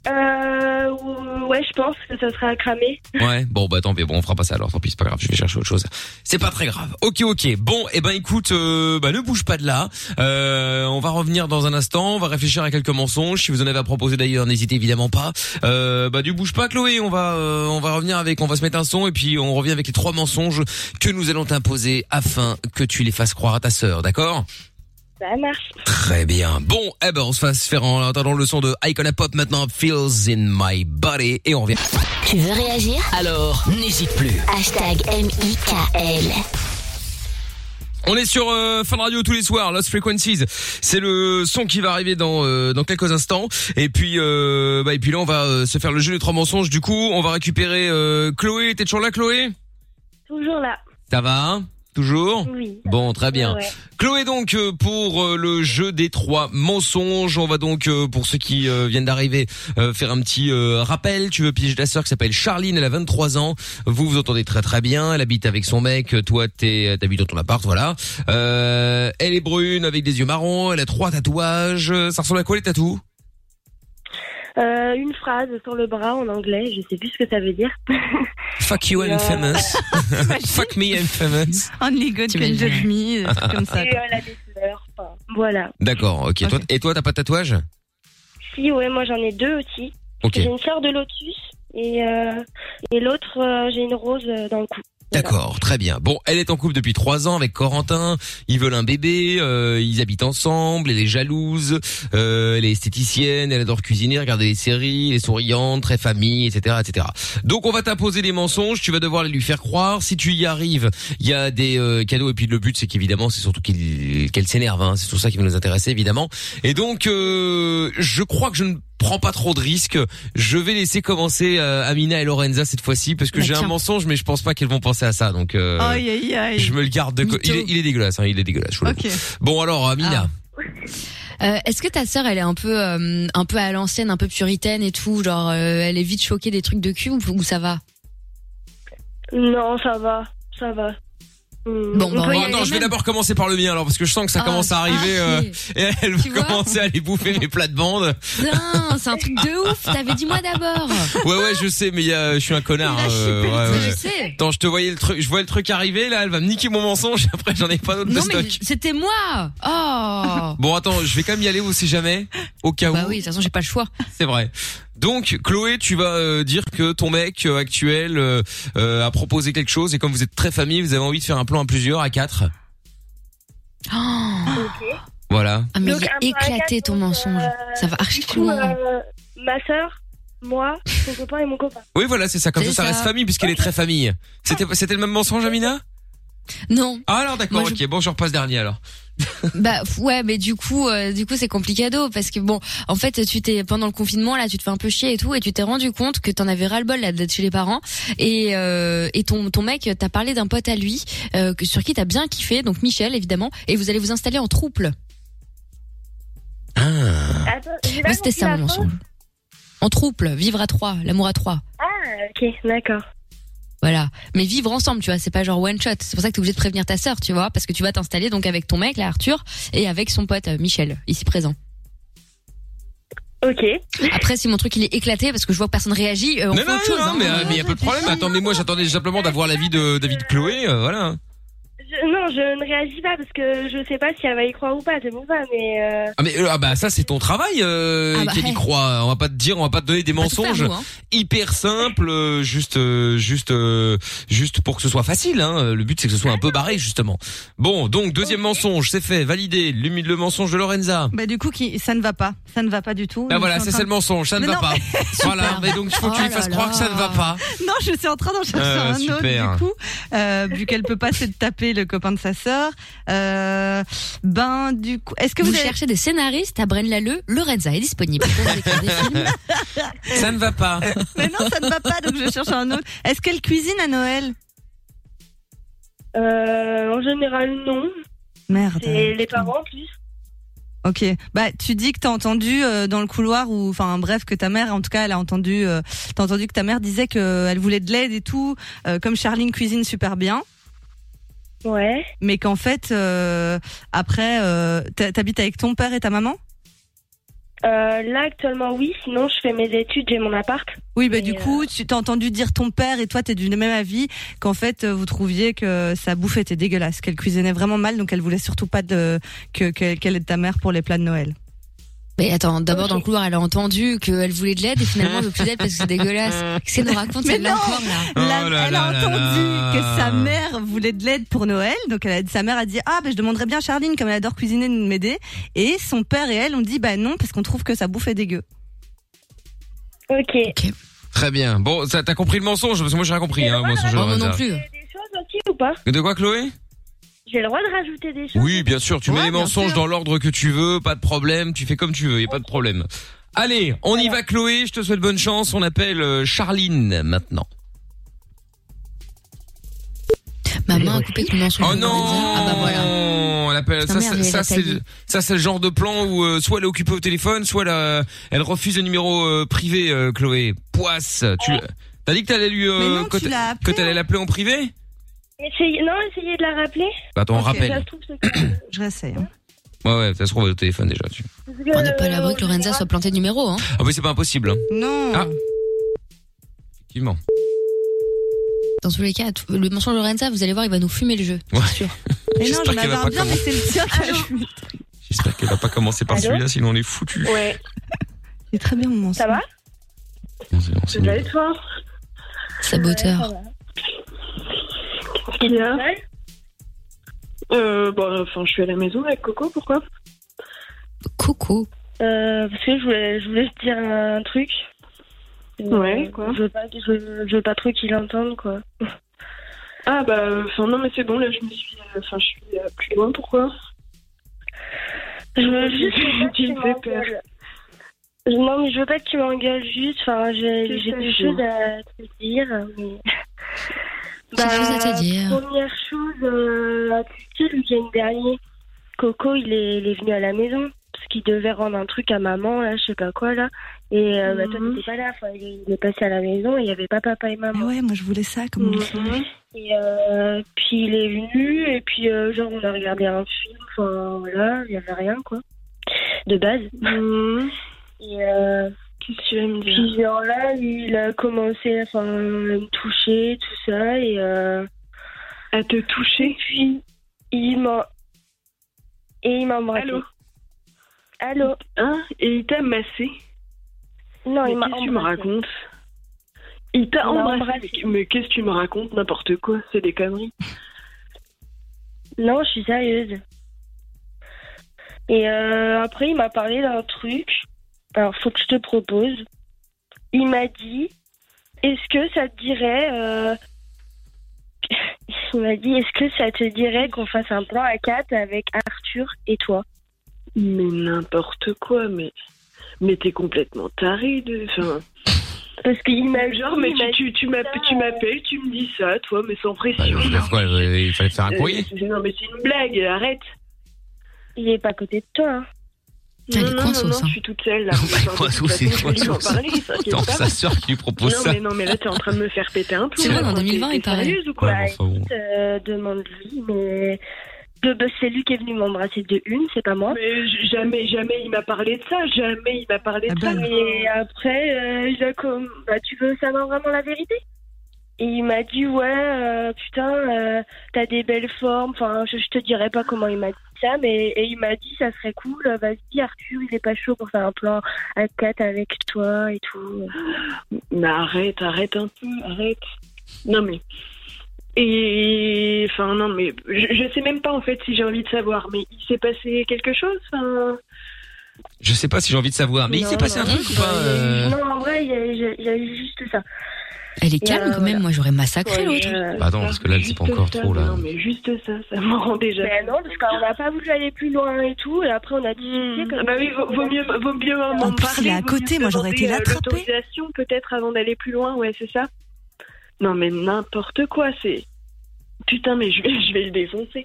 Speaker 12: Euh, ou- ouais, je pense que ça sera cramé.
Speaker 2: Ouais. Bon bah tant pis. Bon on fera pas ça alors. Tant pis c'est pas grave. Je vais chercher autre chose. C'est pas très grave. Ok ok. Bon eh ben écoute, euh, bah ne bouge pas de là. Euh, on va revenir dans un instant. On va réfléchir à quelques mensonges. Si vous en avez à proposer d'ailleurs, n'hésitez évidemment pas. Euh, bah du bouge pas Chloé. On va euh, on va revenir avec. On va se mettre un son et puis on revient avec les trois mensonges que nous allons t'imposer afin que tu les fasses croire à ta sœur. D'accord
Speaker 12: Ça marche.
Speaker 2: Très bien. Bon, eh ben, on se fasse faire en entendant le son de Icona Pop maintenant, Feels in My Body, et on revient.
Speaker 11: Tu veux réagir
Speaker 1: Alors, n'hésite plus.
Speaker 11: Hashtag M-I-K-L.
Speaker 2: On est sur euh, Fun Radio tous les soirs, Lost Frequencies. C'est le son qui va arriver dans euh, dans quelques instants. Et puis euh, bah et puis là on va euh, se faire le jeu des trois mensonges. Du coup, on va récupérer euh, Chloé. T'es toujours là, Chloé
Speaker 12: Toujours là.
Speaker 2: Ça va hein toujours
Speaker 12: Oui.
Speaker 2: Bon, très bien.
Speaker 12: Ouais.
Speaker 2: Chloé donc euh, pour euh, le jeu des trois mensonges. On va donc euh, pour ceux qui euh, viennent d'arriver euh, faire un petit euh, rappel. Tu veux piéger ta sœur qui s'appelle Charline. Elle a 23 ans. Vous vous entendez très très bien. Elle habite avec son mec. Toi t'es euh, t'habites dans ton appart. Voilà. Euh, elle est brune avec des yeux marrons. Elle a trois tatouages. Ça ressemble à quoi les tatous
Speaker 12: Euh, une phrase sur le bras en anglais, je sais plus ce que ça veut dire.
Speaker 2: Fuck you I'm famous. Fuck me I'm famous.
Speaker 5: Only God can judge me, des trucs comme ça.
Speaker 12: Et euh, la découleur, enfin, voilà.
Speaker 2: D'accord. Ok. Toi- et toi t'as pas de tatouage
Speaker 12: Si, ouais, moi j'en ai deux aussi.
Speaker 2: Ok.
Speaker 12: J'ai une fleur de lotus et, euh, et l'autre, euh, j'ai une rose euh, dans le cou.
Speaker 2: D'accord, très bien. Bon, elle est en couple depuis trois ans avec Corentin. Ils veulent un bébé. euh, ils habitent ensemble. Elle est jalouse. euh, elle est esthéticienne. Elle adore cuisiner, regarder les séries. Elle est souriante, très famille, etc., etc. Donc, on va t'imposer des mensonges. Tu vas devoir les lui faire croire. Si tu y arrives, il y a des euh, cadeaux. Et puis, le but, c'est qu'évidemment, c'est surtout qu'il- qu'elle s'énerve. hein. C'est tout ça qui va nous intéresser, évidemment. Et donc, euh, je crois que je ne prends pas trop de risques. Je vais laisser commencer euh, Amina et Lorenza cette fois-ci parce que
Speaker 5: Bah,
Speaker 2: j'ai un
Speaker 5: tiens.
Speaker 2: mensonge, mais je pense pas qu'elles vont penser à ça. Donc, euh,
Speaker 5: Aïe, aïe, aïe.
Speaker 2: je me le garde de côté. Il, est- il est dégueulasse, hein, il est dégueulasse. je vous le
Speaker 5: Ok.
Speaker 2: dis. Bon, alors,
Speaker 9: Ah.
Speaker 2: Amina.
Speaker 9: Euh, Est-ce que ta sœur, elle est un peu, euh, un peu à l'ancienne, un peu puritaine et tout, genre, euh, elle est vite choquée des trucs de cul ou, ou ça va
Speaker 12: Non, ça va, ça va. Hmm. Bon,
Speaker 2: Oh, attends, je vais d'abord commencer par le mien alors parce que je sens que ça
Speaker 9: Ah,
Speaker 2: commence à arriver euh, et elle va
Speaker 9: Tu vois
Speaker 2: commencer à aller bouffer mes plates-bandes.
Speaker 9: Putain, c'est un truc de ouf. T'avais dit moi d'abord.
Speaker 2: Ouais ouais, je sais mais il y a- je suis un connard. euh, ouais, ouais.
Speaker 9: Je sais.
Speaker 2: Attends, je te voyais le truc, je vois le truc arriver là, elle va me niquer mon mensonge après j'en ai pas d'autres de
Speaker 9: Non
Speaker 2: stock.
Speaker 9: mais c'était moi. Oh.
Speaker 2: Bon, attends, je vais quand même y aller ou si jamais, au cas
Speaker 9: Bah
Speaker 2: où.
Speaker 9: oui, de toute façon j'ai pas le choix.
Speaker 2: C'est vrai. Donc, Chloé, tu vas euh, dire que ton mec euh, actuel euh, euh, a proposé quelque chose et comme vous êtes très famille, vous avez envie de faire un plan à plusieurs, à quatre.
Speaker 9: Oh.
Speaker 12: Ok.
Speaker 2: Voilà.
Speaker 9: Ah, mais
Speaker 12: Donc,
Speaker 9: il
Speaker 12: un
Speaker 9: a
Speaker 12: peu à
Speaker 9: éclaté ton mensonge. Ça va archi
Speaker 12: Du coup,
Speaker 9: loin.
Speaker 12: euh, ma sœur, moi, mon copain et mon copain.
Speaker 2: Oui, voilà, c'est ça. Comme ça,
Speaker 12: C'est
Speaker 2: ça
Speaker 12: ça.
Speaker 2: reste famille puisqu'elle est très famille. C'était, c'était le même mensonge, Amina
Speaker 9: Ah. Non.
Speaker 2: Ah alors, d'accord,
Speaker 9: Moi,
Speaker 2: ok. Bon, je repasse dernier alors.
Speaker 9: Bah f- ouais, mais du coup, euh, du coup c'est complicado parce que bon, en fait, tu t'es pendant le confinement là, tu te fais un peu chier et tout, et tu t'es rendu compte que t'en avais ras le bol là d'être chez les parents, et euh, et ton ton mec t'a parlé d'un pote à lui euh, que- sur qui t'as bien kiffé, donc Michel évidemment, et vous allez vous installer en trouble.
Speaker 15: Ah.
Speaker 12: Attends, j'ai pas
Speaker 9: Moi c'était
Speaker 12: compris
Speaker 9: ça
Speaker 12: la
Speaker 9: mon
Speaker 12: phrase.
Speaker 9: mensonge. En trouble, vivre à trois, l'amour à trois.
Speaker 12: Ah, ok, d'accord.
Speaker 9: Voilà. Mais vivre ensemble, tu vois, c'est pas genre one shot. C'est pour ça que t'es obligé de prévenir ta sœur, tu vois, parce que tu vas t'installer donc avec ton mec, là, Arthur, et avec son pote euh, Michel, ici présent.
Speaker 12: Ok.
Speaker 9: Après, si mon truc il est éclaté parce que je vois que personne réagit, euh, on
Speaker 2: non,
Speaker 9: fait
Speaker 2: non,
Speaker 9: autre chose.
Speaker 2: non,
Speaker 9: hein.
Speaker 2: mais, euh, mais y a pas de problème. Attends, mais moi, j'attendais simplement d'avoir l'avis de David Chloé, euh, voilà.
Speaker 12: Je- non, je ne réagis pas parce que je sais pas si elle va y croire ou pas, c'est pour ça, mais. euh,
Speaker 2: Ah mais euh, ah bah ça c'est ton travail euh,
Speaker 12: Ah bah,
Speaker 2: qu'elle y
Speaker 12: hey.
Speaker 2: croit. On va pas te dire, on va pas te donner des
Speaker 12: tout faire,
Speaker 2: mensonges
Speaker 12: nous, hein.
Speaker 2: hyper simples, euh, juste euh, juste euh, juste pour que ce soit facile. Hein. Le but c'est que ce soit un peu barré justement. Bon donc deuxième mensonge, c'est fait, validé. Le, le mensonge de Lorenza.
Speaker 5: Bah, du coup, qui, ça ne va pas. Ça ne va pas du tout.
Speaker 2: Ah
Speaker 5: Je
Speaker 2: voilà,
Speaker 5: suis en
Speaker 2: c'est
Speaker 5: train
Speaker 2: ça le
Speaker 5: de-
Speaker 2: mensonge, ça ne
Speaker 5: Mais
Speaker 2: va
Speaker 5: non,
Speaker 2: pas. Voilà, mais donc il faut que tu lui
Speaker 5: Oh
Speaker 2: fasses
Speaker 5: là
Speaker 2: croire
Speaker 5: là.
Speaker 2: que ça ne va
Speaker 12: Bah,
Speaker 2: pas.
Speaker 5: Non, je suis en train d'en chercher
Speaker 2: Euh,
Speaker 5: un
Speaker 2: super.
Speaker 5: autre du coup, euh, vu qu'elle peut pas se taper le copain de sa sœur. Euh, ben du coup, est-ce que vous,
Speaker 9: vous
Speaker 5: avez-
Speaker 9: cherchez des scénaristes à Braine Lalleud, Lorenza est disponible.
Speaker 2: ça ne va pas.
Speaker 5: Mais non, ça ne va pas, donc je cherche un autre. Est-ce qu'elle cuisine à Noël
Speaker 12: euh, en général, non.
Speaker 5: Merde.
Speaker 12: C'est les parents en plus.
Speaker 5: Ok. Bah, tu dis que t'as entendu euh, dans le couloir ou, enfin, bref, que ta mère, en tout cas, elle a entendu. euh, t'as entendu que ta mère disait que euh, elle voulait de l'aide et tout, euh, comme Charline cuisine super bien.
Speaker 12: Ouais.
Speaker 5: Mais qu'en fait, euh, après, euh, t'a- t'habites avec ton père et ta maman
Speaker 12: Euh, là, actuellement, oui, sinon, je fais mes études, j'ai mon appart.
Speaker 5: Oui, bah du coup, tu t'as entendu dire ton père et toi, t'es du même avis qu'en fait, euh, vous trouviez que sa bouffe était dégueulasse, qu'elle cuisinait vraiment mal, donc elle voulait surtout pas de, que, que- qu'elle aide ta mère pour les plats de Noël.
Speaker 9: Mais attends, d'abord dans le couloir, elle a entendu qu'elle voulait de l'aide et finalement elle veut plus d'aide parce que c'est dégueulasse. Qu'est-ce qu'elle nous raconte
Speaker 5: Mais
Speaker 9: celle-là
Speaker 5: non
Speaker 9: encore, là
Speaker 5: La-
Speaker 2: Oh là
Speaker 5: elle
Speaker 2: là
Speaker 5: a
Speaker 2: là
Speaker 5: entendu
Speaker 2: là.
Speaker 5: que sa mère voulait de l'aide pour Noël, donc elle a, sa mère a dit ah ben je demanderais bien à Charline comme elle adore cuisiner de m'aider, et son père et elle ont dit bah non parce qu'on trouve que sa bouffe est dégueu.
Speaker 12: Ok.
Speaker 2: Très bien. Bon, ça, t'as compris le mensonge parce que moi j'ai rien compris. Hein, le mensonge de
Speaker 12: Ah, moi
Speaker 2: Lorenza.
Speaker 12: non plus. Des choses aussi ou pas
Speaker 2: De quoi, Chloé
Speaker 12: J'ai le droit de rajouter des choses.
Speaker 2: Oui, bien sûr, tu mets les mensonges dans l'ordre que tu veux, pas de problème, tu fais comme tu veux, y a pas de problème. Allez, on y va Chloé, je te souhaite bonne chance, on appelle euh, Charline maintenant.
Speaker 9: Mais ma main coupée avec le mensonge.
Speaker 2: Oh non
Speaker 9: Ah bah voilà.
Speaker 2: On l'appelle-
Speaker 9: Putain,
Speaker 2: ça,
Speaker 9: merde,
Speaker 2: c'est-
Speaker 9: il
Speaker 2: ça,
Speaker 9: avait
Speaker 2: c'est
Speaker 9: failli.
Speaker 2: ça, c'est le genre de plan où euh, soit elle est occupée au téléphone, soit elle, a- elle refuse le numéro euh, privé. euh, Chloé, poisse, tu t'as dit que t'allais lui euh,
Speaker 12: Oh. Mais non,
Speaker 2: que
Speaker 12: tu
Speaker 2: t'a-
Speaker 12: l'as hein. appelée.
Speaker 2: que t'allais l'appeler en privé.
Speaker 12: Essayez- Non, essayez de la rappeler.
Speaker 2: Bah, attends, on
Speaker 12: Ok.
Speaker 2: rappelle.
Speaker 12: Ça se trouve, c'est-
Speaker 5: Je réessaye. hein.
Speaker 2: Ouais ouais, ça se trouve au téléphone déjà. Tu...
Speaker 9: On n'est pas à l'abri que Lorenza soit plantée de numéro, hein.
Speaker 2: Ah oui, c'est pas impossible. hein.
Speaker 5: Non.
Speaker 2: Ah. Effectivement.
Speaker 9: Dans tous les cas, tout- le mensonge de Lorenza, vous allez voir, il va nous fumer le jeu.
Speaker 2: Ouais.
Speaker 9: Mais
Speaker 2: J'espère qu'elle va pas commen-
Speaker 5: c'est le tien
Speaker 2: J'espère qu'elle va pas commencer par
Speaker 5: Allô
Speaker 2: celui-là, sinon on est foutu.
Speaker 12: Ouais.
Speaker 5: C'est très bien mon mensonge. Ça va
Speaker 12: C'est de la toi
Speaker 9: Saboteur.
Speaker 12: Qu'est-ce qu'il y a Euh, bon, enfin, je suis à la maison avec Coco, pourquoi
Speaker 9: Coco
Speaker 12: euh, Parce que je voulais, je voulais te dire un truc. Euh,
Speaker 15: Ouais, quoi
Speaker 12: Je veux pas, je, je veux pas trop qu'il entende, quoi.
Speaker 15: Ah bah, enfin non mais c'est bon, là je me suis, enfin je suis euh, plus loin, pourquoi
Speaker 12: Je veux juste pas que
Speaker 15: Tu
Speaker 12: tu
Speaker 15: me fais peur.
Speaker 12: m'engueules. Non, mais je veux pas que tu m'engueules juste. Enfin, j'ai
Speaker 15: Qu'est-ce
Speaker 12: j'ai des choses
Speaker 15: que t'as dit
Speaker 12: à te dire. Mais...
Speaker 9: Des choses à te dire.
Speaker 12: Bah, Première chose, euh, tu sais, le week-end dernier, Coco, il est, il est venu à la maison parce qu'il devait rendre un truc à maman, là, je sais pas quoi, là. Et euh, bah, toi,
Speaker 5: Mhm.
Speaker 12: t'étais pas là. Enfin, il, est- il est passé à la maison et il y avait pas papa et maman. Mhm.
Speaker 5: Mais Ah ouais, moi je voulais ça comme mensonge.
Speaker 12: Et euh, puis il est venu, et puis euh, genre on a regardé un film, enfin voilà, il n'y avait rien quoi, de base. Mhm. Et euh, puis genre là, il a commencé enfin, à me toucher, tout ça, et. à te toucher Puis il m'a. Et il m'a embrassé.
Speaker 15: Allô
Speaker 12: Allô
Speaker 15: Hein Et il t'a massé
Speaker 12: Non,
Speaker 15: mais
Speaker 12: il m'a
Speaker 15: qu'est-ce que tu me
Speaker 12: embrassé.
Speaker 15: racontes Il t'a
Speaker 12: Il m'a
Speaker 15: embrassé,
Speaker 12: embrassé.
Speaker 15: mais- mais qu'est-ce que tu me racontes N'importe quoi, c'est des conneries.
Speaker 12: Non, je suis sérieuse. Et euh, après, il m'a parlé d'un truc. Alors, faut que je te propose. Il m'a dit, est-ce que ça te dirait... euh, Il m'a dit, est-ce que ça te dirait qu'on fasse un plan à 4 avec Arthur et toi
Speaker 15: Mais n'importe quoi, mais mais t'es complètement taré de. Enfin,
Speaker 12: Parce qu'il m'a
Speaker 15: genre,
Speaker 12: dit,
Speaker 15: mais
Speaker 12: il m'a
Speaker 15: tu, tu, tu m'appelles, tu, m'appelles, tu me dis ça, toi, mais sans pression.
Speaker 2: Bah, il fallait faire un
Speaker 15: Euh,
Speaker 2: courrier.
Speaker 15: c'est- non, mais c'est une blague, arrête.
Speaker 12: Il est pas à côté de toi. hein.
Speaker 15: Non, non, non, non, je suis toute seule là. Enfin, de
Speaker 2: Quoi,
Speaker 15: toute
Speaker 2: sauf,
Speaker 15: façon,
Speaker 2: c'est
Speaker 15: je
Speaker 2: quoi,
Speaker 15: vais lui en
Speaker 2: sauf,
Speaker 15: parler,
Speaker 2: c'est-
Speaker 15: t'inquiète
Speaker 2: Attends,
Speaker 15: pas.
Speaker 2: sa sœur qui lui propose
Speaker 15: Non,
Speaker 2: ça.
Speaker 15: mais non, mais là, t'es en train de me faire péter un plomb.
Speaker 12: C'est vrai, en
Speaker 9: 2020, il
Speaker 15: T'es
Speaker 9: paraît.
Speaker 15: sérieuse ou quoi
Speaker 2: Ouais, bon, enfin,
Speaker 12: Écoute, euh, demande-lui, mais... de- de- C'est lui qui est venu m'embrasser de une, c'est pas moi.
Speaker 15: Mais j- jamais, jamais il m'a parlé de ça, jamais il m'a parlé de ça.
Speaker 12: Et après, euh, il a comme, bah, tu veux savoir vraiment la vérité Et il m'a dit, ouais, euh, putain, euh, t'as des belles formes. Enfin, je, je te dirai pas comment il m'a dit ça, mais et il m'a dit, ça serait cool. euh, Vas-y, Arthur, il est pas chaud pour faire un plan à 4 avec toi et tout.
Speaker 2: Hein,
Speaker 15: Mais arrête, arrête un peu, arrête. Non mais. Et. Enfin, non mais. Je, je sais même pas en fait si j'ai envie de savoir, mais il s'est passé quelque chose enfin...
Speaker 2: Je sais pas si j'ai envie de savoir, mais il s'est
Speaker 12: Non,
Speaker 2: passé un
Speaker 12: non,
Speaker 2: truc ou
Speaker 12: non,
Speaker 2: pas euh
Speaker 12: Non, en vrai, il y a- il y a- il y a eu juste ça.
Speaker 9: Elle est
Speaker 12: Et,
Speaker 9: calme
Speaker 12: euh,
Speaker 9: quand même, moi j'aurais massacré
Speaker 12: Ouais,
Speaker 9: l'autre.
Speaker 12: mais, euh,
Speaker 2: Bah attends, parce que là, c'est pas encore
Speaker 15: ça,
Speaker 2: trop là.
Speaker 15: Non mais juste ça, ça me rend déjà.
Speaker 12: Ben non, parce qu'on n'a pas voulu aller plus loin et tout, et après on a discuté. comme
Speaker 15: Bah oui, vaut, vaut mieux, vaut mieux
Speaker 5: En
Speaker 15: m'en
Speaker 5: plus, il
Speaker 15: parler.
Speaker 5: est à
Speaker 15: vaut mieux
Speaker 5: côté, moi, j'aurais été
Speaker 15: demander, euh,
Speaker 5: l'attraper.
Speaker 15: l'autorisation peut-être avant d'aller plus loin, ouais, c'est ça. Non mais n'importe quoi, c'est. Putain, mais je vais, je vais le défoncer.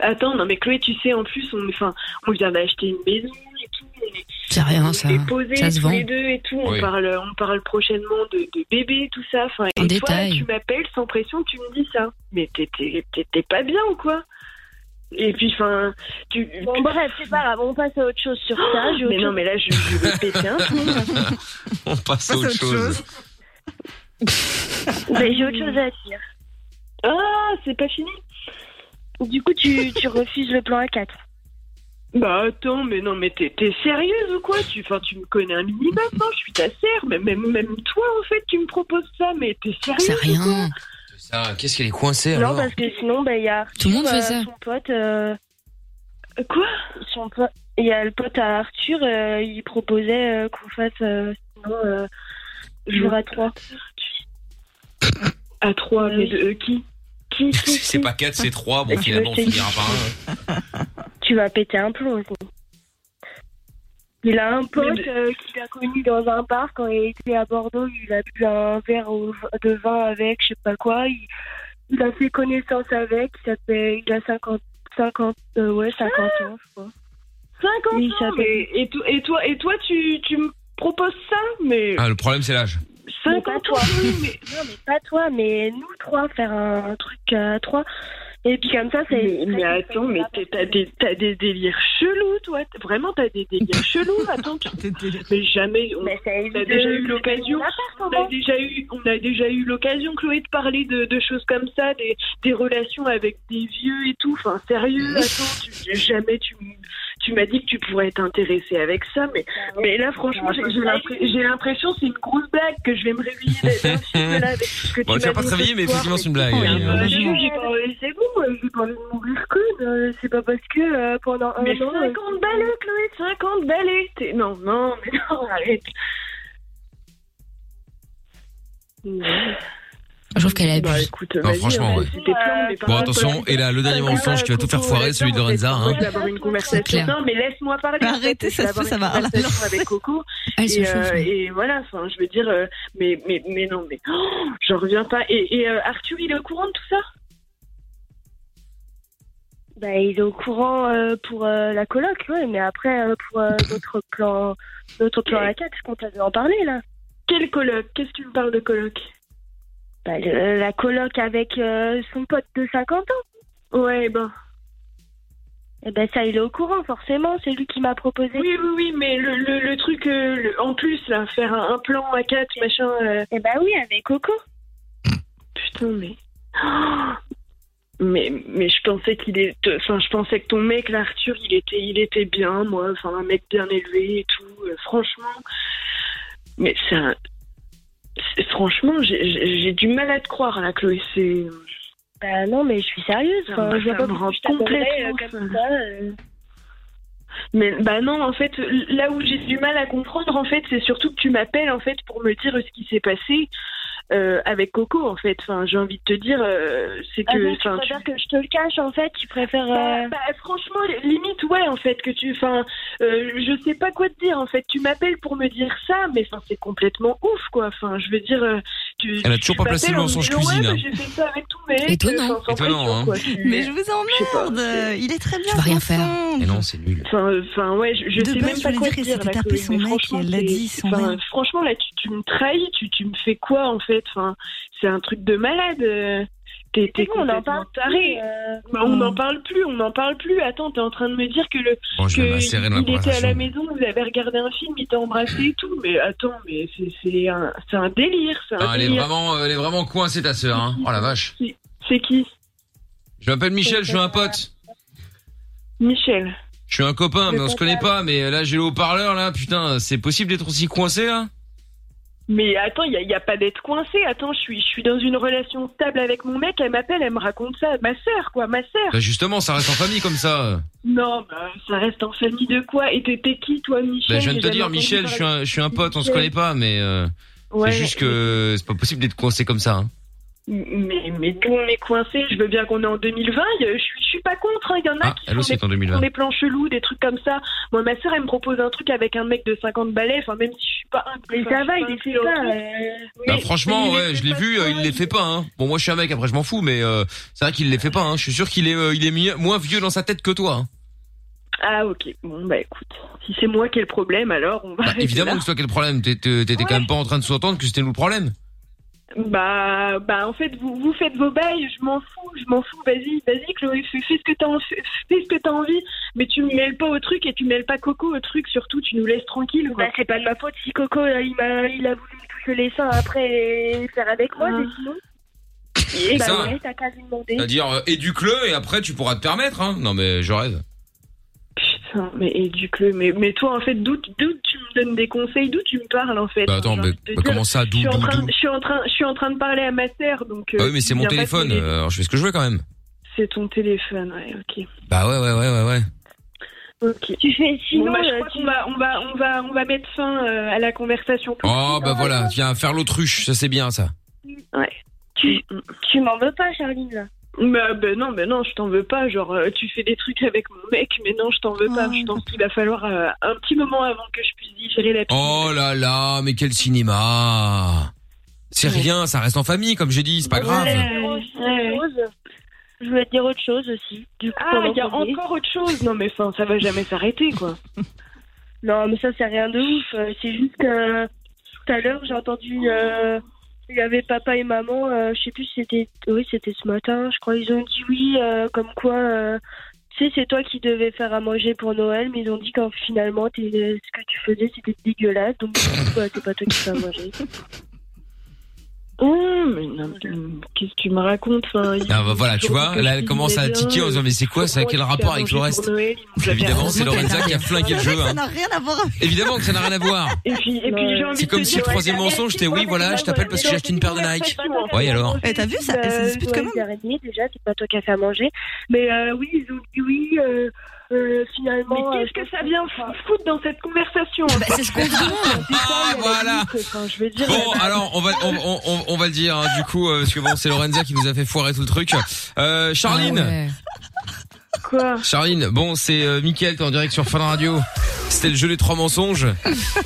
Speaker 15: Attends, non mais Chloé, tu sais, en plus, on, enfin, on vient d'acheter une maison et tout. on est-
Speaker 9: C'est rien,
Speaker 15: on
Speaker 9: ça.
Speaker 15: est posés
Speaker 9: Ça se
Speaker 15: tous
Speaker 9: vend.
Speaker 15: les deux et tout.
Speaker 9: Oui.
Speaker 15: On parle, on parle prochainement de, de bébé, tout ça. Enfin, et
Speaker 9: En
Speaker 15: toi,
Speaker 9: détail.
Speaker 15: tu m'appelles sans pression, tu me dis ça. Mais t'es- t'es t'es- t'es pas bien ou quoi Et puis, enfin, tu.
Speaker 12: Bon, bref, c'est pas grave, on passe à autre chose sur ça. j'ai autre
Speaker 15: mais non,
Speaker 12: chose.
Speaker 15: mais là, je, je vais péter un plomb.
Speaker 2: On passe à autre chose.
Speaker 12: Ben, j'ai autre chose à dire.
Speaker 15: Ah, c'est pas fini
Speaker 12: Du coup, tu, tu refuses le plan A4.
Speaker 15: Bah attends, mais non, mais t'es t'es sérieuse ou quoi tu, enfin, tu me connais un minimum, non Je suis ta sœur, mais même, même toi, en fait, tu me proposes ça, mais t'es sérieuse
Speaker 9: C'est
Speaker 15: ou quoi
Speaker 9: rien.
Speaker 2: Ça, qu'est-ce qu'elle est coincée
Speaker 12: Non,
Speaker 2: alors
Speaker 12: parce que sinon, ben, il y a Arthur,
Speaker 9: Tout le monde fait
Speaker 12: euh,
Speaker 9: ça.
Speaker 12: son pote. euh,
Speaker 15: Quoi
Speaker 12: son pote- Il y a le pote à Arthur, euh, il proposait euh, qu'on fasse euh, sinon euh, jour à trois.
Speaker 15: À trois, mais de euh, qui
Speaker 12: Qui, qui,
Speaker 2: C'est pas 4, c'est 3. Bon,
Speaker 12: Je
Speaker 2: finalement, on
Speaker 12: sais.
Speaker 2: finira par un.
Speaker 12: Tu vas péter un plomb. aussi. Il a un pote euh, qu'il a connu dans un bar quand il était à Bordeaux. Il a bu un verre au- de vin avec, je sais pas quoi. Il, Il a fait connaissance avec, il, s'appelle- il a 50, 50, euh, ouais, 50 ans, je crois.
Speaker 15: 50
Speaker 12: Oui, ça
Speaker 15: ans, mais, et, to- et toi, et toi tu, tu me proposes ça, mais
Speaker 2: Ah, le problème, c'est l'âge.
Speaker 15: 50
Speaker 12: toi. Non, mais pas toi, mais nous trois, faire un truc à trois. Et puis comme ça, c'est.
Speaker 15: Mais, mais attends, mais t'es- t'as des, t'as des délires chelous, toi. T'as- Vraiment, t'as des délires chelous. Attends, tu- mais jamais. On, t'as
Speaker 12: de-
Speaker 15: déjà eu
Speaker 12: de-
Speaker 15: l'occasion.
Speaker 12: de-
Speaker 15: On a déjà eu, on a déjà eu l'occasion, Chloé, de parler de, de choses comme ça, des, des relations avec des vieux et tout. Enfin, sérieux. Attends, tu- jamais tu, m- tu m'as dit que tu pourrais être intéressé avec ça, mais, mais là, franchement, j'ai, j'ai l'impr- j'ai l'impression que c'est une grosse blague que je vais me réveiller d'un film là avec tout ce que
Speaker 2: Bon,
Speaker 15: tu
Speaker 2: tu vas
Speaker 15: m'as
Speaker 2: pas
Speaker 15: dit
Speaker 2: te réveiller,
Speaker 15: ce
Speaker 2: mais
Speaker 15: soir,
Speaker 2: effectivement, c'est une blague.
Speaker 15: mais-
Speaker 2: euh,
Speaker 15: Euh, j'ai- j'ai pas- C'est bon, euh, j'ai pas envie de mourir conne. euh, C'est pas parce que euh, pendant un
Speaker 12: Mais
Speaker 15: an.
Speaker 12: 50
Speaker 15: balais, Chloé, 50 balais. Non, non, mais non, arrête.
Speaker 9: Je trouve qu'elle
Speaker 15: Bah,
Speaker 9: abuse.
Speaker 2: Non,
Speaker 15: hein,
Speaker 2: franchement, ouais. Bon, attention, et là, le dernier mensonge qui va tout faire foirer, celui de Lorenza. Hein.
Speaker 15: Je vais avoir une conversation. Non, mais laisse-moi parler.
Speaker 5: Arrêtez,
Speaker 15: Je vais
Speaker 5: ça se
Speaker 15: avoir
Speaker 5: fait,
Speaker 15: une
Speaker 5: ça va.
Speaker 15: conversation avec Coco.
Speaker 5: Ah, ils sont
Speaker 15: et,
Speaker 5: chauds,
Speaker 15: euh,
Speaker 5: ouais.
Speaker 15: et voilà, enfin, je veux dire, euh, mais, mais, mais non, mais oh, j'en reviens pas. Et, et, euh, Arthur, il est au courant de tout ça
Speaker 12: Bah, il est au courant euh, pour euh, la coloc, ouais, mais après, euh, pour euh, notre plan, notre plan à 4, je compte en parler là.
Speaker 15: Quel coloc Qu'est-ce que tu me parles de coloc
Speaker 12: bah, le- La coloc avec euh, son pote de 50 ans.
Speaker 15: Ouais, ben.
Speaker 12: Et ben ça, il est au courant, forcément, c'est lui qui m'a proposé.
Speaker 15: Oui, oui, oui, mais le, le, le truc euh, le- en plus, là, faire un, un plan à 4, machin. euh.
Speaker 12: Eh bah oui, avec Coco.
Speaker 15: Putain, mais. Mais, mais je pensais qu'il est, enfin je pensais que ton mec, là, Arthur, il était, il était bien, moi, enfin un mec bien élevé et tout. euh, franchement, mais c'est, un- c'est- franchement, j'ai- j'ai j'ai du mal à te croire là, Chloé. C'est,
Speaker 12: Bah non, mais je suis sérieuse.
Speaker 15: Ça
Speaker 12: enfin,
Speaker 15: me-
Speaker 12: je vois
Speaker 15: ça
Speaker 12: pas
Speaker 15: me
Speaker 12: pourquoi
Speaker 15: rend
Speaker 12: je t'appellerais,
Speaker 15: complètement
Speaker 12: euh,
Speaker 15: folle.
Speaker 12: comme ça. euh.
Speaker 15: Mais bah non, en fait, là où j'ai du mal à comprendre, en fait, c'est surtout que tu m'appelles en fait pour me dire ce qui s'est passé euh, avec Coco, en fait. Enfin, j'ai envie de te dire, euh, c'est
Speaker 12: Ah
Speaker 15: que,
Speaker 12: non, tu
Speaker 15: enfin,
Speaker 12: préfères que je te le cache en fait, tu préfères.
Speaker 15: Bah,
Speaker 12: euh,
Speaker 15: bah, franchement, limite, ouais, en fait, que tu. Enfin, euh, je sais pas quoi te dire, en fait. Tu m'appelles pour me dire ça, mais enfin, c'est complètement ouf, quoi. Enfin, je veux dire. euh, Tu,
Speaker 2: Elle a toujours
Speaker 15: tu
Speaker 2: pas placé le
Speaker 15: m'appelles en me
Speaker 2: mensonge
Speaker 15: disant,
Speaker 2: cuisine,
Speaker 15: Ouais,
Speaker 2: hein.
Speaker 15: mais j'ai fait ça avec tout, mais.
Speaker 2: Étonnant. Étonnant, hein.
Speaker 5: Mais je vous emmerde. il est très bien. Tu vas rien faire.
Speaker 2: Mais non, c'est nul.
Speaker 15: Enfin, enfin, ouais, je, je
Speaker 5: De
Speaker 15: sais
Speaker 5: base,
Speaker 15: même
Speaker 5: je
Speaker 15: pas
Speaker 5: voulais
Speaker 15: quoi
Speaker 5: dire
Speaker 15: te dire.
Speaker 5: qu'elle s'était
Speaker 15: là,
Speaker 5: tapé
Speaker 15: Chloé,
Speaker 5: son
Speaker 15: mais
Speaker 5: mec et
Speaker 15: franchement,
Speaker 5: elle l'a
Speaker 15: c'est-
Speaker 5: dit, son
Speaker 15: enfin,
Speaker 5: rêve.
Speaker 15: Franchement, là, tu, tu me trahis, tu, tu me fais quoi, en fait enfin, C'est un truc de malade. euh. T'es t'es
Speaker 12: on en
Speaker 15: complètement
Speaker 12: parle plus,
Speaker 15: taré.
Speaker 12: euh,
Speaker 15: Bah, on
Speaker 5: Mm.
Speaker 15: n'en parle plus, on n'en parle plus. Attends, t'es en train de me dire que le
Speaker 2: Bon, je vais
Speaker 15: que
Speaker 2: m'insérer dans la
Speaker 15: il était à la
Speaker 2: conversation.
Speaker 15: maison, vous avez regardé un film, il t'a embrassé et tout. Mais attends, mais c'est- c'est un, c'est un délire, c'est un
Speaker 2: Ah, elle est
Speaker 15: délire.
Speaker 2: vraiment, euh, elle est vraiment coincée, ta sœur, hein. Oh la vache.
Speaker 15: C'est qui
Speaker 2: Je m'appelle Michel, je suis un pote.
Speaker 15: Michel.
Speaker 2: Je suis un copain, mais on se connaît pas, mais là, j'ai le haut-parleur, là, putain, c'est possible d'être aussi coincé, là?
Speaker 15: Mais attends, il n'y a, pas d'être coincé. Attends, je suis, je suis dans une relation stable avec mon mec. Elle m'appelle, elle me raconte ça. Ma sœur, quoi, ma sœur.
Speaker 2: Bah, justement, ça reste en famille, comme ça.
Speaker 15: Non, bah, ça reste en famille de quoi Et t'es t'es qui, toi, Michel
Speaker 2: Bah, je viens de te
Speaker 15: J'ai
Speaker 2: dire,
Speaker 15: jamais
Speaker 2: Michel, je
Speaker 15: entendu
Speaker 2: suis un, je suis un pote, on se
Speaker 15: Michel.
Speaker 2: connaît pas, mais, euh,
Speaker 15: Ouais.
Speaker 2: c'est juste que c'est pas possible d'être coincé comme ça, hein.
Speaker 15: Mais, mais nous, on est coincés. Je veux bien qu'on est en 2020. Je, je suis- je suis pas contre. hein. Il y en a
Speaker 2: Ah,
Speaker 15: qui
Speaker 2: elle
Speaker 15: font
Speaker 2: aussi
Speaker 15: des-
Speaker 2: est en 2020.
Speaker 15: font des plans chelous, des trucs comme ça. Moi, ma sœur, elle me propose un truc avec un mec de 50 balais. Enfin, même si je suis pas un.
Speaker 12: Mais ça va, il est fait ça.
Speaker 10: Euh,
Speaker 2: Bah franchement, ouais, je l'ai vu, euh, il les fait pas. Hein. Bon, moi je suis un mec, après je m'en fous, mais euh, c'est vrai qu'il les fait pas. Hein. Je suis sûr qu'il est, euh, il est mieux- moins vieux dans sa tête que toi. hein.
Speaker 15: Ah, ok. Bon, bah écoute. Si c'est moi qui ai le problème, alors on va.
Speaker 2: Bah,
Speaker 15: arrêter
Speaker 2: évidemment
Speaker 15: là.
Speaker 2: que c'est toi qui as le problème. T'es- t'es- T'étais quand même pas en train de s'entendre que c'était nous le problème.
Speaker 15: Bah, bah, en fait, vous, vous faites vos bails, je m'en fous, je m'en fous, vas-y, vas-y, Chloé, fais, fais ce que t'as en- fais fais ce que t'as envie, mais tu me mêles pas au truc et tu mêles pas Coco au truc, surtout, tu nous laisses tranquille, quoi.
Speaker 12: Bah, c'est pas de ma faute si Coco euh, il, m'a, il a voulu me toucher les seins après et faire avec
Speaker 15: Ah.
Speaker 12: moi, mais sinon.
Speaker 2: Et
Speaker 12: Et bah
Speaker 2: ça
Speaker 12: ouais, t'as qu'à lui demander.
Speaker 2: C'est-à-dire, euh, éduque-le et après tu pourras te permettre. Hein. Non mais je rêve.
Speaker 15: Putain, mais éduque-le, mais, mais toi, en fait, d'où d'où tu me donnes des conseils, d'où tu me parles, en fait
Speaker 2: Bah, attends,
Speaker 15: J'ai
Speaker 2: mais-
Speaker 15: envie de te
Speaker 2: bah,
Speaker 15: dire,
Speaker 2: comment ça, d'où,
Speaker 15: je suis en
Speaker 2: d'où,
Speaker 15: train-
Speaker 2: d'où
Speaker 15: Je suis en train, je suis en train de parler à ma sœur, donc...
Speaker 2: Bah
Speaker 15: euh,
Speaker 2: oui, mais c'est mon
Speaker 15: viens pas
Speaker 2: téléphone.
Speaker 15: te mêler.
Speaker 2: euh, Alors je fais ce que je veux quand même.
Speaker 15: C'est ton téléphone, ouais, ok.
Speaker 2: Bah ouais, ouais, ouais, ouais, ouais.
Speaker 15: Ok.
Speaker 12: Tu fais
Speaker 15: sinon,
Speaker 12: sinon,
Speaker 15: je
Speaker 12: euh,
Speaker 15: crois qu'on va, on va, on va, on va mettre fin euh, à la conversation.
Speaker 2: Oh bah voilà, viens faire l'autruche, ça c'est bien ça.
Speaker 15: Ouais.
Speaker 12: Tu, tu m'en veux pas, Charline, là
Speaker 15: Bah, bah non, bah non, je t'en veux pas. Genre, euh, tu fais des trucs avec mon mec, mais non, je t'en veux pas.
Speaker 12: Ah.
Speaker 15: Je pense qu'il va falloir euh, un petit moment avant que je puisse digérer la
Speaker 2: Oh là là, mais quel cinéma C'est rien, ça reste en famille, comme j'ai dit, c'est pas grave.
Speaker 12: Euh, Je voulais te dire autre chose aussi. Du coup,
Speaker 15: Euh, Ah,
Speaker 12: pendant
Speaker 15: il y a
Speaker 12: qu'on est-
Speaker 15: encore autre chose. Non, mais enfin, ça va jamais s'arrêter, quoi.
Speaker 12: Non, mais ça, c'est rien de ouf. Euh, C'est juste que euh, tout à l'heure, j'ai entendu. euh, il y avait papa et maman, euh, je sais plus si c'était. Oui, c'était ce matin, je crois. Ils ont dit oui, euh, comme quoi. euh, tu sais, c'est toi qui devais faire à manger pour Noël, mais ils ont dit qu'en finalement, t'es- euh, ce que tu faisais, c'était dégueulasse. Donc, du coup, euh, c'est pas toi qui fais à manger.
Speaker 15: Ah,
Speaker 10: Hum, mais non, qu'est-ce que tu me racontes enfin, il-
Speaker 2: Ah bah voilà, tu vois, là elle
Speaker 10: il
Speaker 2: commence à
Speaker 10: disait bien,
Speaker 2: tiquer en disant mais c'est quoi, ça a quel rapport avec le reste Évidemment, c'est Lorenza qui a flingué le jeu.
Speaker 5: Ça
Speaker 2: hein.
Speaker 5: n'a rien à voir avec.
Speaker 2: Évidemment que ça n'a rien à voir.
Speaker 10: Et puis,
Speaker 5: et puis, j'ai envie
Speaker 2: C'est
Speaker 5: de
Speaker 2: comme
Speaker 5: te
Speaker 2: si le
Speaker 5: dire,
Speaker 2: troisième
Speaker 5: ouais,
Speaker 2: mensonge, j'étais oui, voilà, je t'appelle parce que j'ai acheté une paire de Nike. Oui, alors
Speaker 5: Eh, t'as vu, ça-
Speaker 12: Euh,
Speaker 5: ça se dispute quand
Speaker 12: Noël dernier, déjà, c'est pas toi qui as fait à manger. Mais euh, oui, ils ont dit oui, euh, euh, finalement.
Speaker 15: Mais
Speaker 12: euh, Bah,
Speaker 15: qu'est-ce que ça vient f- foutre dans cette conversation
Speaker 12: c'est ce qu'on hein. demande.
Speaker 2: Ah, voilà Bon, alors on va on, on- on- on va le dire hein, du coup euh, parce que bon, c'est Lorenza qui nous a fait foirer tout le truc. Euh,
Speaker 3: Ah
Speaker 2: Charline,
Speaker 12: Quoi
Speaker 2: Charline, bon, c'est euh, Mickaël, t'es en direct sur Fun Radio. C'était le jeu des trois mensonges.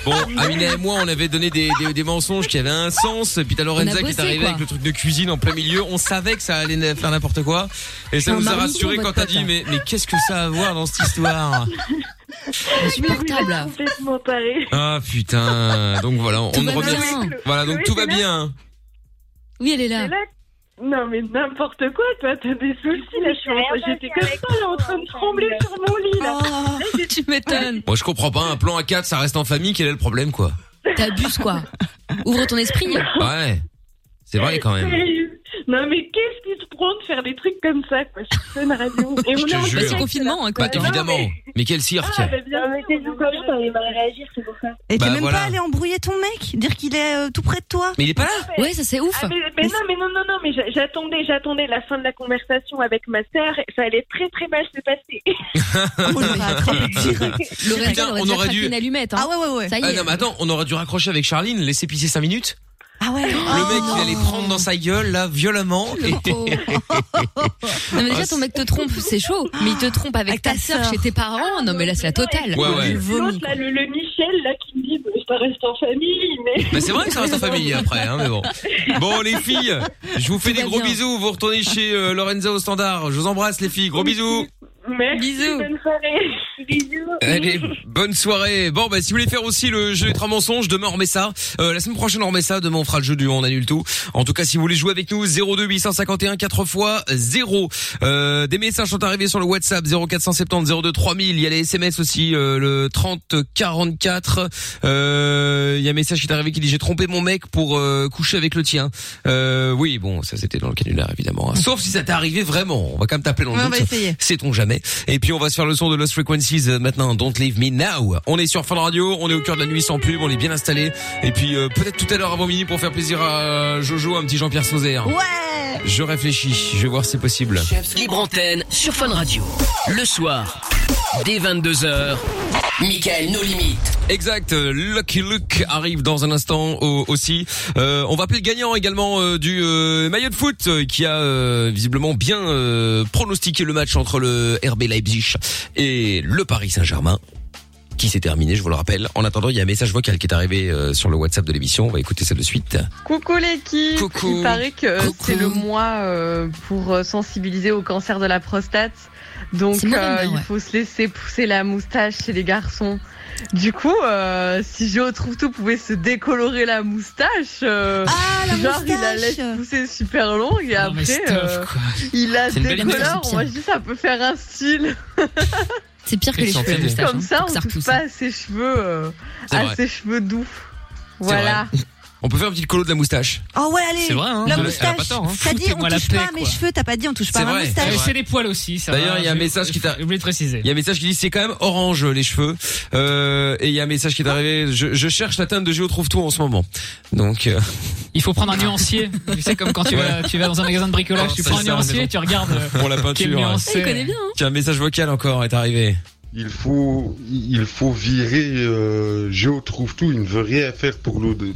Speaker 2: Bon, Amina et moi, on avait donné des, des, des mensonges qui avaient un sens. Et puis t'as Lorenza
Speaker 3: On a
Speaker 2: qui est
Speaker 3: bossé,
Speaker 2: arrivée
Speaker 3: quoi.
Speaker 2: avec le truc de cuisine en plein milieu. On savait que ça allait na- faire n'importe quoi. Et ça
Speaker 3: C'est un
Speaker 2: nous a
Speaker 3: marmiton,
Speaker 2: rassuré quand
Speaker 3: votre
Speaker 2: t'as
Speaker 3: pote,
Speaker 2: dit,
Speaker 3: hein.
Speaker 2: mais, mais qu'est-ce que ça a à voir dans cette histoire
Speaker 12: Insupportable, là. complètement taré.
Speaker 2: Ah putain. Donc voilà, on
Speaker 12: Tout
Speaker 2: nous
Speaker 12: va bien.
Speaker 2: remercie. Voilà, donc
Speaker 15: Oui,
Speaker 2: tout va
Speaker 15: c'est là.
Speaker 2: bien. hein.
Speaker 9: Oui, elle est là.
Speaker 15: Non, mais n'importe quoi, toi, t'as des soucis, là. je suis en- J'étais comme ça, là, en train de trembler sur mon lit, là.
Speaker 9: tu m'étonnes.
Speaker 2: Moi, je comprends pas. Un plan à 4 ça reste en famille. Quel est le problème, quoi
Speaker 9: T'abuses quoi Ouvre ton esprit.
Speaker 2: Ouais. C'est vrai quand même.
Speaker 15: Sérieux. Non, mais qu'est-ce qui te prend de faire des trucs comme ça, quoi Sur Fun Radio. Et
Speaker 2: Je
Speaker 15: on
Speaker 2: te
Speaker 15: est en
Speaker 2: jure.
Speaker 15: direct,
Speaker 2: C'est
Speaker 9: confinement, hein,
Speaker 2: Bah, évidemment. Mais quel
Speaker 15: Ah,
Speaker 2: cirque.
Speaker 15: bah, bien sûr, on est en direct.
Speaker 12: réagir, c'est pour ça.
Speaker 5: Et t'es
Speaker 2: Bah,
Speaker 5: même
Speaker 2: voilà.
Speaker 5: pas allé embrouiller ton mec, dire qu'il est euh, tout près de toi.
Speaker 2: Mais il est pas là.
Speaker 9: Ouais, ça c'est ouf.
Speaker 15: Ah, mais, mais non, mais non, non, non, mais j'a- j'attendais, j'attendais la fin de la conversation avec ma sœur. Ça allait très, très mal se passer.
Speaker 2: bah,
Speaker 9: Lorenza,
Speaker 2: Putain,
Speaker 9: elle
Speaker 2: on
Speaker 9: déjà
Speaker 2: aurait
Speaker 9: craqué
Speaker 2: dû.
Speaker 9: une allumette. Ah
Speaker 5: ouais, ouais, ouais.
Speaker 9: Ça y
Speaker 2: Ah,
Speaker 9: est.
Speaker 2: non, mais attends, on aurait dû raccrocher avec Charline, laisser pisser 5 minutes.
Speaker 5: Ah ouais.
Speaker 2: Le mec, il allait prendre dans sa gueule, là, violemment. Et...
Speaker 9: Non, mais déjà, ton mec te trompe, c'est chaud. Mais il te trompe avec, ta, sœur chez tes parents. Non, mais là, c'est la totale.
Speaker 2: Ouais, ouais.
Speaker 9: Je vomis.
Speaker 15: L'autre, là, le, le Michel, là, qui me dit, mais ça reste en famille, mais.
Speaker 2: Mais Bah, c'est vrai que ça reste en famille après, hein, mais bon. Bon, les filles, je vous fais des gros bisous. Vous retournez chez euh, Lorenza au standard. Je vous embrasse, les filles. Gros bisous.
Speaker 15: Merci,
Speaker 9: Bisous.
Speaker 15: Bonne soirée. Bisous.
Speaker 2: Allez, bonne soirée. Bon, bah, si vous voulez faire aussi le jeu des trois mensonges, demain on remet ça. Euh, la semaine prochaine on remet ça. Demain on fera le jeu du on annule tout. En tout cas, si vous voulez jouer avec nous, 02 851 4 x 0. Euh, des messages sont arrivés sur le WhatsApp 0470 02 3000. Il y a les SMS aussi euh, le 30 44. Euh, Il y a un message qui est arrivé qui dit j'ai trompé mon mec pour euh, coucher avec le tien. Euh, oui, bon, ça c'était dans le canular évidemment. hein. Sauf si ça t'est arrivé vraiment. On va quand même t'appeler dans le
Speaker 5: Ouais, on
Speaker 2: doute.
Speaker 5: va essayer.
Speaker 2: Sait-on jamais. Et puis on va se faire le son de Lost Frequencies euh, maintenant. Don't leave me now. On est sur Fun Radio, on est au cœur de la nuit sans pub, on est bien installé. Et puis euh, peut-être tout à l'heure avant midi pour faire plaisir à euh, Jojo, un petit Jean-Pierre Sauzet. hein.
Speaker 5: Ouais.
Speaker 2: Je réfléchis, je vais voir si c'est possible.
Speaker 1: Libre antenne sur Fun Radio. Le soir, dès 22h, Michael nos limites.
Speaker 2: Exact, euh, Lucky Luke arrive dans un instant au- aussi. Euh, on va appeler le gagnant également euh, du euh, maillot de foot euh, qui a euh, visiblement bien euh, pronostiqué le match entre le RB Leipzig et le Paris Saint-Germain qui s'est terminé, je vous le rappelle. En attendant, il y a un message vocal qui est arrivé euh, sur le WhatsApp de l'émission. On va écouter ça de suite.
Speaker 16: Coucou l'équipe. Il paraît que c'est le mois euh, pour euh, sensibiliser au cancer de la prostate. Donc
Speaker 9: C'est November,
Speaker 16: euh, il
Speaker 9: ouais.
Speaker 16: faut se laisser pousser la moustache chez les garçons. Du coup, euh, si je retrouve tout, pouvait se décolorer la moustache. euh,
Speaker 5: Ah, la
Speaker 16: genre il la
Speaker 5: moustache.
Speaker 16: laisse pousser super longue et
Speaker 5: mais
Speaker 16: après
Speaker 5: stuff,
Speaker 16: euh,
Speaker 5: quoi.
Speaker 16: il la
Speaker 5: C'est une belle
Speaker 16: décolore.
Speaker 5: moustache.
Speaker 16: Moi je dis ça peut faire un style.
Speaker 9: C'est pire
Speaker 2: que les Ils sont cheveux, la faits, moustache,
Speaker 16: Comme
Speaker 2: hein,
Speaker 16: ça,
Speaker 2: pour que
Speaker 16: on
Speaker 2: ça
Speaker 16: touche
Speaker 2: repousse.
Speaker 16: pas à ses cheveux, euh,
Speaker 2: C'est
Speaker 16: à
Speaker 2: vrai.
Speaker 16: ses cheveux doux.
Speaker 2: C'est vrai.
Speaker 16: Voilà.
Speaker 2: On peut faire une petite colo de la moustache.
Speaker 5: Oh ouais, allez.
Speaker 2: C'est vrai, hein,
Speaker 5: La
Speaker 2: elle a-
Speaker 5: moustache.
Speaker 2: elle a pas tort, hein.
Speaker 5: T'as dit on
Speaker 2: Foutez-moi la
Speaker 5: touche pas
Speaker 2: paix,
Speaker 5: à mes
Speaker 2: quoi.
Speaker 5: cheveux. T'as pas dit on touche pas à
Speaker 2: C'est
Speaker 5: ma
Speaker 2: vrai,
Speaker 5: moustache.
Speaker 2: c'est vrai.
Speaker 7: C'est les poils aussi. ça
Speaker 2: D'ailleurs,
Speaker 7: va,
Speaker 2: il y a un
Speaker 7: j'ai-
Speaker 2: message qui t'a.
Speaker 7: oublié de préciser.
Speaker 2: Il y a un message qui dit c'est quand même orange les cheveux. Euh, et il y a un message qui est arrivé. Je, je cherche la teinte de Géo trouve tout en ce moment. Donc euh,
Speaker 7: Il faut prendre un nuancier. tu sais, comme quand tu, vas,
Speaker 2: Ouais.
Speaker 7: tu vas dans un magasin de bricolage,
Speaker 2: Oh,
Speaker 7: tu
Speaker 2: ça,
Speaker 7: prends un
Speaker 2: c'est ça, la
Speaker 7: nuancier,
Speaker 2: maison.
Speaker 7: tu regardes. euh,
Speaker 2: pour la
Speaker 7: quel
Speaker 2: peinture.
Speaker 7: nuancé.
Speaker 2: Tiens, un message vocal encore est arrivé.
Speaker 17: Il faut, il faut virer euh, Géo trouve tout, il ne veut rien faire pour l'aude-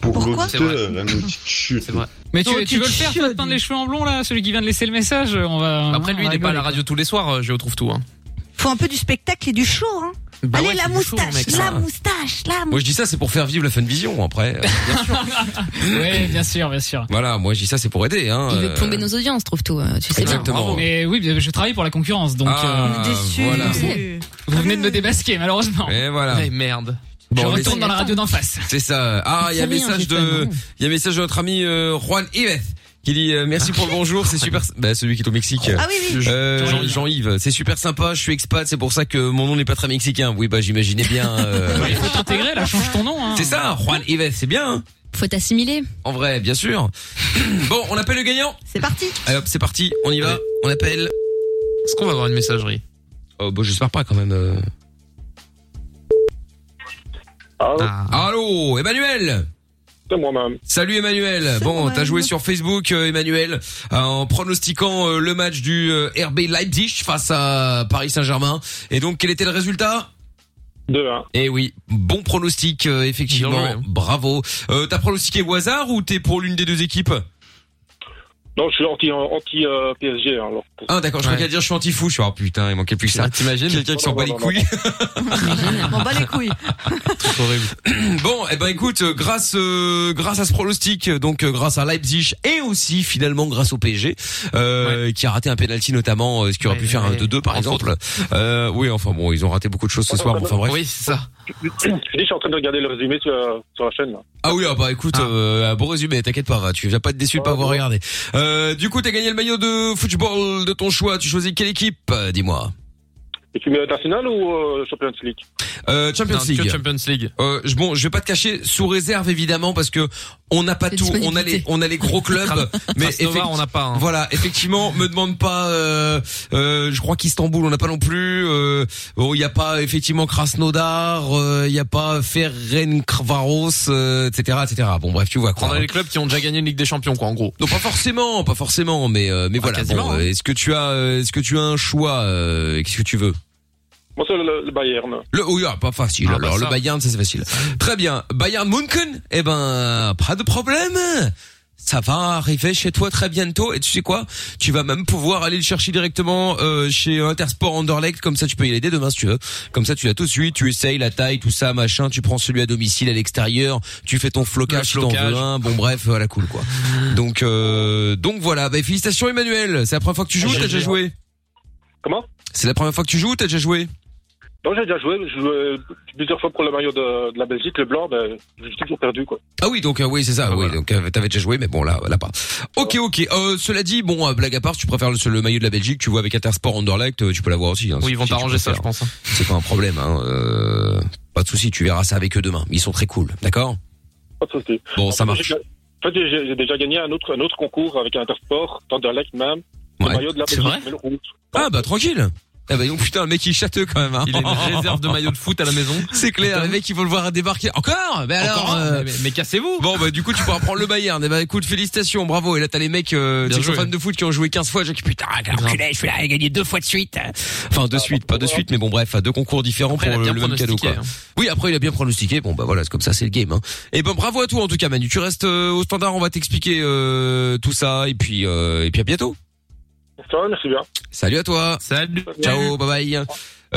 Speaker 17: pour
Speaker 7: Pourquoi C'est vrai.
Speaker 17: l'auditeur, hein, une petite chute.
Speaker 7: Mais tu,
Speaker 3: Oh,
Speaker 7: tu veux le faire, toi, de peindre les cheveux en blond, là, celui qui vient de laisser le message, on va.
Speaker 3: Après, lui, il est pas à la
Speaker 7: radio.
Speaker 3: radio tous les soirs, euh, je le trouve tout. Hein.
Speaker 5: Faut un peu du spectacle et du show, hein.
Speaker 2: Bah
Speaker 5: Allez,
Speaker 2: ouais,
Speaker 5: la
Speaker 2: c'est du chaud,
Speaker 5: moustache,
Speaker 2: mec,
Speaker 5: la
Speaker 2: ça.
Speaker 5: moustache, la
Speaker 2: Moi
Speaker 5: moustache.
Speaker 2: je dis ça c'est pour faire vivre la Fun Vision après.
Speaker 7: oui, bien sûr, bien sûr.
Speaker 2: voilà, moi je dis ça c'est pour aider hein.
Speaker 9: Il veut
Speaker 2: euh,
Speaker 9: plomber nos audiences, trouve-tout. euh, Tu sais bien.
Speaker 2: Exactement. Bravo.
Speaker 7: Mais oui, je travaille pour la concurrence, donc.
Speaker 2: Ah, On est déçus. voilà.
Speaker 7: Vous savez, Vous venez de me débasquer, malheureusement.
Speaker 2: Et voilà.
Speaker 3: merde.
Speaker 7: je retourne dans la radio d'en face.
Speaker 2: C'est ça. Ah,
Speaker 5: hein,
Speaker 2: il y a un
Speaker 7: Faut rire,
Speaker 2: message
Speaker 7: j'ai pas
Speaker 2: de,
Speaker 7: le nom.
Speaker 2: il y a un message de notre ami euh, Juan Yves qui dit euh, merci pour le bonjour, c'est super. Bah celui qui est au Mexique.
Speaker 5: Ah oui, oui.
Speaker 2: Euh, Jean- Jean-Yves, c'est super sympa. Je suis expat, c'est pour ça que mon nom n'est pas très mexicain. Oui, bah j'imaginais bien. euh,
Speaker 7: Il faut t'intégrer, là, change ton nom. Hein.
Speaker 2: c'est ça, Juan Yves, c'est bien. hein.
Speaker 9: Faut t'assimiler.
Speaker 2: En vrai, bien sûr. bon, on appelle le gagnant.
Speaker 5: C'est parti.
Speaker 2: Allez hop, c'est parti. On y va. On appelle. Est-ce qu'on va avoir une messagerie Oh, bah j'espère pas quand même. euh. Ah. Allô, Emmanuel
Speaker 14: C'est moi-même.
Speaker 2: Salut Emmanuel. Bon, t'as joué sur Facebook, euh, Emmanuel, euh, en pronostiquant euh, le match du euh, RB Leipzig face à Paris Saint-Germain. Et donc, quel était le résultat
Speaker 14: 2-1.
Speaker 2: Eh oui, bon pronostic, euh, effectivement.
Speaker 14: Bien joué, hein.
Speaker 2: Bravo. Euh, t'as pronostiqué au hasard ou t'es pour l'une des deux équipes
Speaker 14: Non, je suis anti, anti euh, PSG. hein, Alors, pour-
Speaker 2: Ah d'accord, je crois qu'il y a à dire je suis anti-fou. Je suis oh putain, il manquait plus que ça. T'imagines Quelqu'un qui s'en bat les couilles.
Speaker 5: On bat les couilles.
Speaker 2: bon, eh ben écoute, euh, grâce euh, grâce à ce pronostic, euh, donc euh, grâce à Leipzig et aussi finalement grâce au PSG euh, qui a raté un penalty notamment, euh, ce qui aurait pu faire un 2-2 par exemple. Euh, oui, enfin bon, ils ont raté beaucoup de choses ce soir. Enfin bref.
Speaker 14: Oui,
Speaker 3: c'est ça.
Speaker 14: je dis, je suis en train de regarder le résumé sur, euh, sur la chaîne. Là.
Speaker 2: Ah oui, ah bah écoute, euh, un bon résumé, t'inquiète pas, va, tu vas pas être déçu de pas avoir regardé. Euh, du coup, t'as gagné le maillot de football de ton choix. Tu choisis quelle équipe euh, Dis-moi.
Speaker 14: Équipe nationale ou euh, Champions League
Speaker 2: Euh, Champions
Speaker 14: Non, que
Speaker 2: League.
Speaker 14: Champions
Speaker 3: League.
Speaker 2: Euh, je- bon, je vais pas te cacher, sous réserve évidemment, parce que on n'a pas tout, on a les, on a les gros clubs, mais
Speaker 3: Krasnova,
Speaker 2: effect-
Speaker 3: on n'a pas, hein.
Speaker 2: Voilà, effectivement, me demande pas. Euh, euh, je crois qu'Istanbul, on n'a pas non plus. Euh, bon, il y a pas effectivement Krasnodar, euh, il y a pas Ferencvaros, euh, etc., etc. Bon, bref, tu vois quoi.
Speaker 3: Prendrait les clubs qui ont déjà gagné une Ligue des Champions, quoi, en gros.
Speaker 2: Non, pas forcément, pas forcément, mais euh, mais voilà.
Speaker 3: quasiment,
Speaker 2: Bon, euh,
Speaker 3: hein.
Speaker 2: est-ce que tu as, euh, est-ce que tu as un choix euh, Qu'est-ce que tu veux
Speaker 14: Moi, c'est le, le Bayern.
Speaker 2: le oui, ah, pas facile.
Speaker 14: Ah, bah
Speaker 2: alors
Speaker 14: ça.
Speaker 2: le Bayern, ça c'est facile. Très bien. Bayern Munchen, eh ben pas de problème. Ça va arriver chez toi très bientôt et tu sais quoi Tu vas même pouvoir aller le chercher directement euh, chez Intersport Anderlecht comme ça tu peux y aller dès demain si tu veux. Comme ça tu l'as tout de suite, tu essayes la taille, tout ça, machin, tu prends celui à domicile à l'extérieur, tu fais ton flocage si t'en veux
Speaker 3: flocage.
Speaker 2: un. Bon bref, à la cool quoi. Donc euh, donc voilà, bah, félicitations Emmanuel, c'est la première fois que tu joues, ou t'as déjà joué
Speaker 14: Comment
Speaker 2: C'est la première fois que tu joues, ou t'as déjà joué
Speaker 14: Donc, j'ai déjà joué, je jouais plusieurs fois pour le maillot de, de la Belgique, le blanc, ben, j'ai toujours perdu, quoi.
Speaker 2: Ah oui, donc euh, oui, c'est ça. oui, donc euh, t'avais déjà joué, mais bon là, là pas. Ok, ok. Euh, cela dit, bon, euh, blague à part, tu préfères le, le maillot de la Belgique, tu vois avec Intersport Anderlecht, euh, tu peux l'avoir aussi. hein,
Speaker 3: Oui,
Speaker 2: si-
Speaker 3: ils vont
Speaker 2: si tu
Speaker 3: t'arranger ça, je
Speaker 2: préfères.
Speaker 3: pense. hein.
Speaker 2: C'est pas un problème. Hein, euh, pas de souci, tu verras ça avec eux demain. Ils sont très cool, d'accord
Speaker 14: Pas de souci.
Speaker 2: Bon, ça
Speaker 14: En fait,
Speaker 2: marche.
Speaker 14: j'ai- En fait, j'ai j'ai déjà gagné un autre, un autre concours avec Intersport, Anderlecht même, le
Speaker 2: Ouais.
Speaker 14: maillot de la
Speaker 2: C'est
Speaker 14: Belgique,
Speaker 2: vrai
Speaker 14: mais le rouge.
Speaker 2: Ah bah tranquille. Ah bah donc putain, le mec il châteux quand même. Hein.
Speaker 3: Il a une réserve de maillots de foot à la maison.
Speaker 2: C'est clair, les mecs ils vont le voir débarquer. Encore Mais alors
Speaker 3: Encore un
Speaker 2: euh,
Speaker 3: Mais- mais- mais cassez-vous
Speaker 2: Bon bah du coup tu pourras prendre le Bayern. Eh bah écoute, félicitations, bravo. Et là t'as les mecs
Speaker 3: Bien
Speaker 2: euh, tu sais, qui sont
Speaker 3: joué.
Speaker 2: fans de foot qui ont joué 15 fois, j'ai dit putain, quel enculé, je suis là, j'ai gagné deux fois de suite.
Speaker 7: Ah
Speaker 2: Enfin deux suites, pas deux suites mais bon bref, deux concours différents
Speaker 3: Après, il a
Speaker 2: pour le,
Speaker 3: bien
Speaker 2: le même cadeau
Speaker 3: pronostiqué, hein.
Speaker 2: quoi. Oui, après il a bien pronostiqué. Bon bah voilà, c'est comme ça, c'est le game hein. Et ben bravo à toi en tout cas Manu, tu restes euh, au standard, on va t'expliquer euh, tout ça et puis euh, et puis à bientôt.
Speaker 14: Ça va, merci bien.
Speaker 2: Salut à toi.
Speaker 3: Salut.
Speaker 2: Ciao, bye bye.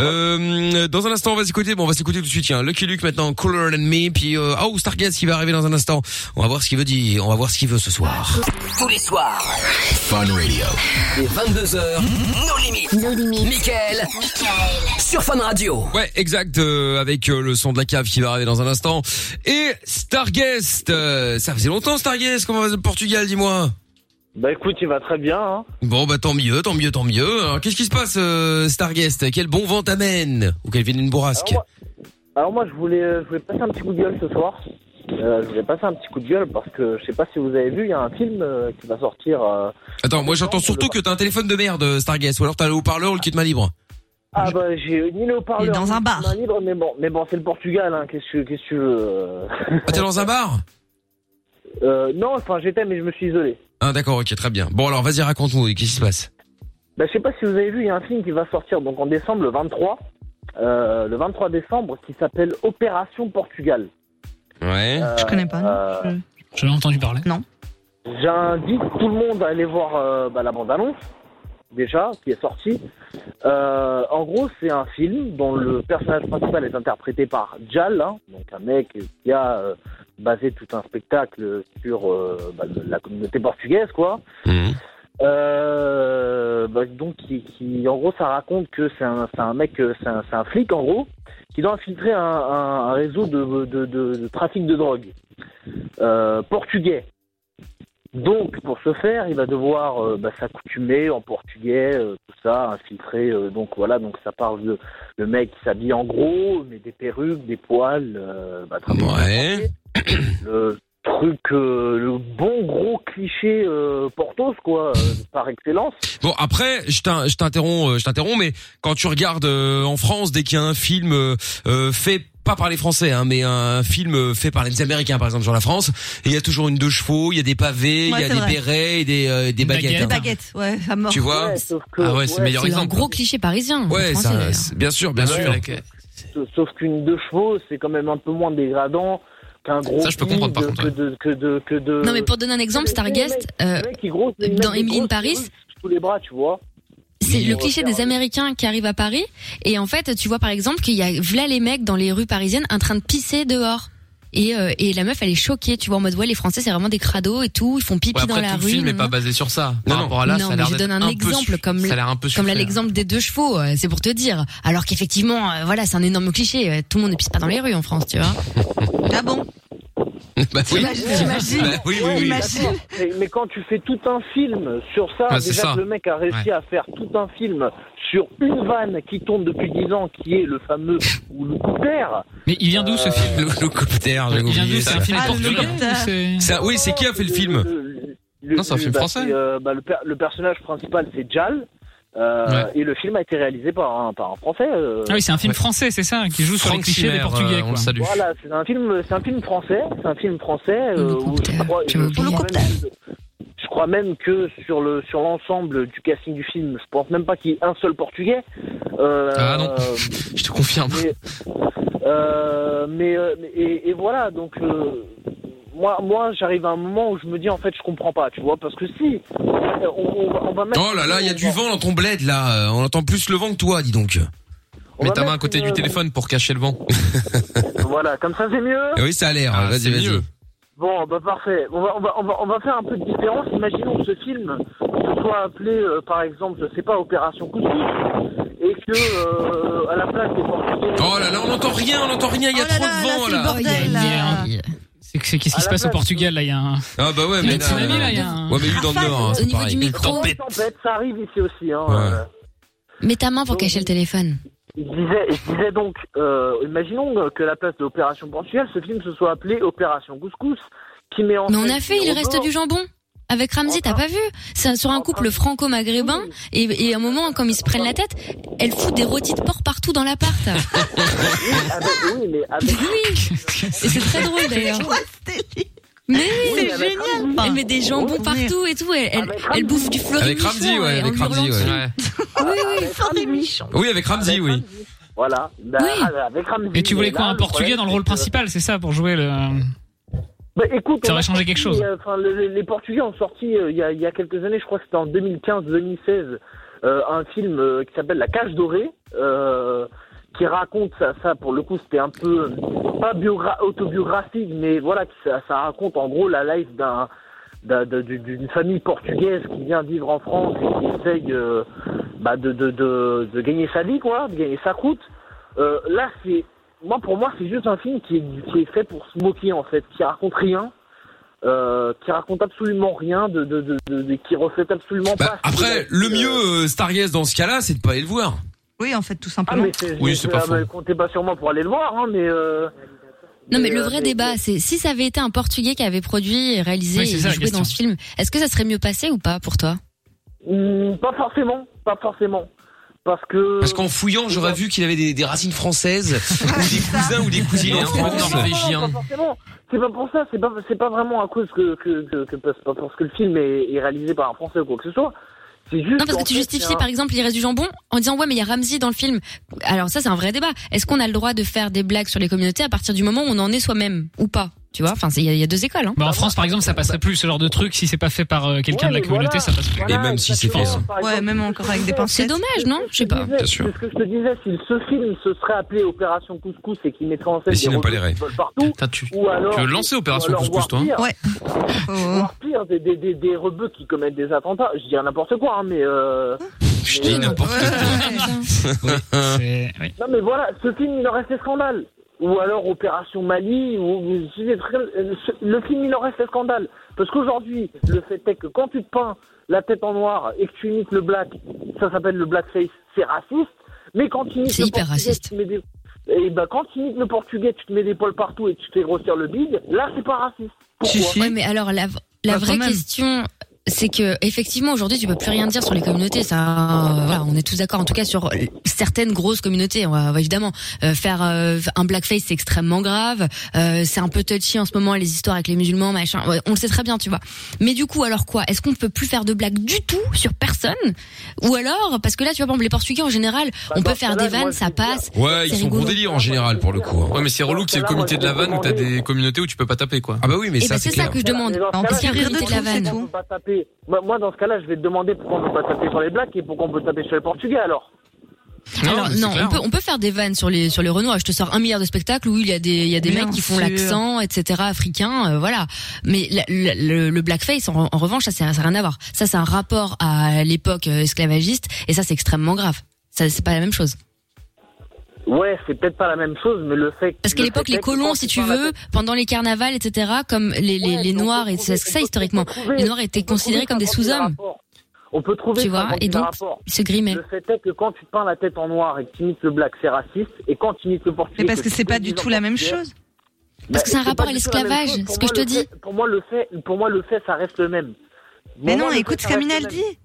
Speaker 2: Euh, dans un instant, on va s'écouter. Bon, on va s'écouter tout de suite. Tiens, Lucky Luke maintenant, Cooler Than Me, puis euh, oh Stargaz qui va arriver dans un instant. On va voir ce qu'il veut dire. On va voir ce qu'il veut ce soir.
Speaker 1: Tous les soirs,
Speaker 2: Fun Radio.
Speaker 1: les 22h, nos limites. Nos limites. Michael, sur Fun Radio.
Speaker 2: Ouais, exact. euh, avec euh, le son de la cave qui va arriver dans un instant. Et Starguest. euh, ça faisait longtemps Starguest. Comment va le Portugal, dis-moi.
Speaker 18: Bah écoute, il va très bien. Hein.
Speaker 2: Bon, bah tant mieux, tant mieux, tant mieux. Alors, qu'est-ce qui se passe, euh, Starguest Quel bon vent t'amène Ou qu'elle vienne une bourrasque
Speaker 18: Alors moi, je voulais, euh, je voulais passer un petit coup de gueule ce soir. Euh, je voulais passer un petit coup de gueule parce que je sais pas si vous avez vu, il y a un film euh, qui va sortir. euh,
Speaker 2: Attends, moi j'entends surtout que t'as un téléphone de merde, Starguest. Ou alors t'as le haut-parleur ou le kit main libre.
Speaker 18: Ah bah j'ai ni le haut-parleur,
Speaker 2: Il est dans
Speaker 18: ni
Speaker 2: un
Speaker 18: le
Speaker 2: bar.
Speaker 18: main libre, mais bon, mais bon, c'est le Portugal. Hein. Qu'est-ce que qu'est-ce que tu veux euh.
Speaker 2: Ah, t'es dans un bar
Speaker 18: Euh, Non, enfin j'étais, mais je me suis isolé.
Speaker 2: Ah d'accord, ok, très bien. Bon alors vas-y raconte-nous, qu'est-ce qui se passe
Speaker 18: Bah, je sais pas si vous avez vu, il y a un film qui va sortir donc en décembre, le 23, euh, le 23 décembre, qui s'appelle Opération Portugal.
Speaker 2: Ouais.
Speaker 9: Euh,
Speaker 18: je connais pas.
Speaker 7: J'en ai entendu parler.
Speaker 5: Non.
Speaker 18: J'invite tout le monde à aller voir euh, bah, la bande-annonce, déjà, qui est sortie. Euh, en gros, c'est un film dont le personnage principal est interprété par Jal, hein, donc un mec qui a euh, basé tout un spectacle sur euh, bah, de la communauté portugaise, quoi.
Speaker 2: Mmh.
Speaker 18: Euh, bah, donc, qui, qui- en gros, ça raconte que c'est un, c'est un mec, euh, c'est un, c'est un flic, en gros, qui doit infiltrer un, un- un réseau de, de- de- de trafic de drogue euh, portugais. Donc, pour ce faire, il va devoir euh, bah, s'accoutumer en portugais, euh, tout ça, infiltrer. euh, donc voilà, donc ça parle de le mec qui s'habille en gros, mais des perruques, des poils. euh, bah, très bien. Le truc, euh, le bon gros cliché euh, Portos, quoi, euh, par excellence.
Speaker 2: Bon après, je t'in- je t'interromps, euh, je t'interromps, mais quand tu regardes euh, en France, dès qu'il y a un film euh, euh, fait pas par les Français, hein, mais un film euh, fait par les Américains, par exemple sur la France, il y a toujours une deux chevaux, il y a des pavés, il
Speaker 5: Ouais,
Speaker 2: y a
Speaker 5: c'est
Speaker 2: des
Speaker 5: vrai.
Speaker 2: bérets, et des, euh, des baguettes.
Speaker 5: Des
Speaker 2: hein.
Speaker 5: baguettes, ouais, à mort.
Speaker 2: Tu vois Ah ouais, c'est le meilleur
Speaker 9: C'est un
Speaker 2: exemple.
Speaker 9: gros cliché parisien.
Speaker 2: Ouais,
Speaker 9: français,
Speaker 2: ça,
Speaker 9: d'ailleurs.
Speaker 2: c'est- bien sûr, bien
Speaker 18: Ouais.
Speaker 2: sûr.
Speaker 18: Sa- Sauf qu'une deux chevaux, c'est quand même un peu moins dégradant qu'un gros.
Speaker 9: Ça, je peux
Speaker 18: pli
Speaker 9: comprendre, par
Speaker 18: de-
Speaker 9: contre,
Speaker 18: que de, que de, que de-
Speaker 9: Non, mais pour donner un exemple, Starguest, euh, dans Emily in Paris,
Speaker 18: tous les bras, tu vois.
Speaker 9: c'est
Speaker 18: Ils
Speaker 9: le
Speaker 3: Mmh.
Speaker 18: vont
Speaker 9: cliché
Speaker 18: faire-
Speaker 9: des Américains qui arrivent à Paris. Et en fait, tu vois par exemple qu'il y a v'là les mecs dans les rues parisiennes en train de pisser dehors. Et, euh, et la meuf, elle est choquée, tu vois, en mode ouais, les Français, c'est vraiment des crados et tout, ils font pipi
Speaker 3: Ouais, après,
Speaker 9: dans la
Speaker 3: tout le
Speaker 9: rue.
Speaker 3: film n'est
Speaker 9: nan,
Speaker 3: pas
Speaker 9: nan.
Speaker 3: basé sur ça. Par rapport à là,
Speaker 9: non,
Speaker 3: ça a
Speaker 9: mais
Speaker 3: l'air
Speaker 9: je
Speaker 3: d'être
Speaker 9: donne un,
Speaker 3: peu
Speaker 9: exemple
Speaker 3: su-
Speaker 9: comme
Speaker 3: ça a l'air un peu
Speaker 9: comme
Speaker 3: sucré,
Speaker 9: là,
Speaker 3: hein.
Speaker 9: l'exemple des deux chevaux, euh, c'est pour te dire. Alors qu'effectivement, euh, voilà, c'est un énorme cliché. euh, Tout le monde ne pisse pas dans les rues en France, tu vois.
Speaker 5: Ah bon
Speaker 2: Bah oui.
Speaker 5: T'imagines
Speaker 2: Bah oui, oui, oui.
Speaker 18: D'accord. Mais, mais quand tu fais tout un film sur ça,
Speaker 2: Bah, c'est
Speaker 18: déjà
Speaker 2: ça.
Speaker 18: que le mec a réussi
Speaker 2: Ouais.
Speaker 18: à faire tout un film sur une vanne qui tourne depuis 10 ans, qui est le fameux ou le coupère.
Speaker 7: Mais il vient d'où ce film
Speaker 2: Le Locopter, j'ai
Speaker 7: Il vient d'où
Speaker 2: oublié
Speaker 7: C'est
Speaker 2: ça.
Speaker 7: un film
Speaker 18: Ah, le
Speaker 7: portugais
Speaker 18: Locopter.
Speaker 7: ou c'est-
Speaker 2: Ça- oui, c'est qui a fait le film
Speaker 18: Le-
Speaker 2: Non, c'est un
Speaker 18: le-
Speaker 2: film
Speaker 18: bah,
Speaker 2: français.
Speaker 18: c'est, euh, bah, le, per- le personnage principal, c'est Jal. euh, Et le film a été réalisé par un, par un français. euh.
Speaker 7: Ah oui, c'est un film français, c'est ça, qui joue sur les
Speaker 18: Franck
Speaker 7: clichés des
Speaker 18: Chimère,
Speaker 7: Portugais.
Speaker 18: euh, on
Speaker 7: quoi.
Speaker 18: le salue. Voilà, c'est un film, c'est un film français, c'est un film français euh, où je crois, je, crois même, je crois même que sur le sur l'ensemble du casting du film, je pense même pas qu'il y ait un seul Portugais. Euh,
Speaker 3: Ah non.
Speaker 18: je te confirme. Mais, euh, mais, euh, mais- et, et voilà, donc euh, moi moi j'arrive à un moment où je me dis en fait je comprends pas, tu vois, parce que si on, on va- on va mettre
Speaker 2: Oh là là, il y a du vent dans ton bled là. On entend plus le vent que toi, dis donc.
Speaker 18: Mets ta main à
Speaker 3: euh,
Speaker 18: côté du
Speaker 2: téléphone pour cacher le vent.
Speaker 18: voilà, comme ça c'est mieux.
Speaker 2: oui, ça a l'air.
Speaker 3: Ah,
Speaker 2: vas-y,
Speaker 3: c'est
Speaker 2: vas-y.
Speaker 3: mieux.
Speaker 18: Bon, bah parfait. On va, on, va, on, va, on va faire un peu de différence. Imaginons que ce film se soit appelé, euh, par exemple, je sais pas, Opération Couscous, et que euh, à la place des Portugais.
Speaker 2: Oh là là, on n'entend rien, on n'entend rien. Il y a trop de vent Oh là.
Speaker 7: C'est que- c'est- qu'est-ce qui se passe au Portugal là Il y a un.
Speaker 2: Ah bah ouais,
Speaker 7: Il y a
Speaker 2: mais
Speaker 7: un tsunami, là, il y a un-
Speaker 2: Ouais, mais lui dans le nord, hein, c'est pareil.
Speaker 18: Tempête. Tempête, ça arrive ici aussi. Hein.
Speaker 2: Ouais.
Speaker 18: Euh,
Speaker 9: Mets ta main pour cacher le téléphone.
Speaker 18: Il disait, je disais donc, euh, imaginons que à la place de Opération Portugal, ce film se soit appelé Opération Couscous, qui met en.
Speaker 9: Mais on
Speaker 18: scène
Speaker 9: a fait il
Speaker 18: Pierrot
Speaker 9: reste
Speaker 18: Bord.
Speaker 9: du jambon. Avec Ramsey, t'as pas vu C'est sur un couple franco-maghrébin et, et à un moment, comme ils se prennent la tête, elle fout des rôtis de porc partout dans l'appart.
Speaker 18: Oui, avec- oui, mais avec.
Speaker 9: Et c'est très drôle d'ailleurs. Mais oui,
Speaker 18: C'est génial.
Speaker 9: Elle met des jambons partout et tout. Elle, elle, elle bouffe du fleuri
Speaker 2: Avec
Speaker 9: Michon,
Speaker 2: Ramsey, ouais,
Speaker 9: et en
Speaker 2: avec Ramsey,
Speaker 9: hurlant dessus.
Speaker 2: ouais.
Speaker 9: Oui, oui,
Speaker 2: Oui, avec Ramsey, oui.
Speaker 18: Voilà. Bah, Avec Ramsey,
Speaker 7: Et tu voulais
Speaker 18: mais
Speaker 7: quoi
Speaker 18: là,
Speaker 7: Un
Speaker 18: le
Speaker 7: Portugais
Speaker 18: problème,
Speaker 7: dans le
Speaker 18: c'est
Speaker 7: rôle
Speaker 18: que- euh,
Speaker 7: principal, c'est ça, pour jouer le.
Speaker 18: Bah, écoute,
Speaker 7: Ça
Speaker 18: on
Speaker 7: aurait
Speaker 18: a
Speaker 7: changé quelque
Speaker 18: sorti,
Speaker 7: chose.
Speaker 18: euh, Enfin, le- le- les Portugais ont sorti euh, il y, a, il y a quelques années, je crois que c'était en 2015-2016, euh, un film euh, qui s'appelle La Cage Dorée, euh, qui raconte ça, ça. Pour le coup, c'était un peu euh, pas biogra- autobiographique, mais voilà, qui- ça, ça raconte en gros la life d'un d'un- de- du- d'une famille portugaise qui vient vivre en France et qui essaye euh, bah, de, de, de, de gagner sa vie, quoi, de gagner sa croûte. Euh, là, c'est moi pour moi, c'est juste un film qui est, qui est fait pour se moquer en fait, qui raconte rien, euh, qui raconte absolument rien, de, de, de, de- de- qui reflète absolument pas.
Speaker 2: ah.
Speaker 18: ce que-
Speaker 2: Après, le mieux, euh, Stargaz dans ce cas-là, c'est de pas aller le voir.
Speaker 5: Oui, en fait, tout
Speaker 18: Ah,
Speaker 5: simplement.
Speaker 18: mais c'est,
Speaker 2: Oui,
Speaker 18: mais
Speaker 2: c'est pas
Speaker 18: ah,
Speaker 2: faux.
Speaker 18: mais comptez pas sur moi pour aller le voir, hein, mais. euh,
Speaker 9: Non mais
Speaker 18: Mais,
Speaker 9: le
Speaker 18: euh,
Speaker 9: vrai
Speaker 18: mais-
Speaker 9: débat, c'est si ça avait été un Portugais qui avait produit, et réalisé
Speaker 18: Oui, c'est
Speaker 9: et
Speaker 18: ça la
Speaker 9: joué dans ce film, est-ce que ça serait mieux passé ou pas pour toi
Speaker 3: Mm,
Speaker 18: hmm, pas forcément, pas forcément, parce que.
Speaker 2: Parce qu'en fouillant, j'aurais vu qu'il avait des, des racines françaises, ou des cousins ou des cousines en
Speaker 18: Non, non,
Speaker 2: France.
Speaker 18: non, non, pas forcément. C'est pas pour ça, c'est pas, c'est pas vraiment à cause que, que, que, que- c'est pas parce que le film est, est réalisé par un Français ou quoi que ce soit. C'est juste.
Speaker 9: Non parce
Speaker 18: en
Speaker 9: que tu
Speaker 18: fait,
Speaker 9: justifies
Speaker 18: c'est un-
Speaker 9: par exemple il reste du jambon en disant ouais mais il y a Ramsey dans le film. Alors ça c'est un vrai débat. Est-ce qu'on a le droit de faire des blagues sur les communautés à partir du moment où on en est soi-même ou pas Tu vois, enfin, c'est- il y, a- il y a deux écoles. Hein.
Speaker 7: Bah, en France, par exemple, ça passerait plus ce genre de truc si c'est pas fait par euh, quelqu'un de la communauté, ça passe plus.
Speaker 2: Et même si c'est fait, ça.
Speaker 5: Ouais, même encore avec des
Speaker 9: C'est
Speaker 5: pincettes.
Speaker 9: dommage, non Je sais pas.
Speaker 2: Bien sûr.
Speaker 18: C'est ce que je te disais, si ce film se serait appelé Opération Couscous et qu'il mettrait en scène
Speaker 2: Et s'il
Speaker 18: des
Speaker 2: n'aime pas les
Speaker 18: robots qui
Speaker 2: raies.
Speaker 18: volent partout, ou alors,
Speaker 3: tu veux lancer Opération
Speaker 18: ou alors,
Speaker 3: Couscous,
Speaker 18: voire
Speaker 3: toi, hein
Speaker 18: pire,
Speaker 3: Ouais.
Speaker 18: Voire pire, des, des, des, des rebeux qui commettent des attentats. Je dis n'importe quoi, hein, mais... Euh, je
Speaker 2: dis n'importe
Speaker 18: Non mais voilà, ce film il en reste des scandales. Ou alors Opération Mali, ou c'est des trucs- euh, ce- le film il en reste des scandales. Parce qu'aujourd'hui, le fait est que quand tu te peins la tête en noir et que tu imites le black, ça s'appelle le blackface, c'est raciste. Mais quand tu imites
Speaker 9: C'est
Speaker 18: le
Speaker 9: hyper
Speaker 18: portugais,
Speaker 9: raciste.
Speaker 18: tu te mets des- Et ben quand tu imites le portugais, tu te mets des poils partout et tu te fais grossir le bide, là c'est pas raciste. Pourquoi
Speaker 9: Ouais, mais alors la, la
Speaker 18: Bah, quand
Speaker 9: vraie
Speaker 18: même.
Speaker 9: question, c'est que effectivement aujourd'hui tu peux plus rien dire sur les communautés. Ça, euh, voilà, on est tous d'accord. En tout cas sur euh, certaines grosses communautés, on va, on va évidemment euh, faire euh, un blackface, c'est extrêmement grave. Euh, c'est un peu touchy en ce moment les histoires avec les musulmans, machin. Ouais, on le sait très bien, tu vois. Mais du coup, alors quoi Est-ce qu'on peut plus faire de blagues du tout sur personne Ou alors parce que là, tu vois, par exemple, les Portugais en général, on peut faire des vannes, ça passe.
Speaker 2: Ouais,
Speaker 9: c'est
Speaker 2: ils sont
Speaker 9: rigolo.
Speaker 2: bon délire en général pour le coup. hein.
Speaker 3: Ouais, mais c'est relou que c'est le comité de la vanne où t'as des communautés où tu peux pas taper, quoi.
Speaker 2: Ah bah oui,
Speaker 9: mais Eh ça, ben, c'est c'est ça clair. que je demande.
Speaker 18: Dans ce
Speaker 9: On peut
Speaker 18: cas-là,
Speaker 9: faire
Speaker 18: je vais
Speaker 9: rire de
Speaker 18: demander
Speaker 9: la vanne.
Speaker 18: pourquoi on peut pas taper. Moi, moi, dans ce cas-là, je vais te demander pourquoi on peut pas taper sur les blacks et pourquoi on peut taper sur les portugais alors.
Speaker 9: Alors non, on peut, on peut faire des vannes sur les sur les Renoirs. Je te sors un milliard de spectacles où il y a des il y a des
Speaker 5: Bien
Speaker 9: mecs qui font
Speaker 5: sûr.
Speaker 9: l'accent, etc. Africain, euh, voilà. Mais la- la- le, le blackface, en, en revanche, ça c'est- ça n'a rien à voir. Ça c'est un rapport à l'époque euh, esclavagiste et ça c'est extrêmement grave. Ça c'est pas la même chose.
Speaker 18: Ouais, c'est peut-être pas la même chose, mais le fait.
Speaker 9: Parce qu'à l'époque, les colons, si tu veux, pendant les carnavals, etc., comme les, les, les Noirs, et c'est ça historiquement, les Noirs étaient considérés comme des sous-hommes.
Speaker 18: On peut trouver
Speaker 9: Tu
Speaker 18: ça
Speaker 9: vois,
Speaker 18: dans
Speaker 9: et
Speaker 18: le
Speaker 9: donc,
Speaker 18: rapport.
Speaker 9: se grimer.
Speaker 18: Le fait est que quand tu te peins la tête en noir et que tu imites le black, c'est raciste, et quand tu imites le portugais.
Speaker 5: Mais parce
Speaker 18: tu
Speaker 5: que c'est
Speaker 18: fais
Speaker 5: pas du
Speaker 18: dix ans
Speaker 5: tout la même
Speaker 18: portugais,
Speaker 5: chose.
Speaker 18: bah,
Speaker 5: que c'est un
Speaker 18: pas
Speaker 5: rapport à
Speaker 18: du tout la même
Speaker 5: l'esclavage,
Speaker 18: chose. Pour
Speaker 5: ce que
Speaker 18: moi,
Speaker 5: je
Speaker 18: le
Speaker 5: te
Speaker 18: fait- Pour moi, le fait, pour moi, le fait, ça reste le même. Pour
Speaker 5: Mais non,
Speaker 18: moi, le fait,
Speaker 5: écoute ce
Speaker 18: ça
Speaker 5: que
Speaker 18: reste le
Speaker 5: Minal
Speaker 18: même.
Speaker 5: dit.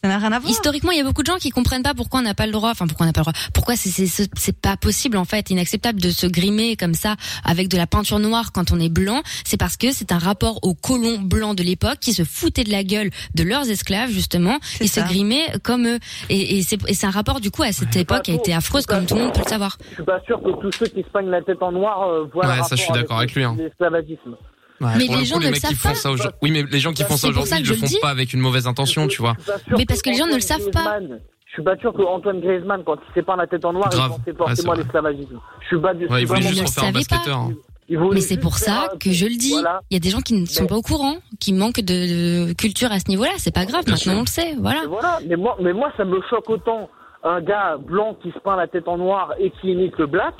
Speaker 5: Ça n'a rien à voir.
Speaker 9: Historiquement, il y a beaucoup de gens qui comprennent pas pourquoi on n'a pas le droit, enfin pourquoi on n'a pas le droit, pourquoi c'est c'est- c'est c'est pas possible en fait, inacceptable de se grimer comme ça avec de la peinture noire quand on est blanc. C'est parce que c'est un rapport aux colons blancs de l'époque qui se foutaient de la gueule de leurs esclaves justement et se grimaient comme eux. Et, et c'est et c'est un rapport du coup à cette époque qui a été affreuse comme tout le monde peut le savoir.
Speaker 18: Je suis pas sûr que tous ceux qui se peignent la tête en noir euh, voient
Speaker 3: Ouais,
Speaker 18: le
Speaker 3: ça, je suis
Speaker 18: rapport
Speaker 3: d'accord avec lui, hein.
Speaker 18: l'esclavagisme.
Speaker 9: Mais
Speaker 3: pour
Speaker 9: les
Speaker 3: le
Speaker 9: gens
Speaker 3: coup,
Speaker 9: ne
Speaker 3: les mecs
Speaker 9: le
Speaker 3: qui
Speaker 9: savent
Speaker 3: font
Speaker 9: pas. Bah,
Speaker 3: ça aujourd'hui. Oui, mais les gens qui font
Speaker 9: C'est
Speaker 3: ça
Speaker 9: pour ça
Speaker 3: aujourd'hui,
Speaker 9: que
Speaker 3: ils
Speaker 9: je
Speaker 3: le
Speaker 9: le
Speaker 3: font
Speaker 9: dis.
Speaker 3: pas avec une mauvaise intention, tu vois.
Speaker 9: Mais parce que les gens ne le savent pas.
Speaker 18: Je suis pas sûr que Antoine Griezmann, quand il s'est peint la tête en noir,
Speaker 3: Grave.
Speaker 18: il pensait
Speaker 3: Ouais, c'est
Speaker 18: forcément à
Speaker 3: vrai.
Speaker 18: l'esclavagisme. Je suis pas du
Speaker 3: Ouais,
Speaker 18: je
Speaker 3: ils
Speaker 18: suis pas
Speaker 3: voulaient
Speaker 18: mon-
Speaker 3: juste refaire un
Speaker 9: savait pas. Bah,
Speaker 3: basketteur. hein.
Speaker 18: Ils voulaient
Speaker 9: Mais c'est
Speaker 18: juste
Speaker 9: pour
Speaker 18: faire
Speaker 9: ça
Speaker 18: un-
Speaker 9: que je le dis.
Speaker 18: Voilà.
Speaker 9: Il y a des gens qui ne sont pas au courant, qui manquent de de culture à ce niveau-là. C'est pas grave, maintenant on le sait. Voilà.
Speaker 18: Et voilà. Mais moi, mais moi, ça me choque autant un gars blanc qui se peint la tête en noir et qui imite le black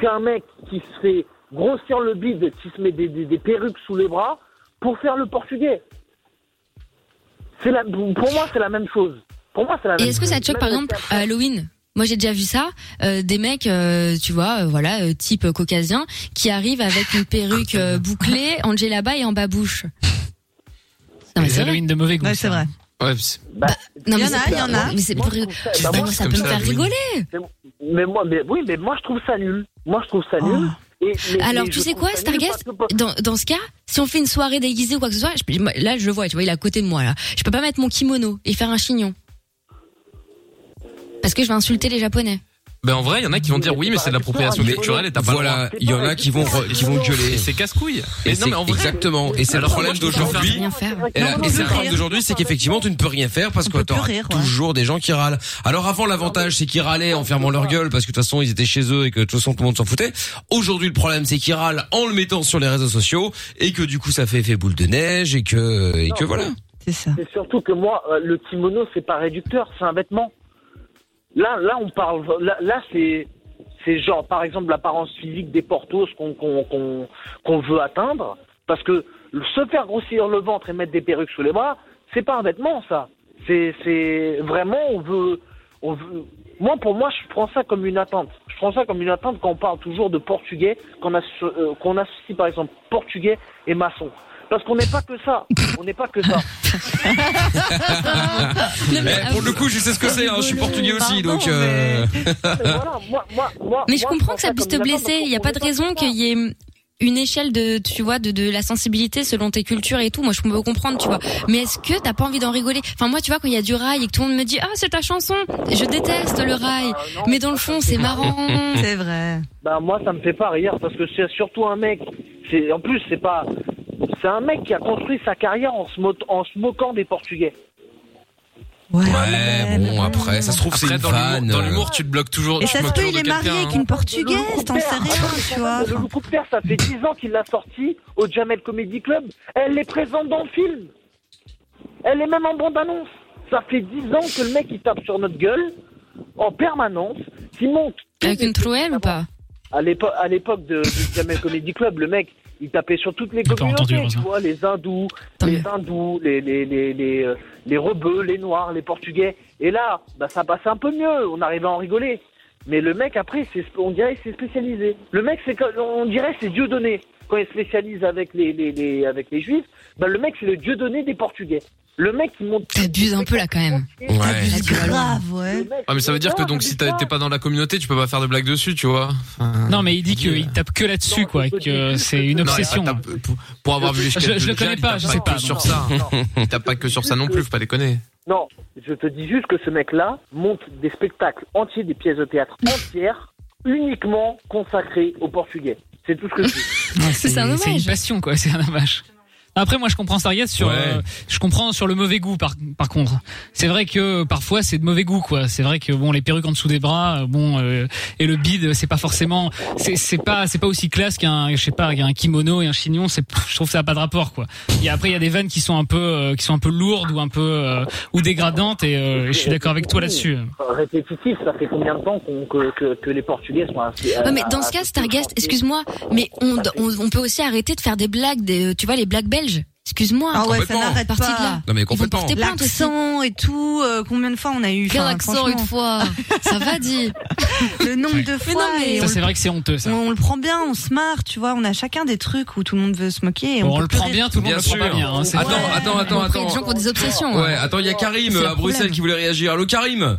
Speaker 18: qu'un mec qui se fait grossir le bide, qui se met des, des- des perruques sous les bras pour faire le portugais. C'est la, pour moi, c'est la même chose. Pour moi, c'est la même
Speaker 9: Et
Speaker 18: chose.
Speaker 9: est-ce que ça te choque, par
Speaker 18: Même
Speaker 9: exemple, à Halloween Moi, j'ai déjà vu ça. euh, des mecs, euh, tu vois, euh, voilà, euh, type euh, caucasien, qui arrivent avec une perruque euh, bouclée, Angela Bye et en babouche. Non, mais
Speaker 7: Les
Speaker 9: c'est vrai. Bah,
Speaker 7: Halloween de mauvais goût.
Speaker 5: Ouais, c'est vrai.
Speaker 3: Ouais, c'est-
Speaker 9: Non,
Speaker 5: Il y
Speaker 9: mais
Speaker 5: en a,
Speaker 9: c'est
Speaker 5: il y en a.
Speaker 9: Mais c'est pour-
Speaker 18: bah, moi,
Speaker 9: Moi,
Speaker 18: je
Speaker 9: ça
Speaker 18: trouve
Speaker 9: peut me
Speaker 18: ça
Speaker 9: faire
Speaker 18: Halloween.
Speaker 9: rigoler.
Speaker 18: Mais moi, mais oui, mais moi je trouve ça nul. Moi je trouve ça nul. Et, mais-
Speaker 9: Alors,
Speaker 18: mais
Speaker 9: tu
Speaker 18: je
Speaker 9: sais
Speaker 18: trouve
Speaker 9: quoi,
Speaker 18: ça nul
Speaker 9: Starguest
Speaker 18: parce que pas-
Speaker 9: dans, dans ce cas, si on fait une soirée déguisée ou quoi que ce soit, je- moi, là, je le vois, tu vois, il est à côté de moi, là. Je peux pas mettre mon kimono et faire un chignon. Parce que je vais insulter les Japonais.
Speaker 3: Ben en vrai, il y en a qui vont dire oui, mais c'est de l'appropriation
Speaker 2: Mais
Speaker 3: culturelle et t'as pas
Speaker 2: voilà, il y en a qui vont re- qui vont gueuler.
Speaker 3: Et c'est casse-couille.
Speaker 2: Et
Speaker 3: Mais
Speaker 2: c'est
Speaker 3: non, mais en vrai-
Speaker 2: exactement. Et c'est le
Speaker 3: Alors que
Speaker 2: problème
Speaker 3: moi, je peux pas
Speaker 2: d'aujourd'hui.
Speaker 9: Rien faire.
Speaker 2: Et, la-
Speaker 9: Non,
Speaker 2: et c'est le
Speaker 9: non,
Speaker 2: problème
Speaker 9: non.
Speaker 2: d'aujourd'hui, c'est qu'effectivement, tu ne peux rien faire parce que t'auras
Speaker 9: rire,
Speaker 3: hein.
Speaker 9: ouais.
Speaker 2: toujours des gens qui râlent. Alors avant, l'avantage, c'est qu'ils râlaient en fermant leur gueule parce que de toute façon, ils étaient chez eux et que de toute façon, tout le monde s'en foutait. Aujourd'hui, le problème, c'est qu'ils râlent en le mettant sur les réseaux sociaux et que du coup, ça fait effet boule de neige et que, Euh, et que
Speaker 18: Non,
Speaker 2: voilà.
Speaker 5: C'est ça.
Speaker 18: surtout que moi, euh, le kimono, c'est pas réducteur, c'est un vêtement. Là, là, on parle. Là, là, c'est, c'est genre, par exemple, l'apparence physique des portos qu'on qu'on qu'on qu'on veut atteindre, parce que se faire grossir le ventre et mettre des perruques sous les bras, c'est pas un vêtement, ça. C'est, c'est vraiment, on veut, on veut. Moi, pour moi, je prends ça comme une attente. Je prends ça comme une attente quand on parle toujours de portugais, qu'on associe, euh, qu'on associe par exemple portugais et maçon. Parce qu'on n'est pas que ça. On n'est pas que ça.
Speaker 2: Eh, pour le coup, je sais ce que c'est. hein, Je suis portugais aussi, donc. euh,
Speaker 9: Mais je comprends que ça puisse te blesser. Il n'y a pas de raison qu'il y ait une échelle de, tu vois, de, de la sensibilité selon tes cultures et tout. Moi, je peux comprendre, tu vois. Mais est-ce que t'as pas envie d'en rigoler Enfin, moi, tu vois, quand il y a du rail et que tout le monde me dit, ah, c'est ta chanson. Je déteste le rail.
Speaker 5: Ah,
Speaker 9: Mais dans le fond, c'est marrant.
Speaker 5: C'est vrai.
Speaker 18: Bah moi ça me fait pas rire parce que c'est surtout un mec C'est en plus c'est pas c'est un mec qui a construit sa carrière en se, mo- en se moquant des Portugais.
Speaker 2: Ouais, bon, après, ça se trouve, c'est
Speaker 3: Après,
Speaker 2: une
Speaker 3: dans l'humour-
Speaker 2: vanne.
Speaker 3: dans l'humour, tu te bloques
Speaker 2: Oh,
Speaker 3: toujours.
Speaker 5: Et ça se peut, il est marié avec
Speaker 2: hein.
Speaker 5: une portugaise, t'en sais rien, tu vois.
Speaker 18: Le loup Coupe Terre, ça fait 10 ans qu'il l'a sorti au Jamel Comedy Club. Elle les présente dans le film. Elle est même en bande-annonce. Ça fait 10 ans que le mec il tape sur notre gueule en permanence. Il monte.
Speaker 9: Avec une trouelle ou pas
Speaker 18: À l'époque, à l'époque de, du Jamel Comedy Club, le mec, il tapait sur toutes les
Speaker 7: pas entendu,
Speaker 18: communautés, tu
Speaker 7: heureusement.
Speaker 18: vois, les hindous, les hindous, les les les les, euh, les rebeux, les noirs, les portugais. Et là, bah ça passait un peu mieux, on arrivait à en rigoler. Mais le mec après, c'est, on dirait, c'est spécialisé. Le mec, c'est comme- on dirait, c'est Dieu donné. Quand il spécialise avec les les, les avec les juifs, bah le mec, c'est le Dieu donné des portugais. Le mec, il monte.
Speaker 9: T'abuses un peu là quand même.
Speaker 3: Ouais.
Speaker 5: Grave, ouais.
Speaker 3: Ah, mais ça veut dire que donc, si t'as- t'es pas dans la communauté, tu peux pas faire de blagues dessus, tu vois.
Speaker 7: Non, mais il dit qu'il tape que là-dessus, quoi, et que c'est une
Speaker 3: Non, il
Speaker 7: obsession.
Speaker 3: tape pour- Pour avoir vu les
Speaker 7: Je-
Speaker 3: sketchs
Speaker 7: je
Speaker 3: de
Speaker 7: le connais
Speaker 3: Jal, il
Speaker 7: pas,
Speaker 3: tape
Speaker 7: je sais
Speaker 3: que
Speaker 7: pas, non.
Speaker 3: sur ça. Il tape pas que sur ça non plus, faut pas déconner.
Speaker 18: Non, je te dis juste que ce mec-là monte des spectacles entiers, des pièces de théâtre entières, uniquement consacrées aux Portugais. C'est tout ce que je dis.
Speaker 7: C'est c'est une passion, quoi. C'est un hommage. Après, moi, je comprends Sarriette sur,
Speaker 2: Ouais.
Speaker 7: euh, je comprends sur le mauvais goût, par, par contre. C'est vrai que parfois, c'est de mauvais goût, quoi. C'est vrai que bon, les perruques en dessous des bras, euh, bon, euh, et le bide, c'est pas forcément, c'est, c'est pas, c'est pas aussi classe qu'un, je sais pas, qu'un kimono et un chignon. C'est, je trouve que ça a pas de rapport, quoi. Et après, il y a des vannes qui sont un peu, euh, qui sont un peu lourdes ou un peu, euh, ou dégradantes, et euh, je suis d'accord avec toi là-dessus.
Speaker 18: Répétitif, ça fait combien de temps qu'on- que, que, que les Portugais sont euh, assis
Speaker 9: Ouais, mais dans ce cas,
Speaker 5: Ah,
Speaker 9: Stargast, excuse-moi, mais on, on, on peut aussi arrêter de faire des blagues, des, euh, tu vois, les blagues belges. Excuse-moi.
Speaker 5: Ah ouais, ça
Speaker 9: Complètement.
Speaker 5: n'arrête
Speaker 9: Parti de
Speaker 5: pas.
Speaker 9: là.
Speaker 2: Non, mais
Speaker 9: Ils vont
Speaker 2: complètement.
Speaker 9: porter plainte aussi.
Speaker 5: L'accent et tout, euh, combien de fois on a eu
Speaker 9: Quel
Speaker 5: enfin,
Speaker 9: accent
Speaker 5: franchement.
Speaker 9: une fois Ça va, dit.
Speaker 5: Le nombre de
Speaker 9: Mais
Speaker 5: fois.
Speaker 9: non, mais-
Speaker 5: et
Speaker 7: Ça,
Speaker 5: on
Speaker 7: c'est
Speaker 5: le-
Speaker 7: vrai que c'est honteux, ça.
Speaker 5: On, on le prend bien, on se marre, tu vois. On a chacun des trucs où tout le monde veut se moquer. Et
Speaker 7: Bon,
Speaker 5: on,
Speaker 7: on
Speaker 5: peut
Speaker 7: le prend
Speaker 5: pleurer.
Speaker 7: bien, tout le monde
Speaker 2: Bien
Speaker 7: le prend pas
Speaker 2: sûr.
Speaker 7: bien, hein, c'est-
Speaker 2: Attends,
Speaker 7: Ouais.
Speaker 2: attends, attends,
Speaker 9: Après, il y a des gens
Speaker 2: attends.
Speaker 9: qui ont des obsessions. hein. Oh,
Speaker 2: Ouais, attends, il y a Karim
Speaker 9: C'est un
Speaker 2: à Bruxelles
Speaker 9: problème.
Speaker 2: qui voulait réagir. Allô, Karim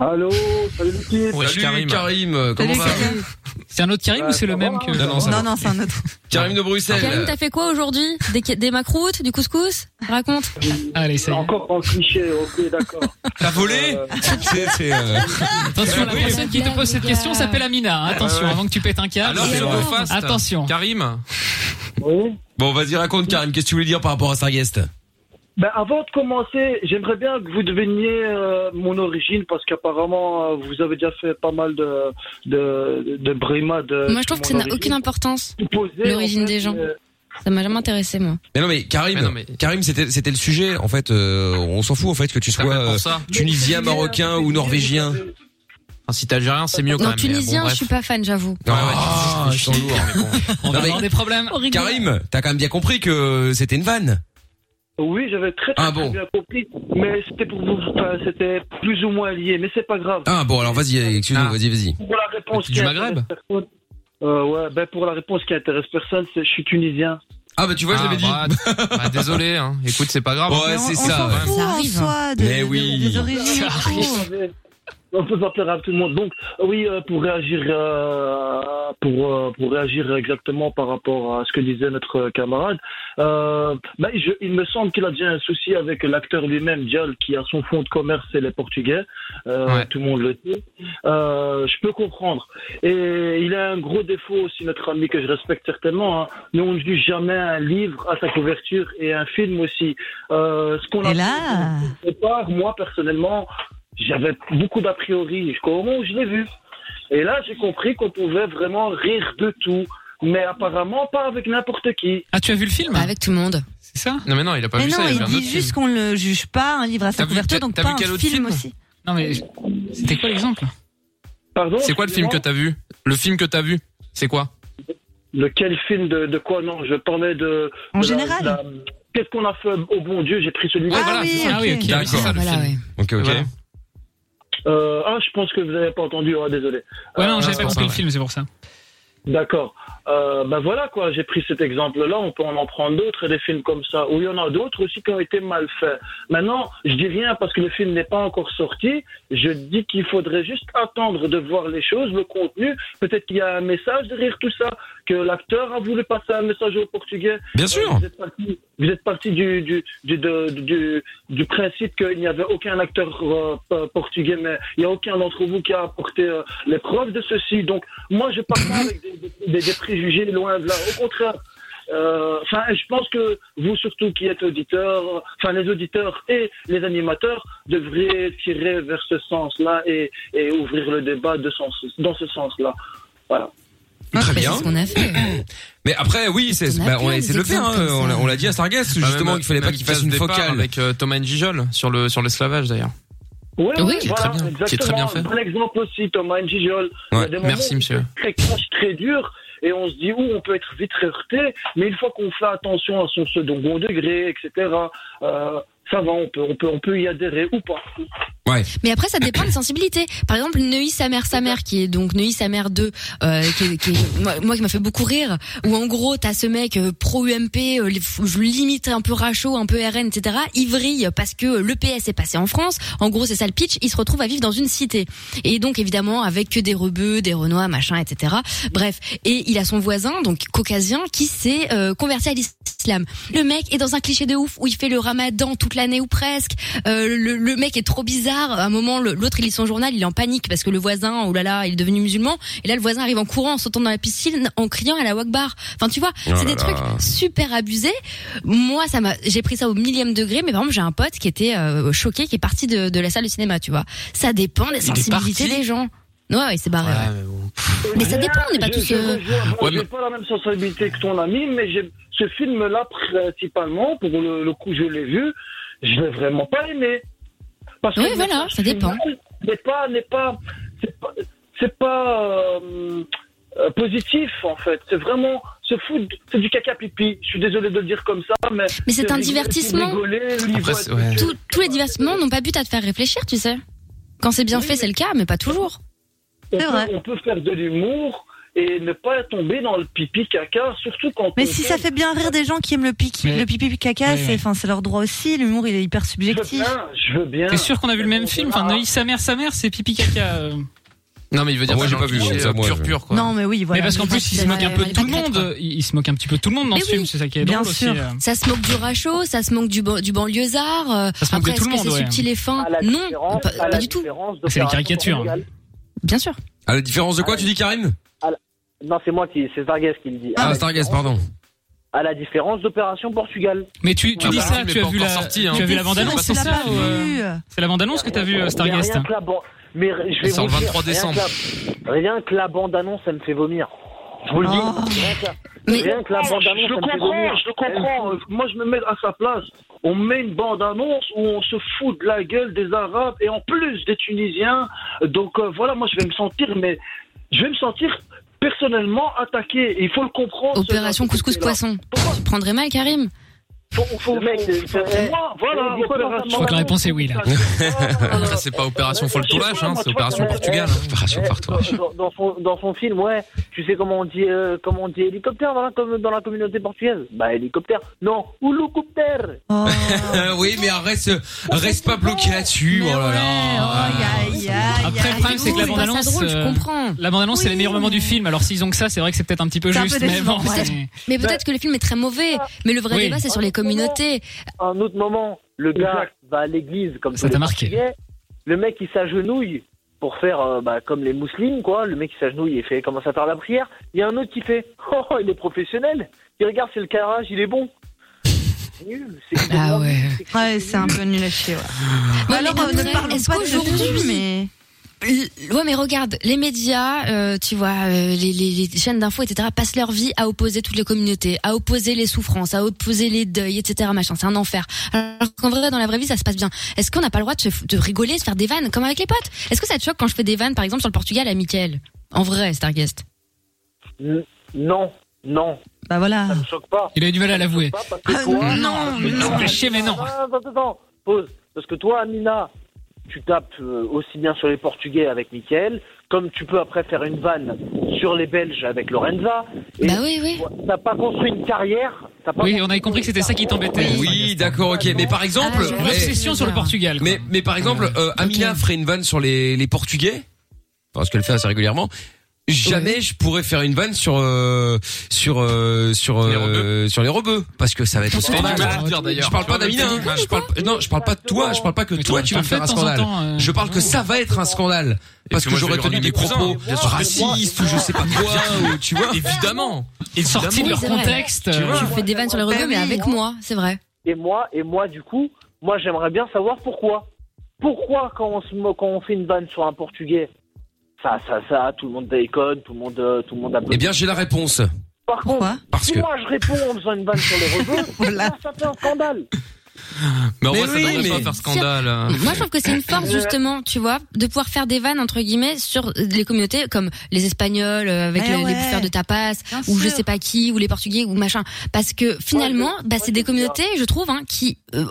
Speaker 14: Allô, salut l'équipe
Speaker 2: Wesh, Karim. Euh, comment
Speaker 7: Salut,
Speaker 2: va
Speaker 7: Karim. C'est un autre Karim ou c'est le même que
Speaker 2: Non, non, euh, ça va.
Speaker 5: Non, non, c'est un autre.
Speaker 2: Karim de Bruxelles.
Speaker 9: Karim, t'as fait quoi aujourd'hui des, des macroutes, du couscous Raconte.
Speaker 14: Euh,
Speaker 7: Allez, ça y est.
Speaker 14: Encore en cliché, ok, d'accord.
Speaker 2: T'as volé C'est- c'est, euh,
Speaker 7: Attention, la personne qui te pose cette
Speaker 2: Ah.
Speaker 7: question s'appelle Amina. hein. Attention, avant que tu pètes un câble.
Speaker 2: bah Alors, c'est le fast.
Speaker 7: Attention.
Speaker 2: Karim
Speaker 14: Oui.
Speaker 2: Bon, vas-y, raconte, Karim, qu'est-ce que tu voulais dire par rapport à Starguest
Speaker 14: Ben, avant de commencer, j'aimerais bien que vous deviniez euh, mon origine parce qu'apparemment euh, vous avez déjà fait pas mal de de, de brimades. euh,
Speaker 9: Moi, je trouve
Speaker 14: sur
Speaker 9: que ça
Speaker 14: mon
Speaker 9: n'a
Speaker 14: origine.
Speaker 9: aucune importance.
Speaker 14: Supposé,
Speaker 9: L'origine
Speaker 14: en fait,
Speaker 9: des gens.
Speaker 14: euh,
Speaker 9: Ça m'a jamais intéressé, moi.
Speaker 2: Mais non mais Karim, Karim c'était c'était le sujet en fait. euh, on s'en fout en fait que tu sois
Speaker 3: pour
Speaker 2: euh,
Speaker 3: ça.
Speaker 2: tunisien, marocain ou norvégien.
Speaker 3: Enfin, si t'es algérien, c'est mieux quand
Speaker 9: Non,
Speaker 3: même. mais bon,
Speaker 9: tunisien,
Speaker 3: bref.
Speaker 9: je suis pas fan, j'avoue.
Speaker 2: Ouais, ouais, Ah,
Speaker 14: Oh,
Speaker 2: je suis lourd.
Speaker 7: On
Speaker 2: Non,
Speaker 7: va
Speaker 2: mais-
Speaker 7: avoir des problèmes.
Speaker 2: Karim, t'as quand même bien compris que c'était une vanne.
Speaker 14: Oui, j'avais très, très,
Speaker 2: Ah bon.
Speaker 14: très bien compris, mais c'était pour vous, enfin, c'était plus ou moins lié, mais c'est pas grave.
Speaker 2: Ah bon alors vas-y, excuse-nous, vas-y, vas-y.
Speaker 14: Pour la réponse
Speaker 2: Du
Speaker 14: qui
Speaker 2: Maghreb
Speaker 14: intéresse personne, euh, ouais, ben pour la réponse qui intéresse personne, c'est je suis tunisien.
Speaker 2: Ah bah tu vois, je
Speaker 3: Ah,
Speaker 2: l'avais dit.
Speaker 3: bah, bah, désolé, hein. écoute, c'est pas grave.
Speaker 2: Ouais,
Speaker 3: hein.
Speaker 2: c'est ça. ouais.
Speaker 5: Fou en
Speaker 9: hein.
Speaker 3: arrive,
Speaker 5: soi de-
Speaker 2: Mais
Speaker 5: de-
Speaker 2: oui.
Speaker 5: des origines.
Speaker 14: Ça On peut s'en plaire à tout le monde. Donc, oui, euh, pour réagir, euh, pour, euh, pour réagir exactement par rapport à ce que disait notre camarade, euh, ben, je- il me semble qu'il a déjà un souci avec l'acteur lui-même, Dial, qui a son fonds de commerce, c'est les Portugais. Euh, Tout le monde le sait. Euh, je peux comprendre. Et il a un gros défaut aussi, notre ami, que je respecte certainement. Hein. Nous, on ne juge jamais un livre à sa couverture et un film aussi. Euh, ce qu'on a
Speaker 5: Et là
Speaker 14: au départ, moi personnellement, j'avais beaucoup d'a priori jusqu'au moment où je l'ai vu. Et là, j'ai compris qu'on pouvait vraiment rire de tout, mais apparemment pas avec n'importe qui.
Speaker 7: Ah, tu as vu le film
Speaker 9: Bah, Avec tout le monde.
Speaker 7: C'est ça
Speaker 3: Non, mais non, il a pas
Speaker 5: Mais
Speaker 3: vu
Speaker 5: non,
Speaker 3: ça.
Speaker 5: il dit juste qu'on le juge pas un livre à sa
Speaker 3: T'as vu
Speaker 5: couverture,
Speaker 3: quel-
Speaker 5: donc
Speaker 3: t'as
Speaker 5: pas
Speaker 3: vu
Speaker 5: un
Speaker 3: quel
Speaker 5: film,
Speaker 3: autre film
Speaker 5: aussi.
Speaker 7: Non, mais c'était quoi l'exemple
Speaker 14: Pardon
Speaker 3: C'est quoi le film que t'as vu Le film que t'as vu, c'est quoi
Speaker 14: De quel film De, de quoi Non, je parlais de.
Speaker 5: En
Speaker 14: de la-
Speaker 5: général
Speaker 14: de la- Qu'est-ce qu'on a fait au bon Dieu J'ai pris celui-là.
Speaker 5: Ah voilà, oui, c'est ça.
Speaker 7: Ah oui, ok, oui, c'est ça le
Speaker 9: Voilà,
Speaker 7: film.
Speaker 9: ouais.
Speaker 2: Ok, ok.
Speaker 14: Euh, ah, je pense que vous n'avez pas entendu. Ah, désolé.
Speaker 7: Ouais, non,
Speaker 14: Euh,
Speaker 2: Ah,
Speaker 7: j'avais pas compris le film, c'est pour ça.
Speaker 14: D'accord. Euh, ben voilà quoi, j'ai pris cet exemple-là, on peut en en prendre d'autres, des films comme ça, ou il y en a d'autres aussi qui ont été mal faits. Maintenant, je dis rien parce que le film n'est pas encore sorti, je dis qu'il faudrait juste attendre de voir les choses, le contenu, peut-être qu'il y a un message derrière tout ça. que l'acteur a voulu passer un message aux Portugais. Euh,
Speaker 2: Bien sûr.
Speaker 14: Vous êtes parti, vous êtes parti du, du, du, de- du, du principe qu'il n'y avait aucun acteur euh, p- portugais, mais il n'y a aucun d'entre vous qui a apporté euh, les preuves de ceci. Donc, moi, je parle pas avec des, des- des préjugés loin de là. Au contraire. Euh, Enfin, je pense que vous surtout qui êtes auditeurs, enfin les auditeurs et les animateurs devriez tirer vers ce sens-là et, et ouvrir le débat de sens, dans ce sens-là. Voilà.
Speaker 2: Très bien. Mais après, oui, c'est, bah, on a essayé de le faire. hein. On l'a- on l'a dit à Starguest,
Speaker 3: Bah,
Speaker 2: justement,
Speaker 3: même-
Speaker 2: qu'il fallait pas
Speaker 3: même
Speaker 2: qu'il fasse
Speaker 3: phase
Speaker 2: une
Speaker 3: de départ
Speaker 2: focale.
Speaker 3: Avec euh, Thomas Njijol sur le sur l'esclavage d'ailleurs.
Speaker 14: Oui,
Speaker 3: Oui, qui est très bien- qui est très bien fait.
Speaker 14: Un bon exemple aussi, Thomas Njijol. Il y a des moments
Speaker 3: Merci,
Speaker 14: où
Speaker 3: monsieur.
Speaker 14: c'est Très cash, très dur. Et on se dit, où on peut être vite heurté, mais une fois qu'on fait attention à son second degré, etc., euh, ça va, on peut, on, peut, on peut y adhérer ou pas.
Speaker 2: Ouais.
Speaker 9: Mais après, ça dépend des sensibilités. Par exemple, Neuilly, sa mère, sa mère, qui est donc Neuilly, sa mère 2, euh, qui, est- qui est- moi, moi, qui m'a fait beaucoup rire, où en gros, t'as ce mec euh, pro-UMP, euh, li- f- limite un peu rachot, un peu RN, etc., ivrille parce que le PS est passé en France. En gros, c'est ça le pitch, il se retrouve à vivre dans une cité. Et donc, évidemment, avec que des rebeux, des renois, machin, etc. Bref. Et il a son voisin, donc caucasien, qui s'est euh, converti à l'islam. Le mec est dans un cliché de ouf où il fait le ramadan toute l'année ou presque. Euh, le, le mec est trop bizarre. À un moment, le- l'autre, il lit son journal, il est en panique parce que le voisin, oh là là, il est devenu musulman. Et là, le voisin arrive en courant, en sautant dans la piscine, en criant à la wakbar. Enfin, tu vois,
Speaker 13: Oh
Speaker 9: c'est
Speaker 13: là
Speaker 9: des
Speaker 13: là.
Speaker 9: trucs super abusés. Moi, ça m'a, j'ai pris ça au millième degré, mais par exemple, j'ai un pote qui était euh, choqué, qui est parti de, de la salle de cinéma, tu vois. Ça dépend des
Speaker 13: est
Speaker 9: sensibilités des gens. Ouais, ouais, il s'est barré. ouais. Mais ça dépend, on n'est pas
Speaker 14: Je-
Speaker 9: tous,
Speaker 14: je
Speaker 9: euh,
Speaker 14: rejoins- moi, j'ai pas la même sensibilité que ton ami, mais j'ai- ce film-là, principalement, pour le, le coup, je l'ai vu, je l'ai vraiment pas aimé. Parce
Speaker 9: Oui,
Speaker 14: le
Speaker 9: voilà,
Speaker 14: message
Speaker 9: ça dépend.
Speaker 14: final N'est pas, n'est pas, c'est pas, c'est pas, euh, euh, positif en fait. C'est vraiment se foutre, c'est du caca pipi. Je suis désolé de le dire comme ça, mais.
Speaker 9: Mais c'est un
Speaker 14: rigoler pour
Speaker 9: divertissement.
Speaker 14: rigoler, le niveau
Speaker 3: Après, c'est- ouais.
Speaker 14: est-
Speaker 9: Tous- tous les divertissements n'ont pas but à te faire réfléchir, tu sais. Quand c'est bien fait, c'est le cas, mais pas toujours.
Speaker 14: on, peut, on peut faire de l'humour et ne pas tomber dans le pipi caca, surtout quand.
Speaker 5: Mais
Speaker 14: on
Speaker 5: si
Speaker 14: tombe-
Speaker 5: ça fait bien rire des gens qui aiment le, pique,
Speaker 14: Mais-
Speaker 5: le pipi caca,
Speaker 14: Ouais,
Speaker 5: c'est
Speaker 14: ouais.
Speaker 5: enfin c'est leur droit aussi. L'humour, il est hyper subjectif.
Speaker 14: Je veux bien. Ah.
Speaker 7: T'es sûr qu'on a vu le même film Enfin, Neuilly, sa mère, sa mère, c'est pipi caca. euh.
Speaker 3: Non mais il veut dire
Speaker 2: Ah, moi, j'ai
Speaker 3: dans le
Speaker 2: pas vu,
Speaker 3: cliché,
Speaker 2: ça,
Speaker 3: euh,
Speaker 2: moi,
Speaker 3: pur
Speaker 2: je-
Speaker 3: pur quoi.
Speaker 5: Non, mais oui, voilà.
Speaker 7: mais parce qu'en
Speaker 9: Mais
Speaker 7: plus, il
Speaker 9: ça,
Speaker 7: se moque un
Speaker 9: euh,
Speaker 7: peu
Speaker 9: on
Speaker 7: de
Speaker 9: est
Speaker 7: tout
Speaker 9: pas
Speaker 7: le
Speaker 9: prêts,
Speaker 7: monde. Il il se moque un petit peu de tout le monde dans
Speaker 9: Mais
Speaker 7: ce film,
Speaker 9: oui.
Speaker 7: c'est ça qui est
Speaker 9: Bien
Speaker 7: drôle aussi.
Speaker 9: sûr.
Speaker 7: euh.
Speaker 9: Ça se moque du rachot, ça se moque du, ban- du banlieusard. euh,
Speaker 7: Ça se moque de
Speaker 9: Après, est-ce
Speaker 7: tout le
Speaker 9: que
Speaker 7: monde,
Speaker 9: c'est
Speaker 7: ouais.
Speaker 9: subtil et fin
Speaker 7: À la
Speaker 9: Non,
Speaker 7: différence-
Speaker 9: pas,
Speaker 7: à la
Speaker 9: pas du tout.
Speaker 7: C'est les caricatures.
Speaker 9: Bien sûr.
Speaker 2: À la différence de quoi, tu dis, Karim
Speaker 18: À la- Non, c'est moi qui, c'est Starguest qui le dit. À
Speaker 2: Ah,
Speaker 18: la
Speaker 2: Starguest,
Speaker 18: différence-
Speaker 2: pardon.
Speaker 18: À la différence d'Opération Portugal.
Speaker 7: Mais tu, tu
Speaker 18: Ah
Speaker 7: dis
Speaker 18: bah, le
Speaker 7: ça,
Speaker 18: film
Speaker 7: tu
Speaker 18: est
Speaker 7: as
Speaker 18: pas
Speaker 7: vu la,
Speaker 18: encore sorti, hein.
Speaker 7: tu as vu
Speaker 18: Mais
Speaker 7: la
Speaker 18: si,
Speaker 7: bande annonce,
Speaker 18: mais
Speaker 7: c'est
Speaker 18: tu l'as
Speaker 7: ça
Speaker 18: pas
Speaker 7: ou,
Speaker 18: vu.
Speaker 7: euh, C'est la bande annonce que t'as vu, euh, Starguest.
Speaker 18: Mais rien que la ban- Mais je vais
Speaker 7: sort le
Speaker 18: vous dire,
Speaker 7: 23
Speaker 18: rien
Speaker 7: décembre.
Speaker 18: que la- Rien que la bande-annonce, ça me fait vomir. Je vous le dis.
Speaker 14: Ah.
Speaker 18: Rien que la- Rien que la bande-annonce,
Speaker 14: je
Speaker 18: ça
Speaker 14: le
Speaker 18: me fait
Speaker 14: comprends,
Speaker 18: vomir.
Speaker 14: je le comprends. Euh, Moi, je me mets à sa place. On met une bande-annonce où on se fout de la gueule des Arabes et en plus des Tunisiens. Donc euh, voilà, moi, je vais me sentir, mais je vais me sentir personnellement attaqué. Il faut le comprendre.
Speaker 9: Opération couscous poisson. Tu prendrais mal, Karim
Speaker 14: Faut, faut, mec, moi, voilà, opération.
Speaker 7: Je crois que la réponse est oui là.
Speaker 3: Ça c'est pas opération Foltolage, hein, c'est opération Portugal. hein. Opération Portugal.
Speaker 18: euh, Dans, dans son, dans son film, ouais, tu sais comment on dit, euh, comment on dit hélicoptère dans la, com- dans la communauté portugaise Bah, hélicoptère. Non, ouloucoptère.
Speaker 2: oui, mais reste, reste pas bloqué là-dessus. Oh là là.
Speaker 7: Après, le problème, c'est que la
Speaker 9: Oui, mais
Speaker 7: bande-annonce.
Speaker 9: c'est drôle, je
Speaker 7: euh,
Speaker 9: comprends.
Speaker 7: La bande-annonce, c'est les meilleurs moments du film. Alors, s'ils ont que ça, c'est vrai que c'est peut-être un petit peu juste. mais bon, c'est-
Speaker 9: Mais peut-être que le film est très mauvais. Mais le vrai
Speaker 7: Oui.
Speaker 9: débat, c'est sur les communautés.
Speaker 18: un autre moment, le gars va à l'église comme
Speaker 7: Ça
Speaker 18: tous les
Speaker 7: t'a marqué.
Speaker 18: Portugais. Le mec il s'agenouille pour faire euh, bah, comme les musulmans quoi. Le mec il s'agenouille et fait commence à faire la prière. Il y a un autre qui fait oh oh, il est professionnel. Il regarde c'est le carrage, il est bon. C'est nul, c'est
Speaker 5: Ah ouais. Ouais, c'est un peu nul à chier. ouais.
Speaker 9: Ouais,
Speaker 5: Alors,
Speaker 9: mais
Speaker 5: euh, ne
Speaker 9: après,
Speaker 5: parlons
Speaker 9: est-ce
Speaker 5: pas de ce
Speaker 9: qu'aujourd'hui-
Speaker 5: film, mais.
Speaker 9: L- Euh, Ouais, mais regarde, les médias, euh, tu vois, euh, les, les- les chaînes d'infos, etc., passent leur vie à opposer toutes les communautés, à opposer les souffrances, à opposer les deuils, etc., machin. C'est un enfer. Alors qu'en vrai, dans la vraie vie, ça se passe bien. Est-ce qu'on n'a pas le droit de, se f- de rigoler, de faire des vannes, comme avec les potes Est-ce que ça te choque quand je fais des vannes, par exemple, sur le Portugal à Michael En vrai, Starguest.
Speaker 18: N- non, non.
Speaker 5: Bah voilà.
Speaker 18: Ça me choque pas.
Speaker 7: Il a eu du mal à l'avouer.
Speaker 18: Parce que toi- Ah,
Speaker 7: non, fais chier, mais non.
Speaker 18: Attends, attends, attends. Pause. Parce que toi, Amina, tu tapes euh, aussi bien sur les Portugais avec Mickaël, comme tu peux après faire une vanne sur les Belges avec Lorenza. Et
Speaker 9: Bah oui, oui.
Speaker 18: T'as pas construit une carrière. t'as pas
Speaker 7: Oui,
Speaker 18: construit
Speaker 7: on avait compris que c'était ça qui t'embêtait.
Speaker 2: Oui, d'accord, ok. Mais par
Speaker 3: Ah,
Speaker 2: exemple,
Speaker 7: Une obsession sur le Portugal. quoi.
Speaker 2: Mais, mais par exemple, euh, Amina ferait une vanne sur les, les Portugais, parce qu'elle fait assez régulièrement. Jamais je pourrais faire une vanne sur euh, sur euh, sur euh, sur les rebeux parce que ça va être un
Speaker 3: Pourquoi
Speaker 2: scandale.
Speaker 3: tu vas le dire, d'ailleurs
Speaker 2: Je parle
Speaker 3: Tu vas
Speaker 2: pas
Speaker 3: le
Speaker 2: d'Amina.
Speaker 3: dire.
Speaker 2: hein. Je parle non, je parle pas de toi, je parle pas que
Speaker 3: Mais
Speaker 2: toi
Speaker 3: t'en-
Speaker 2: tu vas
Speaker 3: t'en
Speaker 2: faire
Speaker 3: fais
Speaker 2: un
Speaker 3: de temps en
Speaker 2: scandale.
Speaker 3: temps, euh,
Speaker 2: Je parle que ça va être un scandale parce que
Speaker 3: moi,
Speaker 2: j'aurais
Speaker 3: je vais
Speaker 2: tenu
Speaker 3: le
Speaker 2: des
Speaker 3: dire à mes
Speaker 2: propos
Speaker 3: cousins, bien sûr.
Speaker 2: racistes ou je sais pas quoi ou tu vois.
Speaker 3: Évidemment.
Speaker 2: Et
Speaker 9: Oui, c'est vrai.
Speaker 3: euh,
Speaker 2: Tu vois.
Speaker 9: Tu fais des vannes sur les
Speaker 13: Ben
Speaker 9: rebeux, mais
Speaker 13: oui.
Speaker 9: avec moi, c'est vrai.
Speaker 18: Et moi, et moi, du coup, moi, j'aimerais bien savoir pourquoi. Pourquoi quand on se mo- quand on fait une vanne sur un Portugais, ça, ça, ça, tout le monde déconne, tout le monde, euh, tout le monde applaudit.
Speaker 2: Eh bien, j'ai la réponse.
Speaker 18: Par
Speaker 5: contre,
Speaker 2: Parce
Speaker 18: si
Speaker 2: que-
Speaker 18: moi je réponds en faisant une vanne sur les rebeux, là, ça fait un scandale.
Speaker 3: Mais en
Speaker 2: Mais
Speaker 3: vrai, ça
Speaker 2: oui,
Speaker 3: devrait pas
Speaker 2: mais-
Speaker 3: faire scandale. hein.
Speaker 9: Mais Moi, je trouve que c'est une
Speaker 13: Euh.
Speaker 9: force justement, tu vois, de pouvoir faire des vannes entre guillemets sur les communautés comme les Espagnols euh, avec
Speaker 13: Eh
Speaker 9: les, les
Speaker 13: ouais.
Speaker 9: bouffeurs de tapas
Speaker 13: Bien
Speaker 9: ou je
Speaker 13: sûr.
Speaker 9: sais pas qui ou les Portugais ou machin, parce que finalement, bah, c'est des communautés, je trouve, hein, qui euh,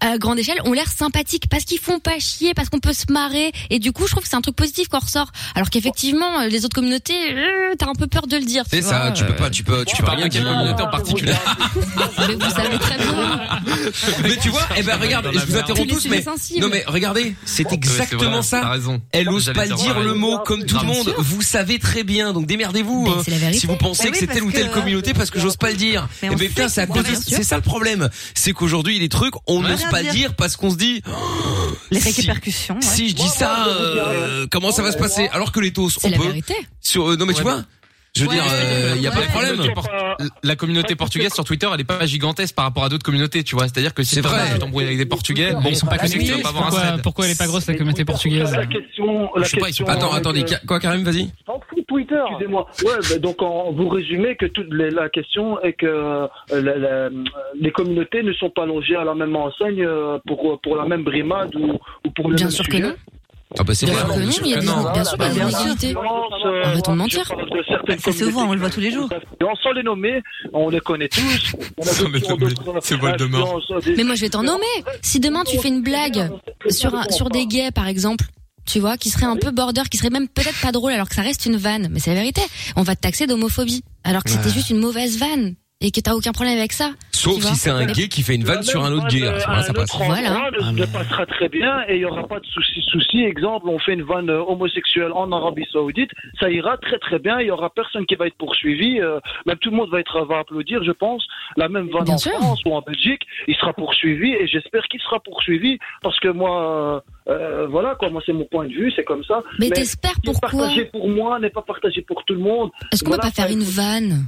Speaker 9: à grande échelle ont l'air sympathiques parce qu'ils font pas chier, parce qu'on peut se marrer et du coup, je trouve que c'est un truc positif qu'on ressort. Alors qu'effectivement, euh, les autres communautés, euh, t'as un peu peur de le dire.
Speaker 2: C'est
Speaker 9: tu
Speaker 2: ça,
Speaker 9: vois,
Speaker 2: tu peux
Speaker 9: euh.
Speaker 2: pas, tu peux, tu peux rien dire communauté en particulier.
Speaker 9: Mais vous savez très bien.
Speaker 2: mais tu vois, eh ben regarde, je vous interromps
Speaker 9: Tous les
Speaker 2: tous,
Speaker 9: sujets
Speaker 2: mais
Speaker 9: sensibles.
Speaker 2: non mais regardez, c'est
Speaker 3: Ouais, c'est
Speaker 2: exactement
Speaker 3: vrai, t'as
Speaker 2: ça.
Speaker 3: raison.
Speaker 2: Elle ose
Speaker 3: J'allais
Speaker 2: pas
Speaker 3: dire
Speaker 2: dire
Speaker 3: pareil.
Speaker 2: le mot comme tout le
Speaker 3: Bien
Speaker 2: monde.
Speaker 3: sûr.
Speaker 2: Vous savez très bien, donc démerdez-vous.
Speaker 3: Ben,
Speaker 2: hein.
Speaker 3: c'est la vérité.
Speaker 2: Si vous pensez
Speaker 3: Ben
Speaker 2: que
Speaker 3: oui,
Speaker 2: c'est
Speaker 3: parce
Speaker 2: telle ou
Speaker 7: euh,
Speaker 2: telle
Speaker 3: que-
Speaker 2: communauté parce que j'ose pas le dire.
Speaker 3: Mais
Speaker 2: Et
Speaker 3: on
Speaker 2: ben
Speaker 3: sait
Speaker 2: putain, c'est à
Speaker 3: que-
Speaker 2: cause de
Speaker 3: bien sûr.
Speaker 2: c'est ça le problème. C'est qu'aujourd'hui les trucs, on
Speaker 5: On
Speaker 2: n'ose
Speaker 5: va
Speaker 2: pas
Speaker 5: dire.
Speaker 2: dire parce qu'on se dit. oh,
Speaker 5: Les
Speaker 2: Si-
Speaker 5: répercussions. ouais.
Speaker 2: Si je dis ça, euh, comment ça va se passer Alors que les taux, on
Speaker 5: la
Speaker 2: peut.
Speaker 5: vérité.
Speaker 2: Sur, euh, non mais tu vois, je veux
Speaker 3: Ouais,
Speaker 2: dire,
Speaker 3: mais-
Speaker 2: il y a
Speaker 3: Ouais.
Speaker 2: pas de problème.
Speaker 3: La communauté por- La communauté portugaise sur Twitter, elle est pas gigantesque par rapport à d'autres communautés, tu vois. C'est-à-dire que si
Speaker 2: C'est
Speaker 3: t'as-
Speaker 2: vrai.
Speaker 3: tu t'embrouilles avec des Portugais,
Speaker 7: Bon,
Speaker 3: bon,
Speaker 7: ils sont pas
Speaker 3: tu sais que tu
Speaker 7: connectés.
Speaker 3: vas pas avoir un
Speaker 7: Pourquoi,
Speaker 3: thread.
Speaker 7: pourquoi elle est pas grosse la communauté portugaise
Speaker 14: La question, la
Speaker 7: Je sais pas, ils sont
Speaker 14: question.
Speaker 7: pas- Attends, attendez,
Speaker 14: euh,
Speaker 2: Quoi, Karim, vas-y.
Speaker 18: Twitter.
Speaker 14: Excusez-moi. Ouais, bah, donc en, vous résumez que toute la, la question est que euh, la- la- les communautés ne sont pas logées à la même enseigne euh, pour pour la même brimade ou, ou pour le
Speaker 9: Bien
Speaker 14: même
Speaker 9: sûr que
Speaker 14: sujet.
Speaker 9: non.
Speaker 2: Ah bah c'est
Speaker 9: Bien
Speaker 2: vrai.
Speaker 9: sûr que non, il y a des- bien
Speaker 13: Bah,
Speaker 9: sûr qu'il y a des
Speaker 14: Voilà,
Speaker 9: inégalités.
Speaker 14: euh,
Speaker 9: Arrêtons de mentir.
Speaker 14: je parle de certaines
Speaker 5: Ça se voit, on le voit tous les jours.
Speaker 14: Et on s'en les nommer, on les connaît tous. On a d'autres qui ont d'autres
Speaker 3: c'est Voldemort.
Speaker 14: influences, des-
Speaker 9: Mais moi, je vais t'en nommer. Si demain tu fais une blague sur un- sur des gays, par exemple. Tu vois, qui serait un peu border, qui serait même peut-être pas drôle, alors que ça reste une vanne. Mais c'est la vérité. On va te taxer d'homophobie, alors que c'était
Speaker 2: Ouais.
Speaker 9: juste une mauvaise vanne et que t'as aucun problème avec ça.
Speaker 2: Sauf
Speaker 9: tu vois.
Speaker 2: si c'est un
Speaker 9: Mais-
Speaker 2: gay qui fait une vanne sur un autre gay. Alors,
Speaker 14: un
Speaker 2: ça passe.
Speaker 14: autre endroit le- le passera très bien et il n'y aura pas de souci. Souci, exemple, on fait une vanne euh, homosexuelle en Arabie Saoudite, ça ira très très bien. Il y aura personne qui va être poursuivi. euh, même tout le monde va être va applaudir, je pense. La même vanne en France ou en Belgique, il sera poursuivi et j'espère qu'il sera poursuivi parce que moi, euh, euh, voilà quoi. Moi, c'est mon point de vue, c'est comme ça.
Speaker 9: Mais t'espères
Speaker 14: ce qui est
Speaker 9: pourquoi
Speaker 14: Partagé pour moi n'est pas partagé pour tout le monde.
Speaker 9: Est-ce qu'on
Speaker 14: Voilà,
Speaker 9: peut pas faire
Speaker 14: ça-
Speaker 9: une vanne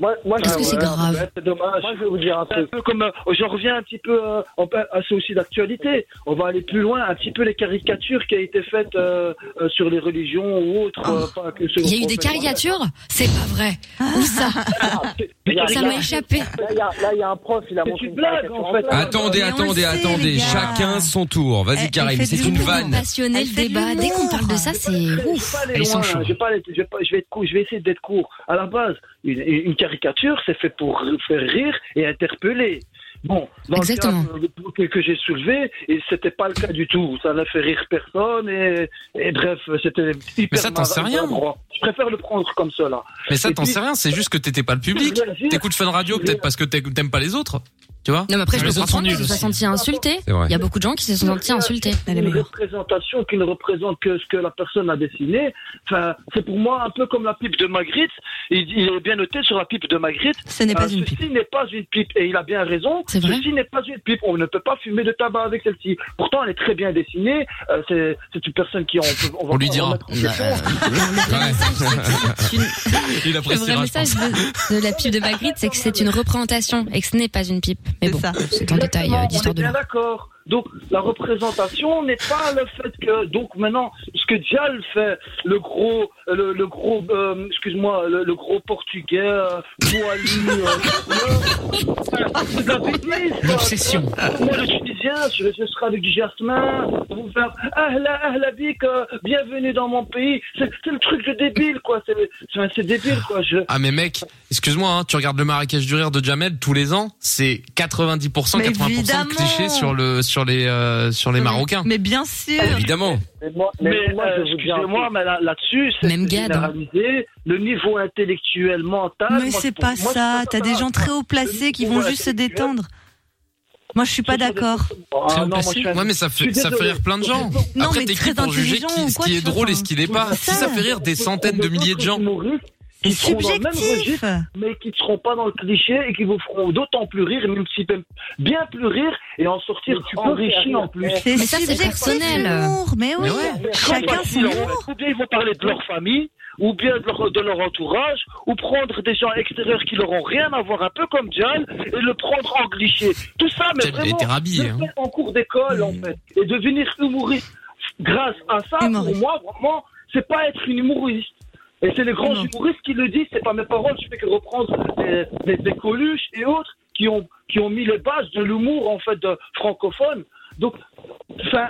Speaker 14: moi, moi,
Speaker 9: Est-ce
Speaker 14: je-
Speaker 9: que c'est
Speaker 14: ouais,
Speaker 9: grave
Speaker 14: ouais, C'est dommage. Moi, je vais vous dire un peu comme, euh, je reviens un petit peu, euh, on peut- à ce aussi d'actualité. On va aller plus loin, un petit peu les caricatures qui a été faites euh, euh, sur les religions ou autres. euh, pas que sur
Speaker 9: Oh. Il y a
Speaker 14: le
Speaker 9: eu des
Speaker 14: prophète.
Speaker 9: caricatures C'est pas vrai. Où ça
Speaker 18: Ah,
Speaker 9: Ça m'a échappé.
Speaker 18: Là, il y a- là, il y a un prof, il a montré une blague en fait.
Speaker 2: Attendez,
Speaker 9: Mais on le
Speaker 2: attendez,
Speaker 9: sait, les
Speaker 2: attendez.
Speaker 9: gars.
Speaker 2: Chacun son tour.
Speaker 5: Eh,
Speaker 2: Vas-y, Karim, c'est une vanne.
Speaker 9: Passionner le débat. Dès qu'on parle de ça, c'est ouf.
Speaker 14: aller loin, hein. Je vais, pas aller- je vais pas- je vais être court, je vais essayer d'être court. À la base, une, une caricature, c'est fait pour faire rire et interpeller. Bon, dans
Speaker 9: Exactement.
Speaker 14: le cas que, que j'ai soulevé, et c'était pas le cas du tout. Ça n'a fait rire personne et, et bref, c'était hyper.
Speaker 3: Mais ça, t'en sais
Speaker 14: marrant,
Speaker 3: rien.
Speaker 14: maladroit. Je préfère le prendre comme ça là.
Speaker 3: Mais ça,
Speaker 14: Et
Speaker 3: t'en
Speaker 14: puis-
Speaker 3: sais rien, c'est juste que t'étais pas le public. T'écoutes Fun Radio peut-être parce que t'aimes t'aimes pas les autres. Tu vois
Speaker 9: Non, mais après, je peux comprendre qu'ils se sont sentis insultés.
Speaker 3: C'est vrai.
Speaker 9: Il y a beaucoup de gens qui se sont sentis insultés.
Speaker 14: Euh, une représentation qui ne représente que ce que la personne a dessiné. Enfin, c'est pour moi un peu comme la pipe de Magritte. Il, il est bien noté sur la pipe de Magritte. Euh,
Speaker 5: Ce n'est pas une
Speaker 14: Ceci n'est pas une pipe. Et il a bien raison. Ceci n'est pas une pipe. On ne peut pas fumer de tabac avec celle-ci. Pourtant, elle est très bien dessinée. Euh, c'est, c'est une personne qui on, peut- on va
Speaker 3: On lui
Speaker 14: pas
Speaker 3: dira.
Speaker 14: remettre en question.
Speaker 3: Il
Speaker 9: Le vrai
Speaker 3: appréciera. je
Speaker 9: message
Speaker 3: pense.
Speaker 9: de, de la pipe de Magritte, c'est que c'est une représentation et que ce n'est pas une pipe. Mais bon, c'est en détail euh,
Speaker 14: Exactement,
Speaker 9: l'histoire
Speaker 14: on est
Speaker 9: de
Speaker 14: bien
Speaker 9: l'art.
Speaker 14: d'accord. Donc la représentation n'est pas le fait que donc maintenant ce que Dial fait le gros le, le gros euh, excuse-moi le, le gros portugais euh, poilu euh, c'est de la bêtise, quoi.
Speaker 7: L'obsession.
Speaker 14: Moi le tunisien je, je serai avec du jasmin pour vous faire ahla ahla bik euh, bienvenue dans mon pays c'est c'est le truc de débile quoi c'est c'est- c'est débile quoi je
Speaker 3: Ah mais mec, excuse-moi, hein, tu regardes le Marrakech du rire de Jamel tous les ans, c'est 90%, 80% de
Speaker 5: Mais
Speaker 3: clichés
Speaker 5: évidemment.
Speaker 3: sur le sur les euh, sur les Marocains.
Speaker 5: Mais Eh bien sûr.
Speaker 3: Évidemment.
Speaker 14: Mais moi, mais
Speaker 5: Mais,
Speaker 14: moi,
Speaker 5: euh,
Speaker 14: je vous dis un
Speaker 5: excusez-moi,
Speaker 14: truc. mais là- là-dessus, c'est
Speaker 5: Même
Speaker 14: c'est
Speaker 5: Gad, hein.
Speaker 14: généralisé. Le niveau intellectuel, mental.
Speaker 5: Mais
Speaker 14: moi,
Speaker 5: c'est
Speaker 14: pour
Speaker 5: pas
Speaker 14: moi, c'est
Speaker 5: ça. T'as des gens très haut placés qui
Speaker 14: niveau
Speaker 5: vont juste se
Speaker 14: intellectuel.
Speaker 5: détendre. Moi, je suis pas d'accord.
Speaker 3: Très haut placé. ouais, mais ça
Speaker 5: Ah, Je
Speaker 3: fait,
Speaker 5: suis
Speaker 3: ça fait
Speaker 5: désolé.
Speaker 3: rire plein de gens.
Speaker 5: Non,
Speaker 3: Après,
Speaker 5: mais
Speaker 3: t'es
Speaker 5: très
Speaker 3: qui pour juger qui,
Speaker 5: intelligent ou
Speaker 3: ce
Speaker 5: quoi,
Speaker 3: qui est
Speaker 5: tu vois,
Speaker 3: drôle et
Speaker 5: enfin,
Speaker 3: ce qui n'est pas
Speaker 5: c'est
Speaker 3: Si ça
Speaker 5: ça.
Speaker 3: fait rire des centaines de milliers de gens.
Speaker 14: Ils seront dans le même
Speaker 5: Subjectif.
Speaker 14: registre, mais qui ne seront pas dans le cliché et qui vous feront d'autant plus rire, même si même bien plus rire et en sortir enrichi en plus.
Speaker 5: C'est Mais ça, c'est subjectif, personnel. l'humour, mais oui. Chacun son humour.
Speaker 14: Ou bien ils vont parler de leur famille, ou bien de leur, de leur entourage, ou prendre des gens extérieurs qui n'auront rien à voir, un peu comme John, et le prendre en cliché. Tout ça, mais
Speaker 3: Putain, il
Speaker 14: vraiment,
Speaker 3: était rhabillé,
Speaker 14: le
Speaker 3: hein.
Speaker 14: faire en cours d'école, en fait, et devenir humoriste grâce à ça, pour moi, vraiment, c'est pas être une humoriste. Et c'est les grands humoristes qui le disent, c'est pas mes paroles, je fais que reprendre des, des, des Coluche et autres qui ont, qui ont mis les bases de l'humour, en fait, de- francophone. Donc, enfin,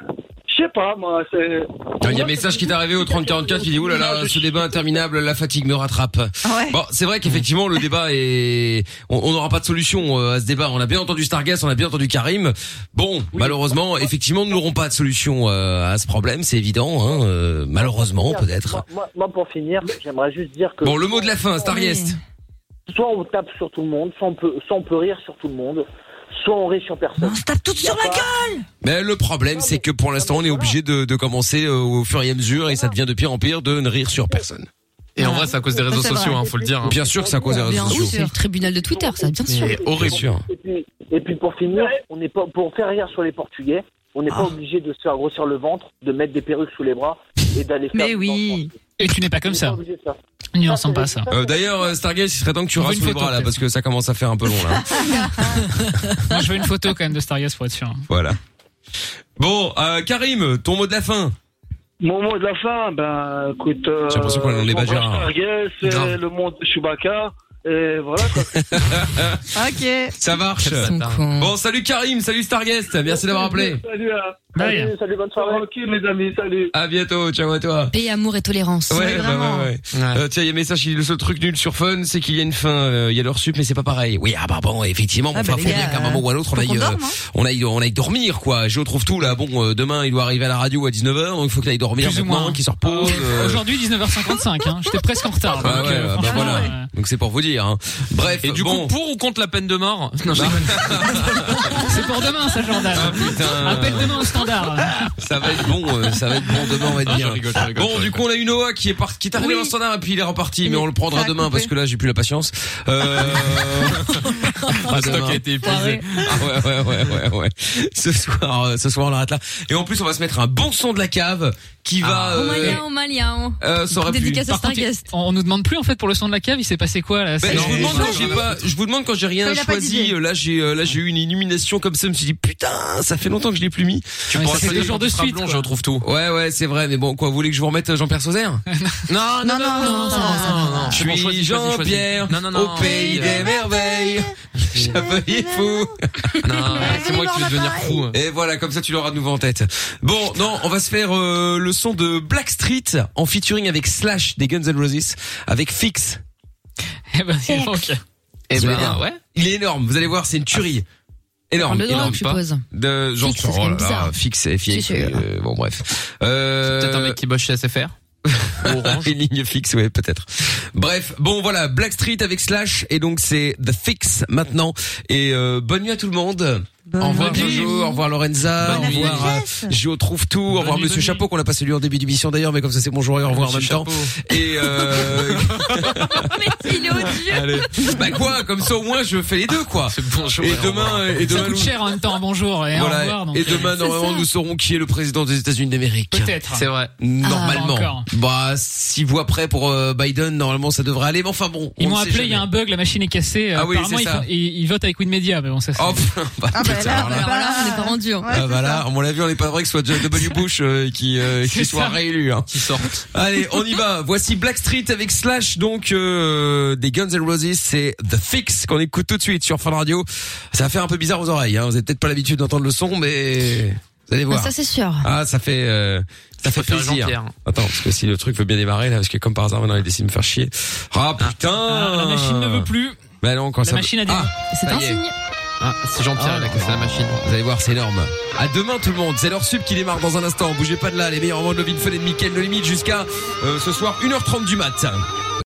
Speaker 14: je sais pas, moi, c'est...
Speaker 2: Il y a un message qui est arrivé au 3044 qui dit Ouh là là, ce débat interminable, la fatigue me rattrape.
Speaker 9: Ah
Speaker 2: Bon, c'est vrai qu'effectivement, le débat est. On on n'aura pas de solution euh, à ce débat. On a bien entendu Stargas, on a bien entendu Karim. Bon, malheureusement, effectivement, nous n'aurons pas de solution euh, à ce problème, c'est évident. Hein, euh, malheureusement, peut-être.
Speaker 18: Moi, moi- moi, pour finir, j'aimerais juste dire que.
Speaker 2: Bon, le mot de la fin, Starguest.
Speaker 18: Soit on tape sur tout le monde, soit on peut, soit on peut rire sur tout le monde, soit on rit sur personne. On se tape toutes sur la gueule
Speaker 2: Mais le problème, c'est que pour l'instant, on est obligé de, de commencer euh, au fur et à mesure, et ça devient de pire en pire de ne rire sur personne.
Speaker 3: Et en vrai, c'est à cause des réseaux
Speaker 9: Ça, c'est
Speaker 3: sociaux,
Speaker 9: vrai.
Speaker 3: hein, faut le dire. hein.
Speaker 2: Bien sûr que c'est à cause des réseaux
Speaker 9: Bien sûr, c'est
Speaker 2: sociaux.
Speaker 9: le tribunal de Twitter, ça, bien sûr.
Speaker 18: Et puis, et puis pour finir, on n'est pas, pour faire rire sur les Portugais, on n'est
Speaker 9: Ah.
Speaker 18: pas obligé de se faire grossir le ventre, de mettre des perruques sous les bras et d'aller faire. Mais oui
Speaker 7: Et tu n'es pas comme ça. N'y en sent pas ça.
Speaker 2: Euh, D'ailleurs, euh, Stargaze, il serait temps que tu
Speaker 7: On veut
Speaker 2: rasses
Speaker 7: une
Speaker 2: les
Speaker 7: photo,
Speaker 2: bras là, parce que ça commence à faire un peu long là.
Speaker 7: Moi, je veux une photo quand même de Stargaz pour être sûr.
Speaker 2: voilà. Bon, euh, Karim, ton mot de la fin.
Speaker 14: Mon mot de la fin, ben écoute.
Speaker 2: J'ai l'impression qu'on est dans les
Speaker 14: Embrasse
Speaker 2: Bajars.
Speaker 14: Targues, c'est
Speaker 2: Grave.
Speaker 14: le monde de Chewbacca. Et voilà quoi.
Speaker 5: ok.
Speaker 2: Ça marche. Bon, salut Karim, salut Starguest, merci d'avoir appelé.
Speaker 14: Salut, hein.
Speaker 2: Bye.
Speaker 14: salut, salut, bonne soirée. Ok, mes amis, salut.
Speaker 2: À bientôt, ciao à toi.
Speaker 9: Paix, amour et tolérance.
Speaker 2: Ouais, bah ouais, ouais. Euh, tiens, il y a un message qui dit le seul truc nul sur Fun, c'est qu'il y a une fin, euh, il y a l'heure sup, mais c'est pas pareil. Oui, ah bah bon, effectivement,
Speaker 1: Ah
Speaker 2: enfin,
Speaker 1: bah les
Speaker 2: faut
Speaker 1: gars,
Speaker 2: bien qu'à un moment ou à l'autre, on
Speaker 1: faut
Speaker 2: aille,
Speaker 1: qu'on
Speaker 2: euh,
Speaker 1: dorme, hein.
Speaker 2: on aille, on aille dormir, quoi. Je retrouve tout, là. Bon, euh, demain, il doit arriver à la radio à 19h, donc il faut qu'il aille dormir
Speaker 7: Plus ou
Speaker 2: maintenant,
Speaker 7: moins.
Speaker 2: qu'il se
Speaker 1: Ah
Speaker 2: repose. euh,
Speaker 7: Aujourd'hui, 19h55, hein. J'étais presque en retard.
Speaker 2: Ah
Speaker 7: donc,
Speaker 2: ouais,
Speaker 7: euh,
Speaker 2: bah
Speaker 7: franchement,
Speaker 2: voilà.
Speaker 7: euh,
Speaker 2: Donc c'est pour vous dire. Hein. Bref.
Speaker 3: Et du
Speaker 2: bon. Bah,
Speaker 3: coup, pour ou contre la peine de mort Non, je rigole.
Speaker 7: euh, C'est pour demain, ça, Jordan.
Speaker 2: Ah, putain.
Speaker 7: Appelle demain au standard.
Speaker 2: ça va être bon, euh, ça va être bon demain, on va
Speaker 3: Ah,
Speaker 2: être bien. bon, du coup, on a eu Noah qui est parti, qui est arrivé dans le standard et puis il est reparti, mais on le prendra demain parce que là, j'ai plus la patience. Euh...
Speaker 3: Ah, c'est toi qui as été épuisé.
Speaker 2: Ah, ouais, ouais, ouais, ouais, ouais. Ce soir, euh, ce soir, on l'arrête là. Et en plus, on va se mettre un bon son de la cave qui va.
Speaker 9: Ah. Au
Speaker 2: euh,
Speaker 9: Malien, au Malien.
Speaker 2: euh, ça aurait pu.
Speaker 9: Dédicace à
Speaker 2: Par contre,
Speaker 9: Stargast.
Speaker 7: On nous demande plus, en fait, pour le son de la cave, il s'est passé quoi, là
Speaker 2: Ben,
Speaker 7: C'est-
Speaker 2: je, vous demande quand j'ai pas, je vous demande quand j'ai rien
Speaker 7: Il a pas
Speaker 2: choisi.
Speaker 7: d'idée.
Speaker 2: euh, Là, j'ai euh, là j'ai eu une illumination comme ça. Je me suis dit putain, ça fait longtemps que je l'ai plus mis.
Speaker 3: Tu Ouais, pourras ça fait choisir deux jours quand tu de seras suite, blond,
Speaker 2: Blond,
Speaker 3: quoi.
Speaker 2: je
Speaker 3: je
Speaker 2: retrouve
Speaker 3: retrouve
Speaker 2: tout. Ouais ouais, c'est vrai. Mais bon, quoi, vous voulez que je vous remette euh, Jean-Pierre Sauzère Non, non, non, non, non. Je
Speaker 3: C'est bon, choisis,
Speaker 2: suis
Speaker 3: choisis, choisis.
Speaker 2: Jean-Pierre
Speaker 3: Non, non, non.
Speaker 2: au pays des merveilles. Chevalier fou.
Speaker 3: Non, c'est moi qui vais devenir fou. hein.
Speaker 2: Et voilà, comme ça tu l'auras de nouveau en tête. Bon, non, on va se faire euh, le son de Black Street en featuring avec Slash des Guns N' Roses, avec Fix.
Speaker 7: Eh ben, dis donc.
Speaker 2: Eh
Speaker 7: Vous
Speaker 2: ben,
Speaker 7: allez bien
Speaker 2: ouais. Il est énorme. Vous allez voir, c'est une tuerie. Énorme,
Speaker 7: Parle de drogue,
Speaker 2: énorme,
Speaker 7: je suppose.
Speaker 2: De genre,
Speaker 7: Fixe, c'est quand
Speaker 2: oh là
Speaker 7: même
Speaker 2: là,
Speaker 7: bizarre.
Speaker 2: fixe, FX,
Speaker 7: C'est sûr.
Speaker 2: euh, bon bref. Euh,
Speaker 3: C'est peut-être un mec
Speaker 2: qui bosse chez SFR. Une ligne fixe, ouais, peut-être. Bref, bon voilà, Black Street avec Slash et donc c'est The Fix maintenant et euh, bonne nuit à tout le monde. au revoir
Speaker 3: nuit.
Speaker 2: Jojo, au revoir Lorenza,
Speaker 3: Bonne
Speaker 2: au
Speaker 3: nuit.
Speaker 2: revoir
Speaker 3: Bonne
Speaker 2: euh, Jo trouve tout, au revoir Monsieur Chapeau qu'on a pas salué en début d'émission d'ailleurs, mais comme ça c'est bonjour et au revoir en même
Speaker 3: Monsieur
Speaker 2: temps. Et euh,
Speaker 9: Il est odieux.
Speaker 2: Allez. Bah quoi, comme ça au moins je fais les deux quoi.
Speaker 3: bonjour,
Speaker 2: et
Speaker 3: au revoir.
Speaker 2: demain et
Speaker 7: Ça
Speaker 2: demain
Speaker 7: coûte cher en même temps, bonjour et
Speaker 2: voilà.
Speaker 7: au revoir. donc,
Speaker 2: et
Speaker 7: euh,
Speaker 2: demain,
Speaker 7: c'est
Speaker 2: normalement,
Speaker 7: ça.
Speaker 2: nous saurons qui est le président des États-Unis d'Amérique.
Speaker 7: Peut-être. C'est vrai.
Speaker 2: Normalement.
Speaker 7: Ah, pas encore.
Speaker 2: bah, six voix près pour euh, Biden, normalement, ça devrait aller. Mais enfin bon.
Speaker 7: Ils
Speaker 2: on
Speaker 7: m'ont
Speaker 2: ne sait
Speaker 7: appelé, il y a
Speaker 2: jamais.
Speaker 7: un bug, la machine est cassée. euh,
Speaker 2: Ah oui,
Speaker 7: Apparemment,
Speaker 2: c'est
Speaker 7: ils,
Speaker 2: ça.
Speaker 7: font- ils- ils votent avec Wikimedia, mais bon, ça c'est.
Speaker 2: Oh, bah,
Speaker 9: Ah,
Speaker 2: putain, alors là.
Speaker 9: Voilà, on n'est pas rendu. hein.
Speaker 2: Ah, bah là, à mon avis, on n'est pas vrai que ce soit George W. Bush euh, qui, euh,
Speaker 3: C'est
Speaker 2: qui soit
Speaker 3: ça.
Speaker 2: réélu. Hein.
Speaker 3: Qui sortent.
Speaker 2: Allez, on y va. Voici Blackstreet avec Slash, donc euh, des Guns N' Roses. C'est The Fix qu'on écoute tout de suite sur Fun Radio. Ça va faire un peu bizarre aux oreilles. Hein. Vous n'avez peut-être pas l'habitude d'entendre le son, mais vous allez voir.
Speaker 9: Ça, c'est sûr.
Speaker 2: Ah, ça fait, euh, ça fait
Speaker 3: préfère
Speaker 2: plaisir.
Speaker 3: Jean-Pierre.
Speaker 2: Attends, parce que si le truc veut bien démarrer là, parce que comme par hasard maintenant il décide de me faire chier. Ah putain
Speaker 7: Ah, la machine ne veut plus.
Speaker 2: Bah non, quand
Speaker 7: La
Speaker 2: ça.
Speaker 7: machine a des.
Speaker 9: C'est un signe.
Speaker 2: Ah, c'est Jean-Pierre, il a cassé la machine. Vous allez voir, c'est énorme. À demain tout le monde, c'est leur sub qui démarre dans un instant. Bougez pas de là, les meilleurs moments de Lovin Fun et de Mickaël, de limite jusqu'à euh, ce soir 1h30 du mat.